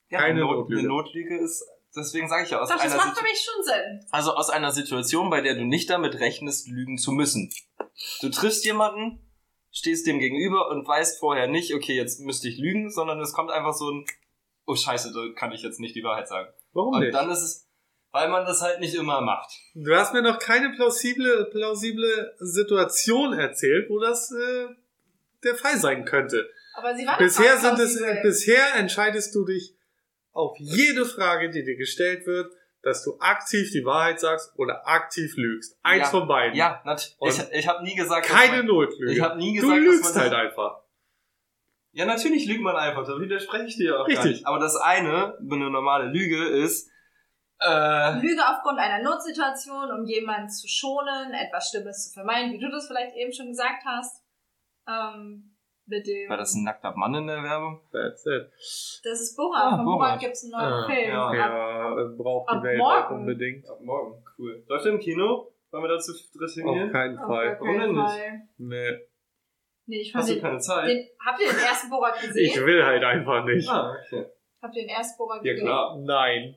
[SPEAKER 2] ja, eine
[SPEAKER 4] keine Notlüge.
[SPEAKER 2] Eine Notlüge ist, deswegen sage ich ja, aus
[SPEAKER 3] Doch, das
[SPEAKER 2] einer
[SPEAKER 3] macht
[SPEAKER 2] Situ-
[SPEAKER 3] für mich schon Sinn.
[SPEAKER 2] Also aus einer Situation, bei der du nicht damit rechnest, lügen zu müssen. Du triffst jemanden, stehst dem gegenüber und weißt vorher nicht, okay, jetzt müsste ich lügen, sondern es kommt einfach so ein, oh scheiße, da kann ich jetzt nicht die Wahrheit sagen.
[SPEAKER 4] Warum
[SPEAKER 2] Und
[SPEAKER 4] nicht?
[SPEAKER 2] dann ist es, weil man das halt nicht immer macht.
[SPEAKER 4] Du hast mir noch keine plausible, plausible Situation erzählt, wo das äh, der Fall sein könnte.
[SPEAKER 3] Aber sie waren
[SPEAKER 4] Bisher,
[SPEAKER 3] doch
[SPEAKER 4] sind es,
[SPEAKER 3] plausibel.
[SPEAKER 4] äh, bisher entscheidest du dich auf jede Frage, die dir gestellt wird, dass du aktiv die Wahrheit sagst oder aktiv lügst. Eins
[SPEAKER 2] Ja.
[SPEAKER 4] von beiden.
[SPEAKER 2] Ja, nat ich,
[SPEAKER 4] Und
[SPEAKER 2] ich habe nie gesagt, dass
[SPEAKER 4] Keine
[SPEAKER 2] man,
[SPEAKER 4] Notlüge.
[SPEAKER 2] Ich habe nie
[SPEAKER 4] du
[SPEAKER 2] gesagt, dass
[SPEAKER 4] lügst
[SPEAKER 2] man
[SPEAKER 4] halt
[SPEAKER 2] das,
[SPEAKER 4] einfach.
[SPEAKER 2] Ja, natürlich lügt man einfach, da widerspreche ich dir ja auch gar
[SPEAKER 4] Richtig.
[SPEAKER 2] nicht. Aber das eine, eine normale Lüge ist, äh,
[SPEAKER 3] Lüge aufgrund einer Notsituation, um jemanden zu schonen, etwas Schlimmes zu vermeiden, wie du das vielleicht eben schon gesagt hast. Ähm, mit dem.
[SPEAKER 2] war das ein nackter Mann in der Werbung?
[SPEAKER 4] That's it.
[SPEAKER 3] Das ist Borat.
[SPEAKER 2] Ah,
[SPEAKER 3] Von
[SPEAKER 2] Borat.
[SPEAKER 3] Borat gibt's einen neuen
[SPEAKER 4] Ah,
[SPEAKER 3] Film.
[SPEAKER 2] ja,
[SPEAKER 3] Ab-
[SPEAKER 4] Ja, äh, braucht die
[SPEAKER 3] ab
[SPEAKER 4] Welt
[SPEAKER 3] morgen.
[SPEAKER 4] auch unbedingt.
[SPEAKER 2] Ab morgen, cool. Läuft er im Kino? Wollen wir dazu dritt
[SPEAKER 4] Auf
[SPEAKER 2] hingehen?
[SPEAKER 4] keinen
[SPEAKER 3] Auf gar
[SPEAKER 4] Fall.
[SPEAKER 3] keinen
[SPEAKER 2] Warum denn nicht?
[SPEAKER 3] Fall.
[SPEAKER 4] Nee.
[SPEAKER 3] Nee, ich fand
[SPEAKER 2] Hast du
[SPEAKER 3] den,
[SPEAKER 2] keine Zeit?
[SPEAKER 3] den. Habt ihr den ersten Borat gesehen?
[SPEAKER 4] Ich will halt einfach nicht.
[SPEAKER 2] Ah, okay.
[SPEAKER 3] Habt ihr den Erstbohrer
[SPEAKER 2] Ja,
[SPEAKER 3] gesehen?
[SPEAKER 2] klar.
[SPEAKER 4] Nein.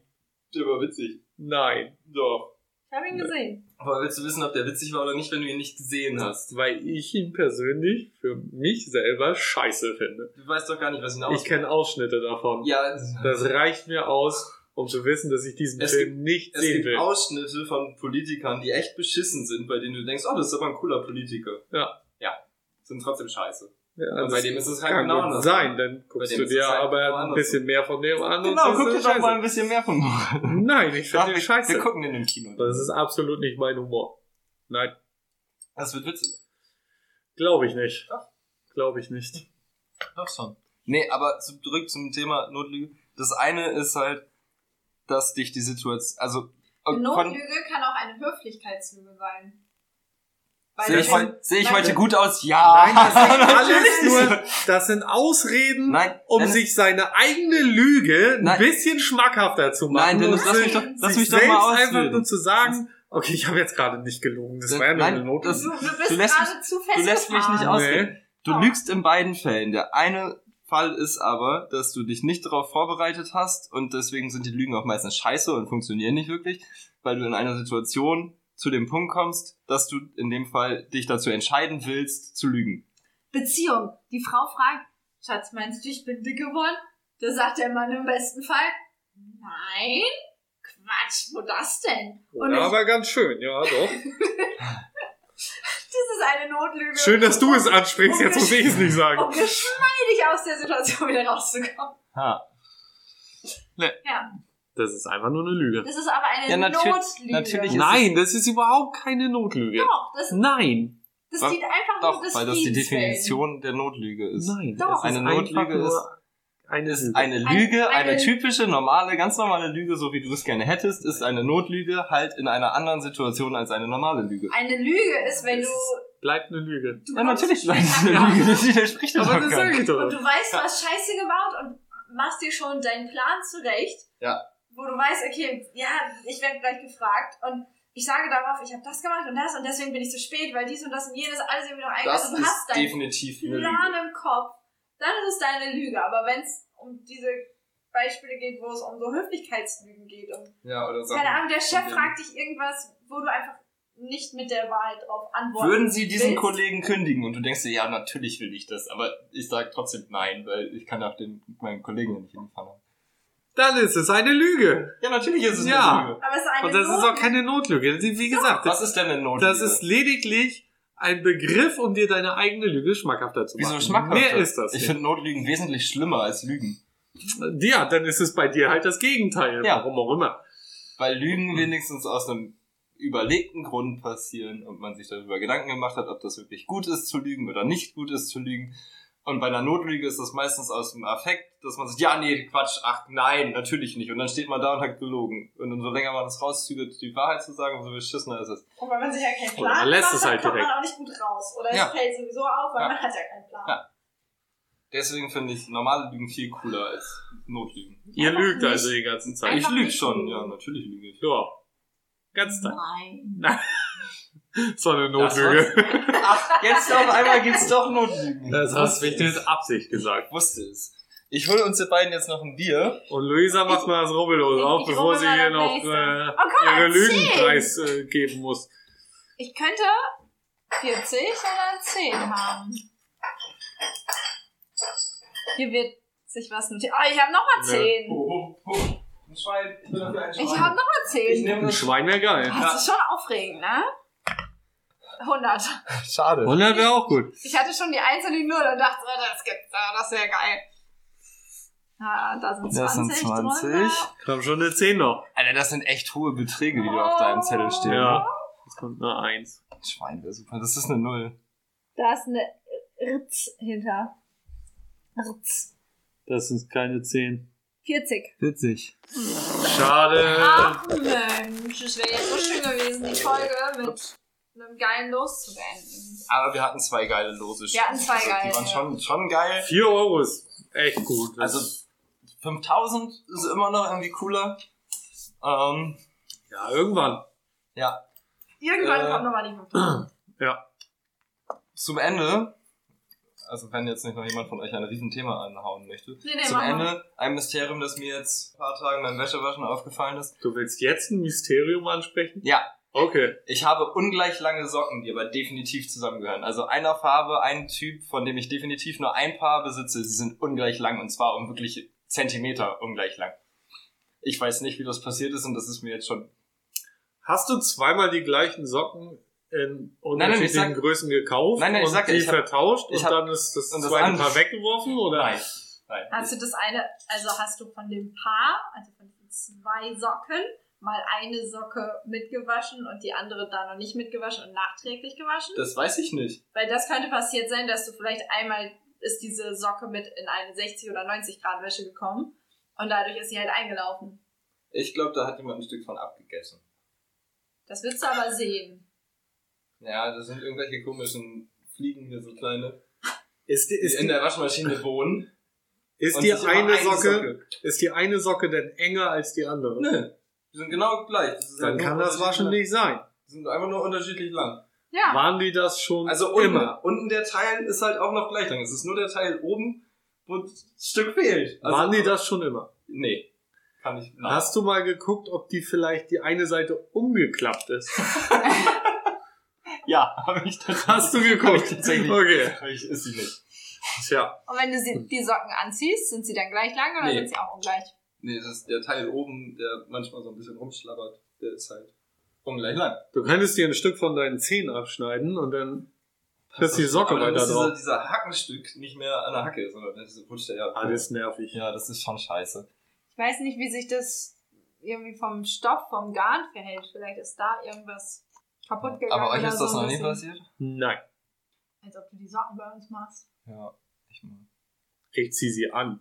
[SPEAKER 2] Der war witzig.
[SPEAKER 4] Nein.
[SPEAKER 2] Doch.
[SPEAKER 3] Ich habe ihn gesehen.
[SPEAKER 2] Aber willst du wissen, ob der witzig war oder nicht, wenn du ihn nicht gesehen hast?
[SPEAKER 4] Weil ich ihn persönlich für mich selber scheiße finde.
[SPEAKER 2] Du weißt doch gar nicht, was ihn
[SPEAKER 4] Ich
[SPEAKER 2] ausmacht.
[SPEAKER 4] kenne Ausschnitte davon.
[SPEAKER 2] Ja, [LAUGHS]
[SPEAKER 4] Das reicht mir aus, um zu wissen, dass ich diesen
[SPEAKER 2] Es
[SPEAKER 4] Film nicht
[SPEAKER 2] es
[SPEAKER 4] sehen
[SPEAKER 2] gibt
[SPEAKER 4] will.
[SPEAKER 2] Ausschnitte von Politikern, die echt beschissen sind, bei denen du denkst, oh, das ist aber ein cooler Politiker.
[SPEAKER 4] Ja.
[SPEAKER 2] Ja. Sind trotzdem scheiße.
[SPEAKER 4] Ja,
[SPEAKER 2] Und bei dem ist es halt
[SPEAKER 4] kann
[SPEAKER 2] genau
[SPEAKER 4] gut
[SPEAKER 2] andersrum.
[SPEAKER 4] sein, dann guckst
[SPEAKER 2] dem
[SPEAKER 4] du
[SPEAKER 2] ist es
[SPEAKER 4] dir
[SPEAKER 2] halt genau
[SPEAKER 4] aber ein
[SPEAKER 2] andersrum.
[SPEAKER 4] bisschen mehr von dem an. und
[SPEAKER 2] Genau,
[SPEAKER 4] das
[SPEAKER 2] guck dir
[SPEAKER 4] ist
[SPEAKER 2] doch
[SPEAKER 4] scheiße.
[SPEAKER 2] mal ein bisschen mehr von mir.
[SPEAKER 4] Nein, ich finde den scheiße.
[SPEAKER 2] Wir gucken den im Kino.
[SPEAKER 4] Das ist absolut nicht mein Humor. Nein,
[SPEAKER 2] Das wird witzig.
[SPEAKER 4] glaube ich nicht. Glaube
[SPEAKER 2] [LAUGHS]
[SPEAKER 4] ich nicht.
[SPEAKER 2] Doch schon. Nee, aber zu- zurück zum Thema Notlüge. Das eine ist halt, dass dich die Situation, also
[SPEAKER 3] Eine
[SPEAKER 2] kon-
[SPEAKER 3] Notlüge kann auch eine Höflichkeitslüge sein. Weil
[SPEAKER 2] sehe
[SPEAKER 3] du
[SPEAKER 2] ich,
[SPEAKER 3] den-
[SPEAKER 2] heu- sehe ich
[SPEAKER 3] weil
[SPEAKER 2] heute
[SPEAKER 3] du-
[SPEAKER 2] gut aus? Ja.
[SPEAKER 4] [LAUGHS] Nein, das
[SPEAKER 2] [LAUGHS]
[SPEAKER 4] sind alles
[SPEAKER 2] Natürlich nicht.
[SPEAKER 4] nur, das sind Ausreden,
[SPEAKER 2] Nein,
[SPEAKER 4] um
[SPEAKER 2] dann-
[SPEAKER 4] sich seine eigene Lüge ein
[SPEAKER 2] Nein.
[SPEAKER 4] bisschen schmackhafter zu
[SPEAKER 2] Nein,
[SPEAKER 4] machen.
[SPEAKER 2] Dennis,
[SPEAKER 4] und
[SPEAKER 2] lass
[SPEAKER 4] sich-
[SPEAKER 2] mich doch, lass
[SPEAKER 4] sich
[SPEAKER 2] mich doch mal
[SPEAKER 4] selbst einfach nur
[SPEAKER 2] ausreden.
[SPEAKER 4] zu sagen, okay, ich habe jetzt gerade nicht gelogen, das
[SPEAKER 2] Das-
[SPEAKER 4] war ja nur
[SPEAKER 2] nein,
[SPEAKER 4] eine Notlüge.
[SPEAKER 2] das-
[SPEAKER 3] Du, du bist
[SPEAKER 2] Du lässt
[SPEAKER 3] gerade zu fest.
[SPEAKER 2] Du lässt mich nicht
[SPEAKER 3] gefahren.
[SPEAKER 2] ausreden. Du
[SPEAKER 3] Ja.
[SPEAKER 2] lügst in beiden Fällen. Der eine Fall ist aber, dass du dich nicht darauf vorbereitet hast und deswegen sind die Lügen auch meistens scheiße und funktionieren nicht wirklich, weil du in einer Situation zu dem Punkt kommst, dass du in dem Fall dich dazu entscheiden willst, zu lügen.
[SPEAKER 3] Beziehung. Die Frau fragt, Schatz, meinst du, ich bin dick geworden? Da sagt der Mann im besten Fall, nein, Quatsch, wo das denn? Und
[SPEAKER 4] ja,
[SPEAKER 3] ich,
[SPEAKER 4] aber ganz schön, ja,
[SPEAKER 2] [LAUGHS]
[SPEAKER 4] doch.
[SPEAKER 3] das ist eine Notlüge.
[SPEAKER 4] Schön, dass du es ansprichst, jetzt muss ich es
[SPEAKER 2] [LAUGHS]
[SPEAKER 3] Um
[SPEAKER 4] nicht sagen.
[SPEAKER 3] geschmeidig aus der Situation wieder rauszukommen.
[SPEAKER 2] Ha.
[SPEAKER 4] Das ist einfach nur eine Lüge.
[SPEAKER 3] Das ist aber eine
[SPEAKER 2] Ja, natür-
[SPEAKER 3] Notlüge.
[SPEAKER 2] natürlich ist-
[SPEAKER 4] Nein, das ist überhaupt keine Notlüge.
[SPEAKER 3] Doch, das,
[SPEAKER 4] Nein,
[SPEAKER 3] das
[SPEAKER 2] Doch,
[SPEAKER 3] dient einfach
[SPEAKER 2] Doch,
[SPEAKER 3] nur des
[SPEAKER 2] weil das die
[SPEAKER 3] Friedens willen.
[SPEAKER 2] Definition der Notlüge ist.
[SPEAKER 4] nein.
[SPEAKER 3] Doch.
[SPEAKER 4] es ist
[SPEAKER 2] Eine Notlüge
[SPEAKER 4] einfach nur
[SPEAKER 2] ist-
[SPEAKER 4] eine
[SPEAKER 2] Ist
[SPEAKER 4] Lüge.
[SPEAKER 2] eine Lüge,
[SPEAKER 3] Ein-
[SPEAKER 2] eine,
[SPEAKER 3] eine-
[SPEAKER 2] typische, normale, ganz normale Lüge, so wie du es gerne hättest, ist eine Notlüge halt in einer anderen Situation als eine normale Lüge.
[SPEAKER 3] Eine Lüge ist, wenn du,
[SPEAKER 4] Bleibt eine Lüge.
[SPEAKER 3] du
[SPEAKER 2] Ja, natürlich
[SPEAKER 3] kommst
[SPEAKER 2] ist eine
[SPEAKER 3] an-
[SPEAKER 2] Lüge, das widerspricht doch
[SPEAKER 4] Aber das
[SPEAKER 2] gar
[SPEAKER 4] sage
[SPEAKER 2] nicht.
[SPEAKER 4] ich doch.
[SPEAKER 3] und du weißt, du hast Scheiße gebaut und machst dir schon deinen Plan zurecht.
[SPEAKER 2] Ja.
[SPEAKER 3] Wo du weißt, okay, ja, ich werde gleich gefragt und ich sage darauf, ich habe das gemacht und das und deswegen bin ich zu spät, weil dies und das und jenes alles irgendwie noch eingefallen
[SPEAKER 2] Das
[SPEAKER 3] ist. Also Du
[SPEAKER 2] ist
[SPEAKER 3] hast deinen
[SPEAKER 2] definitiv eine
[SPEAKER 3] Plan
[SPEAKER 2] Lüge.
[SPEAKER 3] im Kopf, dann ist es deine Lüge. Aber wenn es um diese Beispiele geht, wo es um so Höflichkeitslügen geht, um
[SPEAKER 2] Ja, oder
[SPEAKER 3] Keine Ahnung, der Chef
[SPEAKER 2] Problem.
[SPEAKER 3] fragt dich irgendwas, wo du einfach nicht mit der Wahrheit drauf antworten
[SPEAKER 2] Würden sie diesen
[SPEAKER 3] willst.
[SPEAKER 2] Kollegen kündigen? Und du denkst dir, ja, natürlich will ich das, aber ich sage trotzdem nein, weil ich kann auch den, meinen Kollegen ja nicht hinfahren.
[SPEAKER 4] Dann ist es eine Lüge.
[SPEAKER 2] Ja, natürlich ist es
[SPEAKER 4] Ja.
[SPEAKER 2] eine Lüge.
[SPEAKER 3] Aber es ist eine
[SPEAKER 4] Und das ist auch
[SPEAKER 3] Notlüge.
[SPEAKER 4] keine Notlüge. Wie gesagt,
[SPEAKER 2] Was
[SPEAKER 4] das,
[SPEAKER 2] ist denn eine Notlüge?
[SPEAKER 4] das ist lediglich ein Begriff, um dir deine eigene Lüge schmackhafter zu machen.
[SPEAKER 2] Wieso schmackhaft?
[SPEAKER 4] Mehr ist das.
[SPEAKER 2] Ich
[SPEAKER 4] nicht.
[SPEAKER 2] finde Notlügen wesentlich schlimmer als Lügen.
[SPEAKER 4] Ja, dann ist es bei dir halt das Gegenteil.
[SPEAKER 2] Ja.
[SPEAKER 4] Warum auch immer.
[SPEAKER 2] Weil Lügen
[SPEAKER 4] Mhm.
[SPEAKER 2] wenigstens aus einem überlegten Grund passieren und man sich darüber Gedanken gemacht hat, ob das wirklich gut ist zu lügen oder nicht gut ist zu lügen. Und bei einer Notlüge ist das meistens aus dem Affekt, dass man sagt, ja, nee, Quatsch, ach nein, natürlich nicht. Und dann steht man da und hat gelogen. Und umso länger man das rauszögert, die Wahrheit zu sagen, umso beschissener ist es.
[SPEAKER 3] Und weil man sich ja keinen
[SPEAKER 4] Oder man
[SPEAKER 3] Plan
[SPEAKER 4] lässt
[SPEAKER 3] macht,
[SPEAKER 4] es
[SPEAKER 3] dann
[SPEAKER 4] halt
[SPEAKER 3] kommt man
[SPEAKER 4] direkt.
[SPEAKER 3] auch nicht gut raus. Oder
[SPEAKER 2] Ja.
[SPEAKER 3] es fällt sowieso auf, weil
[SPEAKER 2] Ja.
[SPEAKER 3] man hat ja keinen Plan.
[SPEAKER 2] Ja. Deswegen finde ich normale Lügen viel cooler als Notlügen.
[SPEAKER 4] Ihr
[SPEAKER 3] Einfach
[SPEAKER 4] lügt
[SPEAKER 3] nicht.
[SPEAKER 4] also die ganze Zeit.
[SPEAKER 3] Einfach
[SPEAKER 2] ich lüge
[SPEAKER 3] nicht
[SPEAKER 2] schon,
[SPEAKER 3] lügen.
[SPEAKER 2] ja, natürlich lüge ich.
[SPEAKER 4] Ja. Ganz Tag.
[SPEAKER 3] Nein.
[SPEAKER 4] So eine
[SPEAKER 2] Das
[SPEAKER 4] Notlüge.
[SPEAKER 2] Ach, jetzt auf einmal gibt's doch Notlügen.
[SPEAKER 4] Das hast du nicht mit Absicht gesagt.
[SPEAKER 2] Ich wusste es. Ich hole uns den beiden jetzt noch ein Bier.
[SPEAKER 4] Und Luisa macht mal das Rubbellos
[SPEAKER 3] Ich-
[SPEAKER 4] auf,
[SPEAKER 3] ich
[SPEAKER 4] bevor
[SPEAKER 3] rubbel
[SPEAKER 4] sie
[SPEAKER 3] mal
[SPEAKER 4] hier
[SPEAKER 3] das
[SPEAKER 4] noch
[SPEAKER 3] nächste.
[SPEAKER 4] äh,
[SPEAKER 3] Oh Gott,
[SPEAKER 4] ihre Lügen
[SPEAKER 3] zehn.
[SPEAKER 4] preisgeben äh, geben muss.
[SPEAKER 3] Ich könnte 40 oder 10 haben. Hier wird sich was notiert. Oh, ich habe nochmal
[SPEAKER 4] Nö.
[SPEAKER 3] 10.
[SPEAKER 2] Oh, oh, oh. Ein Schwein. Ich bin dafür ein
[SPEAKER 3] Ich habe nochmal 10.
[SPEAKER 2] nehme
[SPEAKER 4] Ein Schwein wäre geil.
[SPEAKER 3] Das ist schon aufregend, ne? 100.
[SPEAKER 2] Schade.
[SPEAKER 4] 100 wäre auch gut.
[SPEAKER 3] Ich hatte schon die 1 und die 0 und dachte, oh, das gibt's, oh, das ist ja geil. Ah, da sind 20.
[SPEAKER 2] Das sind 20.
[SPEAKER 3] drunter.
[SPEAKER 4] Komm schon eine 10 noch.
[SPEAKER 2] Alter, das sind echt hohe Beträge, die da auf deinem Zettel stehen.
[SPEAKER 4] Ja. Jetzt kommt eine 1.
[SPEAKER 2] Ein Schwein wäre super. Das ist eine Null.
[SPEAKER 3] Da ist eine Ritz hinter. Ritz.
[SPEAKER 4] Das sind keine 10.
[SPEAKER 3] 40.
[SPEAKER 2] 40.
[SPEAKER 4] Schade.
[SPEAKER 2] Äh.
[SPEAKER 3] Ach Mensch, es wäre jetzt so schön gewesen, die Folge mit einem geilen Los zu beenden.
[SPEAKER 2] Aber wir hatten zwei geile Lose.
[SPEAKER 3] Wir hatten zwei
[SPEAKER 2] Die
[SPEAKER 3] geile.
[SPEAKER 2] waren schon, schon geil.
[SPEAKER 4] 4 Euro ist echt gut. Das
[SPEAKER 2] Also 5000 ist immer noch irgendwie cooler. Ähm,
[SPEAKER 4] Ja, irgendwann.
[SPEAKER 2] ja,
[SPEAKER 3] Irgendwann
[SPEAKER 2] Äh.
[SPEAKER 3] kommt nochmal die 5.
[SPEAKER 2] zum Ende, also wenn jetzt nicht noch jemand von euch ein Riesenthema anhauen möchte,
[SPEAKER 3] Nee, nee,
[SPEAKER 2] zum
[SPEAKER 3] mach mal.
[SPEAKER 2] Ende ein Mysterium, das mir jetzt ein paar Tagen beim Wäschewaschen aufgefallen ist.
[SPEAKER 4] Du willst jetzt ein Mysterium ansprechen?
[SPEAKER 2] Ja,
[SPEAKER 4] Okay.
[SPEAKER 2] ich habe ungleich lange Socken, die aber definitiv zusammengehören. Also einer Farbe, ein Typ, von dem ich definitiv nur ein Paar besitze. Sie sind ungleich lang und zwar um wirklich Zentimeter ungleich lang. Ich weiß nicht, wie das passiert ist und das ist mir jetzt schon...
[SPEAKER 4] Hast du zweimal die gleichen Socken in
[SPEAKER 2] nein, ich
[SPEAKER 4] unterschiedlichen
[SPEAKER 2] sag-
[SPEAKER 4] Größen gekauft
[SPEAKER 2] Nein, nein, ich
[SPEAKER 4] und
[SPEAKER 2] sag ja,
[SPEAKER 4] die
[SPEAKER 2] ich hab-
[SPEAKER 4] vertauscht
[SPEAKER 2] ich
[SPEAKER 4] und
[SPEAKER 2] hab-
[SPEAKER 4] dann ist das
[SPEAKER 2] und das
[SPEAKER 4] zweite
[SPEAKER 2] andere-
[SPEAKER 4] Paar weggeworfen? Oder?
[SPEAKER 2] Nein, nein.
[SPEAKER 3] Hast du das eine, also hast du von dem Paar, also von diesen zwei Socken, mal eine Socke mitgewaschen und die andere da noch nicht mitgewaschen und nachträglich gewaschen?
[SPEAKER 2] Das weiß ich nicht.
[SPEAKER 3] Weil das könnte passiert sein, dass du vielleicht einmal ist diese Socke mit in eine 60 oder 90 Grad Wäsche gekommen und dadurch ist sie halt eingelaufen.
[SPEAKER 2] Ich glaube, da hat jemand ein Stück von abgegessen.
[SPEAKER 3] Das willst du aber sehen.
[SPEAKER 2] Ja, das sind irgendwelche komischen Fliegen hier, so kleine,
[SPEAKER 4] Ist die,
[SPEAKER 2] die
[SPEAKER 4] ist
[SPEAKER 2] in
[SPEAKER 4] die,
[SPEAKER 2] der
[SPEAKER 4] [LAUGHS]
[SPEAKER 2] Waschmaschine wohnen.
[SPEAKER 4] ist
[SPEAKER 2] Und
[SPEAKER 4] die
[SPEAKER 2] sich immer
[SPEAKER 4] eine Socke, ist die eine Socke denn enger als die andere?
[SPEAKER 2] Nö, die sind genau gleich. Das ist
[SPEAKER 4] Dann
[SPEAKER 2] halt nur
[SPEAKER 4] kann das
[SPEAKER 2] unterschiedlich
[SPEAKER 4] waschen
[SPEAKER 2] lang.
[SPEAKER 4] nicht sein.
[SPEAKER 2] Die sind einfach nur unterschiedlich lang.
[SPEAKER 3] Ja.
[SPEAKER 4] Waren die das schon
[SPEAKER 2] Also unten,
[SPEAKER 4] immer?
[SPEAKER 2] unten der Teil ist halt auch noch gleich lang. Es ist nur der Teil oben, wo ein Stück fehlt. Also
[SPEAKER 4] Waren die das schon immer?
[SPEAKER 2] Nee. Kann ich. Nein.
[SPEAKER 4] Hast du mal geguckt, ob die vielleicht die eine Seite umgeklappt ist?
[SPEAKER 2] Ja, [LAUGHS] habe ich tatsächlich.
[SPEAKER 4] Hast du geguckt?
[SPEAKER 2] Hab ich tatsächlich.
[SPEAKER 4] Okay.
[SPEAKER 2] [LAUGHS] Hab Ich, ist sie nicht.
[SPEAKER 4] Tja.
[SPEAKER 3] Und wenn du sie, die Socken anziehst, sind sie dann gleich lang oder
[SPEAKER 2] Nee.
[SPEAKER 3] sind sie auch ungleich?
[SPEAKER 2] Nee, das ist der Teil oben, der manchmal so ein bisschen rumschlabbert, der ist halt ungleich lang.
[SPEAKER 4] Du könntest dir ein Stück von deinen Zähnen abschneiden und dann kriegst du die Socke
[SPEAKER 2] Aber dann
[SPEAKER 4] weiter
[SPEAKER 2] ist dieser,
[SPEAKER 4] drauf.
[SPEAKER 2] dieser Hackenstück nicht mehr an der Hacke, sondern Ah, das ist rutscht der ja.
[SPEAKER 4] Alles Ah, nervig.
[SPEAKER 2] Ja, das ist schon scheiße.
[SPEAKER 3] Ich weiß nicht, wie sich das irgendwie vom Stoff, vom Garn verhält. Vielleicht ist da irgendwas kaputt gegangen.
[SPEAKER 2] Aber euch
[SPEAKER 3] oder
[SPEAKER 2] ist das
[SPEAKER 3] so ein
[SPEAKER 2] noch nie
[SPEAKER 3] bisschen.
[SPEAKER 2] passiert?
[SPEAKER 4] Nein.
[SPEAKER 3] Als ob du die Socken bei uns machst.
[SPEAKER 2] Ja, ich mal.
[SPEAKER 4] Ich zieh sie an.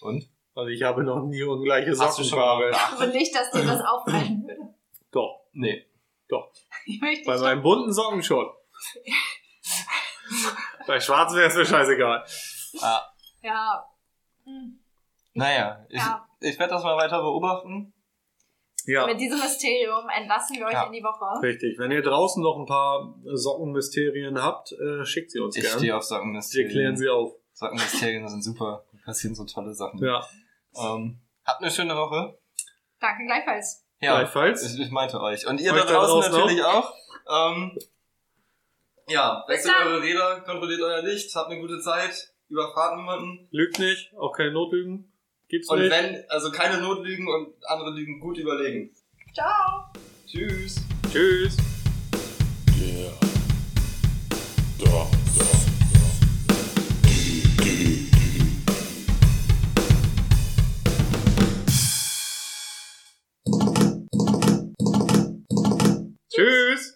[SPEAKER 2] Und?
[SPEAKER 4] Also ich habe noch nie ungleiche
[SPEAKER 2] Hast du schon mal
[SPEAKER 4] Sockenfarbe.
[SPEAKER 3] Aber nicht, dass dir das auffallen
[SPEAKER 2] [LAUGHS]
[SPEAKER 3] würde.
[SPEAKER 4] Doch.
[SPEAKER 2] Nee.
[SPEAKER 3] Ich möchte
[SPEAKER 4] Bei
[SPEAKER 3] nicht.
[SPEAKER 4] meinem bunten
[SPEAKER 2] [LAUGHS]
[SPEAKER 4] Socken schon. Bei schwarzen wäre es mir scheißegal.
[SPEAKER 2] Ah,
[SPEAKER 3] Ja. Hm.
[SPEAKER 2] naja, ich,
[SPEAKER 3] Ja.
[SPEAKER 2] ich werde das mal weiter beobachten.
[SPEAKER 4] Ja.
[SPEAKER 3] Mit diesem Mysterium entlassen wir euch
[SPEAKER 2] Ja.
[SPEAKER 3] in die Woche.
[SPEAKER 4] Richtig. Wenn ihr draußen noch ein paar Sockenmysterien habt, äh, schickt sie uns
[SPEAKER 2] Ich
[SPEAKER 4] gerne.
[SPEAKER 2] stehe auf
[SPEAKER 4] Wir klären
[SPEAKER 2] Sockenmysterien.
[SPEAKER 4] sie auf.
[SPEAKER 2] Sockenmysterien sind super. Da passieren so tolle Sachen.
[SPEAKER 4] Ja.
[SPEAKER 2] Ähm, habt eine schöne Woche.
[SPEAKER 3] Danke gleichfalls.
[SPEAKER 4] Gleichfalls.
[SPEAKER 2] Ich, ich meinte euch. Und ihr
[SPEAKER 4] Euch
[SPEAKER 2] da
[SPEAKER 4] da
[SPEAKER 2] draußen,
[SPEAKER 4] draußen
[SPEAKER 2] natürlich auch. Ähm, ja, wechselt
[SPEAKER 3] dann.
[SPEAKER 2] eure Räder, kontrolliert euer Licht, habt eine gute Zeit, überfahrt niemanden.
[SPEAKER 4] Lügt nicht. Auch keine Notlügen. Gibt's
[SPEAKER 2] Und
[SPEAKER 4] nicht.
[SPEAKER 2] wenn, also keine Notlügen und andere Lügen gut überlegen.
[SPEAKER 3] Ciao.
[SPEAKER 2] Tschüss.
[SPEAKER 4] Tschüss.
[SPEAKER 6] Der Doctor.
[SPEAKER 4] Tschüss.